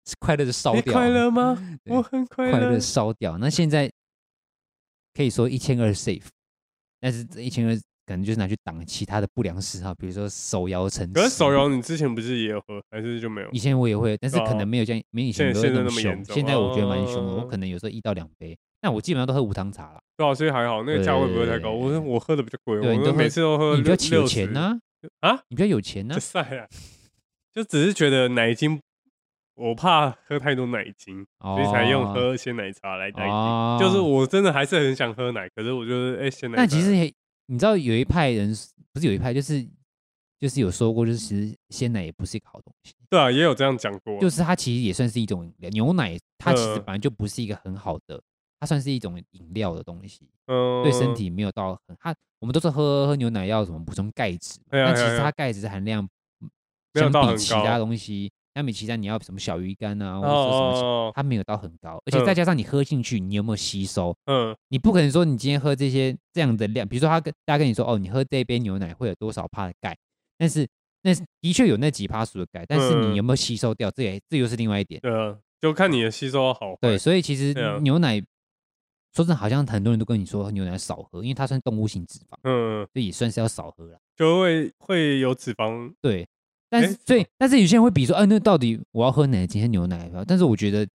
Speaker 2: 是快乐的烧
Speaker 3: 你
Speaker 2: 掉，啊
Speaker 3: 快乐吗？
Speaker 2: 对
Speaker 3: 我很快
Speaker 2: 快
Speaker 3: 乐
Speaker 2: 乐。烧掉。那现在可以说一千二 safe，但是这一千二可能就是拿去挡其他的不良嗜好，比如说手摇城。
Speaker 3: 可是手，摇你之前不是也有喝，还是就没有
Speaker 2: 以？前我也会，但是
Speaker 3: 对啊
Speaker 2: 可能没有这样，没以前
Speaker 3: 现
Speaker 2: 没有
Speaker 3: 现在
Speaker 2: 么
Speaker 3: 那么
Speaker 2: 凶
Speaker 3: 严。重
Speaker 2: 现在我觉得蛮凶的，
Speaker 3: 哦
Speaker 2: 我可能有时候一到两杯，但我基本上都喝无糖茶了。
Speaker 3: 对啊，所以还好，那个价位不会太高。
Speaker 2: 对
Speaker 3: 我我喝的比较贵，
Speaker 2: 对你
Speaker 3: 我
Speaker 2: 都喝
Speaker 3: 每次都喝
Speaker 2: 你比
Speaker 3: 六
Speaker 2: 较有
Speaker 3: 六十
Speaker 2: 钱呐，
Speaker 3: 啊，
Speaker 2: 你比较有钱呐
Speaker 3: 这。晒啊， [laughs] 就只是觉得奶精，我怕喝太多奶精，
Speaker 2: 哦，
Speaker 3: 所以才用喝鲜奶茶来代替。
Speaker 2: 哦
Speaker 3: 就是我真的还是很想喝奶，可是我觉得哎，鲜奶茶。
Speaker 2: 那其实也，你知道有一派人是不是有一派，就是就是有说过，就是其实鲜奶也不是一个好东西，
Speaker 3: 对啊，也有这样讲过。
Speaker 2: 就是它其实也算是一种饮料，牛奶它其实
Speaker 3: 嗯
Speaker 2: 本来就不是一个很好的，它算是一种饮料的东西，
Speaker 3: 嗯，
Speaker 2: 对身体没有到很。它我们都是喝喝牛奶要什么补充钙质嘛，
Speaker 3: 哎呀
Speaker 2: 但其
Speaker 3: 哎呀
Speaker 2: 实
Speaker 3: 哎
Speaker 2: 它
Speaker 3: 呀
Speaker 2: 钙质含量嗯
Speaker 3: 没有
Speaker 2: 相
Speaker 3: 到很
Speaker 2: 比其他
Speaker 3: 高
Speaker 2: 东西，相比其他你要什么小鱼干啊，或
Speaker 3: 哦
Speaker 2: 者说什么其，
Speaker 3: 哦，哦
Speaker 2: 它没有到很高，而且再
Speaker 3: 嗯
Speaker 2: 加上你喝进去，你有没有吸收？
Speaker 3: 嗯
Speaker 2: 你不可能说你今天喝这些这样的量，比如说他跟大家跟你说哦，你喝这一杯牛奶会有多少帕的钙，但是那是的确有那几帕数的钙，但是
Speaker 3: 嗯
Speaker 2: 你有没有吸收掉，这也这又是另外一点。
Speaker 3: 呃，就看你的吸收好坏。
Speaker 2: 对，所以其实
Speaker 3: 对啊
Speaker 2: 牛奶说真的，好像很多人都跟你说牛奶少喝，因为它算动物性脂肪，
Speaker 3: 嗯，
Speaker 2: 所以也算是要少喝了。
Speaker 3: 就会会有脂肪。
Speaker 2: 对，但
Speaker 3: 诶
Speaker 2: 是所以但是有些人会比说，哎、那到底我要喝哪今天牛奶？但是我觉得，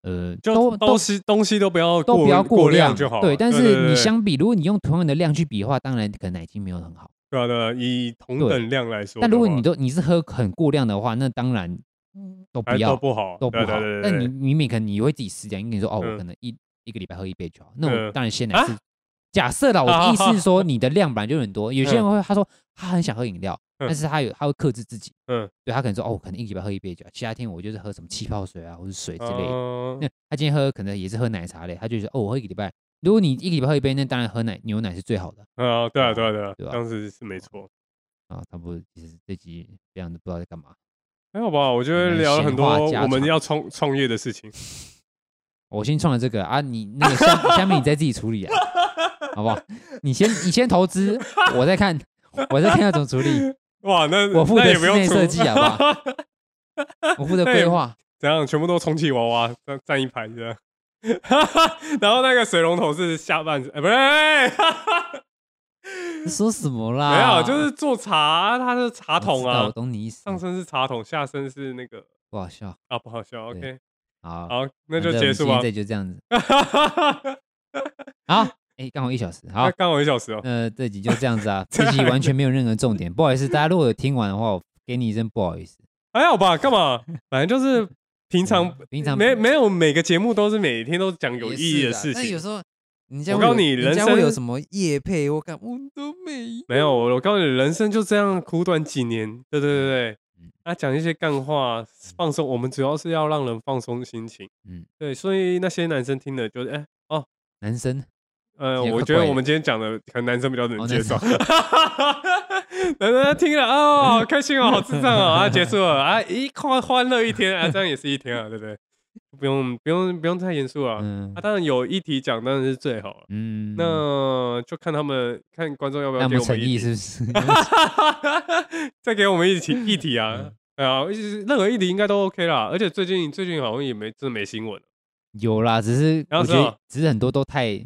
Speaker 2: 呃，
Speaker 3: 就
Speaker 2: 都
Speaker 3: 东西东西都不要
Speaker 2: 都不要
Speaker 3: 过
Speaker 2: 量
Speaker 3: 就好了。
Speaker 2: 对，但
Speaker 3: 对
Speaker 2: 是
Speaker 3: 对
Speaker 2: 你相比，如果你用同样的量去比的话，当然可能奶精没有很好。
Speaker 3: 对啊对啊，以同
Speaker 2: 对
Speaker 3: 等量来说的话，
Speaker 2: 但如果你都你是喝很过量的话，那当然
Speaker 1: 嗯，
Speaker 2: 都不
Speaker 3: 还
Speaker 2: 要
Speaker 3: 哎都不好，
Speaker 2: 都不
Speaker 3: 对
Speaker 2: 好。
Speaker 3: 对对对
Speaker 2: 但
Speaker 3: 对
Speaker 2: 你你每可能你会自己试掉，因为你说哦，我
Speaker 3: 嗯
Speaker 2: 可能一、一个礼拜喝一杯就好。那我
Speaker 3: 嗯
Speaker 2: 当然鲜奶
Speaker 3: 啊
Speaker 2: 是、假设啦，我的意思是
Speaker 3: [laughs]
Speaker 2: 说
Speaker 3: 好
Speaker 2: 你的量本来就很多，有些人会他说他很想喝饮料，
Speaker 3: 嗯
Speaker 2: 但是他有他会克制自己，
Speaker 3: 嗯，
Speaker 2: 对他可能说哦，我可能一个礼拜喝一杯就好，其他天我就是喝什么气泡水啊或者水之类的。
Speaker 3: 哦
Speaker 2: 那他今天喝可能也是喝奶茶类，他就觉得哦，我喝一个礼拜。如果你一个礼拜喝一杯，那当然喝奶牛奶是最好的
Speaker 3: 啊，对啊，对啊，对啊，
Speaker 2: 对吧
Speaker 3: 当时是没错，
Speaker 2: 啊。差不多，其实这集非常的不知道在干嘛。
Speaker 3: 还哎好吧？我觉得
Speaker 2: 你们
Speaker 3: 聊了
Speaker 2: 闲
Speaker 3: 很
Speaker 2: 话
Speaker 3: 多
Speaker 2: 家
Speaker 3: 我们
Speaker 2: 常
Speaker 3: 要创创业的事情，
Speaker 2: 我先创了这个啊，你那个下 [laughs] 下面你再自己处
Speaker 3: [laughs]
Speaker 2: 理啊，好不好？你先你先投资，我再看，我再看要怎么处理。
Speaker 3: 哇，那
Speaker 2: 我负
Speaker 3: 那
Speaker 2: 责
Speaker 3: 也不
Speaker 2: 室
Speaker 3: 用
Speaker 2: 内
Speaker 3: 出
Speaker 2: 设计好不好？我负责规划，
Speaker 3: [laughs] 怎样？全部都充气娃娃站站一排这样， [laughs] 然后那个水龙头是下半身，哎、 [laughs] 不是，
Speaker 2: 你说什么啦？
Speaker 3: 没有，就是做茶，啊它是茶
Speaker 2: 啊我
Speaker 3: 桶
Speaker 2: 知道我
Speaker 3: 啊，
Speaker 2: 懂你意思，
Speaker 3: 上身是茶桶，下身是那个
Speaker 2: 不好笑。
Speaker 3: 啊，不好笑
Speaker 2: 对
Speaker 3: ，OK，
Speaker 2: 好，
Speaker 3: 好，那
Speaker 2: 反正
Speaker 3: 就
Speaker 2: 我们
Speaker 3: 结束啊吧
Speaker 2: 今天。这
Speaker 3: [laughs]
Speaker 2: 就这样子。好，哎，刚好一小时，好
Speaker 3: [laughs] 那，刚好一小时哦，
Speaker 2: 那这集就这样子
Speaker 3: [laughs]
Speaker 2: 啊，这集完全没有任何重点，不好意思，大家如果有听完的话，我给你一声不好意思。
Speaker 3: 还好吧？干嘛？反正就是平常
Speaker 2: 啊平常
Speaker 3: 没没有每个节目都是每天都讲有
Speaker 2: 也
Speaker 3: 意义的
Speaker 2: 是啊
Speaker 3: 事
Speaker 2: 但有
Speaker 3: 情。
Speaker 2: 时候人家
Speaker 3: 我
Speaker 2: 会
Speaker 3: 告
Speaker 2: 有
Speaker 3: 诉你人
Speaker 2: 人家
Speaker 3: 生
Speaker 2: 会有什么夜配，我感我都没有。
Speaker 3: 没有，我我告诉你，人生就这样苦短几年。对对对对
Speaker 2: 嗯，
Speaker 3: 啊，讲一些干话，放松。我们主要是要让人放松心情。
Speaker 2: 嗯，
Speaker 3: 对，所以那些男生听了就是，哎、哦，
Speaker 2: 男生
Speaker 3: 呃，
Speaker 2: 也
Speaker 3: 我
Speaker 2: 怪
Speaker 3: 觉得
Speaker 2: 怪
Speaker 3: 我
Speaker 2: 的
Speaker 3: 们今天讲的，可能男生比较能
Speaker 2: 哦
Speaker 3: 接
Speaker 2: 男
Speaker 3: 受。
Speaker 2: 生
Speaker 3: 男生听了哦，好开心哦，好智障哦，啊，结束了啊，一欢欢乐一天啊，这样也是一天啊，对不对？不用不用不用太严肃啊，
Speaker 2: 嗯
Speaker 3: 啊，当然有议题讲当然是最好了。
Speaker 2: 嗯，
Speaker 3: 那就看他们看观众要不
Speaker 2: 那有
Speaker 3: 要
Speaker 2: 没
Speaker 3: 给
Speaker 2: 有
Speaker 3: 我
Speaker 2: 诚
Speaker 3: 们
Speaker 2: 意
Speaker 3: 议题，
Speaker 2: 是不是？ [laughs]
Speaker 3: [laughs] 再给我们一题议题
Speaker 2: 嗯
Speaker 3: 啊，对啊，就是任何议题应该都 OK 啦。而且最近最近好像也没真的没新闻了，
Speaker 2: 有啦，只是
Speaker 3: 然后
Speaker 2: 我
Speaker 3: 是
Speaker 2: 觉
Speaker 3: 哦
Speaker 2: 得只是很多都太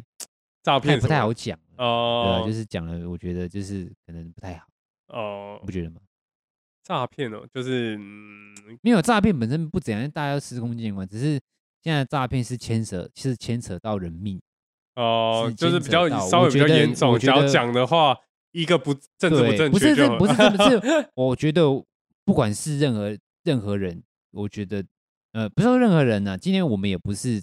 Speaker 2: 太
Speaker 3: 诈骗
Speaker 2: 不
Speaker 3: 什
Speaker 2: 太
Speaker 3: 么
Speaker 2: 好讲了，对啊
Speaker 3: 哦
Speaker 2: 就是讲了，我觉得就是可能不太好，
Speaker 3: 哦
Speaker 2: 你不觉得吗？
Speaker 3: 诈骗哦，就是嗯
Speaker 2: 没有诈骗本身不怎样，大家要司空见惯，只是现在诈骗是牵扯是牵扯到人命，
Speaker 3: 哦，
Speaker 2: 是
Speaker 3: 就是
Speaker 2: 牵
Speaker 3: 比
Speaker 2: 扯
Speaker 3: 较
Speaker 2: 到
Speaker 3: 稍
Speaker 2: 我
Speaker 3: 微比
Speaker 2: 觉
Speaker 3: 较
Speaker 2: 得
Speaker 3: 严重，
Speaker 2: 我
Speaker 3: 只
Speaker 2: 觉
Speaker 3: 要
Speaker 2: 得
Speaker 3: 讲的话，一个不政治不
Speaker 2: 对，
Speaker 3: 正
Speaker 2: 不
Speaker 3: 确
Speaker 2: 是
Speaker 3: 就
Speaker 2: 这
Speaker 3: 好，
Speaker 2: 不是这不是我觉得不管是任何任何人，我觉得呃，不是说任何人呐、今天我们也不是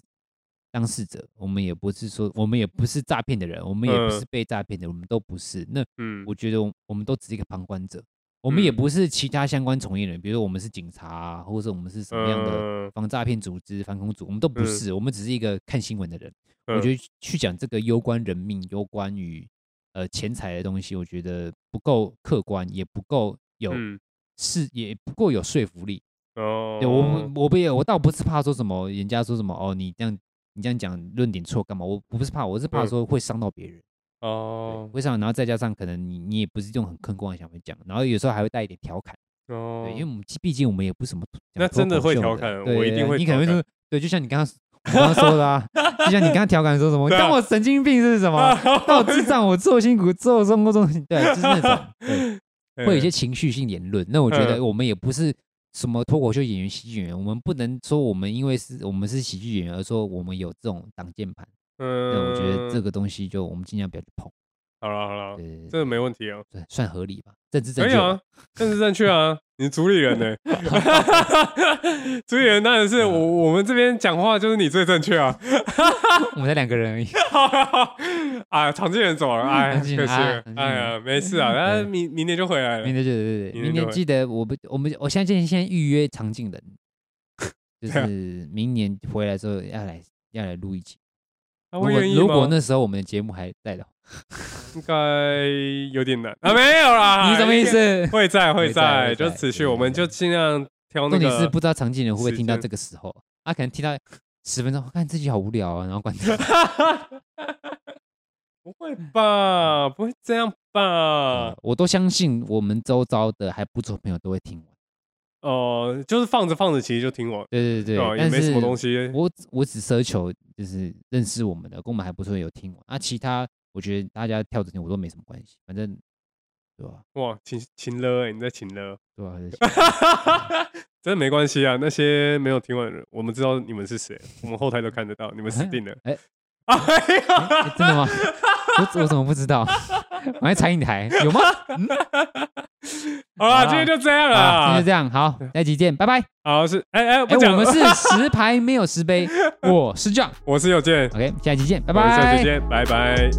Speaker 2: 当事者，我们也不是说我们也不是诈骗的人，我们也不
Speaker 3: 嗯
Speaker 2: 是被诈骗的人，我们都不是。那
Speaker 3: 嗯
Speaker 2: 我觉得我我们都只是一个旁观者，我们也
Speaker 3: 嗯
Speaker 2: 不是其他相关从业人，比如说我们是警察、啊，或者是我们是什么样的
Speaker 3: 嗯
Speaker 2: 防诈骗组织、反恐组，我们都不
Speaker 3: 嗯
Speaker 2: 是，我们只是一个看新闻的人。我
Speaker 3: 嗯
Speaker 2: 觉得去讲这个攸关人命、攸关于呃钱财的东西，我觉得不够客观，也不够有
Speaker 3: 嗯
Speaker 2: 是，也不够有说服力。
Speaker 3: 哦，
Speaker 2: 对我不我不也我倒不是怕说什么，人家说什么哦，你这样你这样讲论点错干嘛？我我不是怕，我是怕
Speaker 3: 嗯
Speaker 2: 说会伤到别人，对
Speaker 3: 哦
Speaker 2: 会伤。然后再加上可能你你也不是用很客观的想法讲，然后有时候还会带一点调侃。
Speaker 3: 哦
Speaker 2: 对，因为我们毕竟我们也不是什么讲
Speaker 3: 那真的
Speaker 2: 脱口
Speaker 3: 会
Speaker 2: 秀
Speaker 3: 调侃
Speaker 2: 对
Speaker 3: 我一
Speaker 2: 对
Speaker 3: 定会
Speaker 2: 你可能会
Speaker 3: 调侃
Speaker 2: 说，对，就像你刚刚我刚刚说的啊，就像你刚刚调侃说什么，
Speaker 3: [laughs] 对啊
Speaker 2: 当我神经病是什
Speaker 3: [laughs]
Speaker 2: 么，当我智障，我做辛苦，做中国中，对，就是那种
Speaker 3: [laughs]
Speaker 2: 对
Speaker 3: 会
Speaker 2: 会有一些情绪性言论。那我觉得
Speaker 3: 嗯
Speaker 2: 我们也不是什么脱口秀演员、喜剧演员，我们不能说我们因为是我们是喜剧演员而说我们有这种挡箭牌。
Speaker 3: 嗯，
Speaker 2: 那我觉得这个东西就我们尽量不要去碰，
Speaker 3: 好了好了，
Speaker 2: 对，
Speaker 3: 这个没问题啊，
Speaker 2: 对算合理吧，政治正
Speaker 3: 可以
Speaker 2: 确吧
Speaker 3: 啊。，政治正确啊，你主理人呢？ [laughs] 主理人当然
Speaker 2: 嗯
Speaker 3: 是我，我们这边讲话就是你最正
Speaker 2: [laughs]
Speaker 3: 确啊。 [laughs]
Speaker 2: 我们才两个人而已。
Speaker 3: 啊，常见人走了，哎，可
Speaker 2: 常
Speaker 3: 惜
Speaker 2: 进人
Speaker 3: 了
Speaker 2: 啊，常进人嗯
Speaker 3: 哎呀，没事啊，那明明年就回来了
Speaker 2: 明。天就对对对，
Speaker 3: 明天
Speaker 2: 明
Speaker 3: 就
Speaker 2: 天
Speaker 3: 会
Speaker 2: 记得我不我们我现在建议先预约常进人，
Speaker 3: [laughs] 啊
Speaker 2: 就是明年回来之后要来要来录一集。
Speaker 3: 他
Speaker 2: 如
Speaker 3: 会
Speaker 2: 果
Speaker 3: 愿意
Speaker 2: 如果
Speaker 3: 吗？
Speaker 2: 那时候我们的节目还在的话，
Speaker 3: 应该有点难啊，没有啦。
Speaker 2: 你什么意？思？
Speaker 3: 会在会
Speaker 2: 会在
Speaker 3: 在，
Speaker 2: 会
Speaker 3: 就
Speaker 2: 在
Speaker 3: 持续，
Speaker 2: 对
Speaker 3: 我们
Speaker 2: 对
Speaker 3: 就尽量挑 [laughs] 那
Speaker 2: 重点是
Speaker 3: 个。
Speaker 2: 不知道常进人会不会
Speaker 3: 时
Speaker 2: 听到
Speaker 3: 间
Speaker 2: 这个时候，他可能听到十分钟，看自己好无聊啊，然后关掉。
Speaker 3: [laughs] 不会吧？不会这样吧？
Speaker 2: 我都相信我们周遭的还不错朋友都会听完。
Speaker 3: 哦，就是放着放着，其实就听完，
Speaker 2: 对对
Speaker 3: 对吧？
Speaker 2: 对，
Speaker 3: 也
Speaker 2: 但
Speaker 3: 没什
Speaker 2: 是
Speaker 3: 么东西。
Speaker 2: 我只我只奢求就是认识我们的，跟我们还不错有听完啊，其他我觉得大家跳着听我都没什么关系，反正对吧、
Speaker 3: 哇，请请了欸，你在请了。 [laughs]
Speaker 2: 对啊吧、
Speaker 3: 真的没关系啊，那些没有听完的人，我们知道你们是谁，我们后台都看得到，你们死定
Speaker 2: [laughs]
Speaker 3: 了。哎
Speaker 2: 哎，
Speaker 3: 哎
Speaker 2: 欸真的吗？我我怎么不知道？我还踩你台有吗？
Speaker 3: 呀，好啦，今天就这样
Speaker 2: 啊，今天就
Speaker 3: 啦。
Speaker 2: 这样，好，下集见，拜拜。
Speaker 3: 好是，哎哎，
Speaker 2: 哎，
Speaker 3: 不
Speaker 2: 我
Speaker 3: 讲
Speaker 2: 们
Speaker 3: 了，
Speaker 2: 是十排没有十杯，我是 John，OK，、
Speaker 3: 我是有健，
Speaker 2: 下集见，拜
Speaker 3: 我们
Speaker 2: 拜，
Speaker 3: 下期见，拜拜。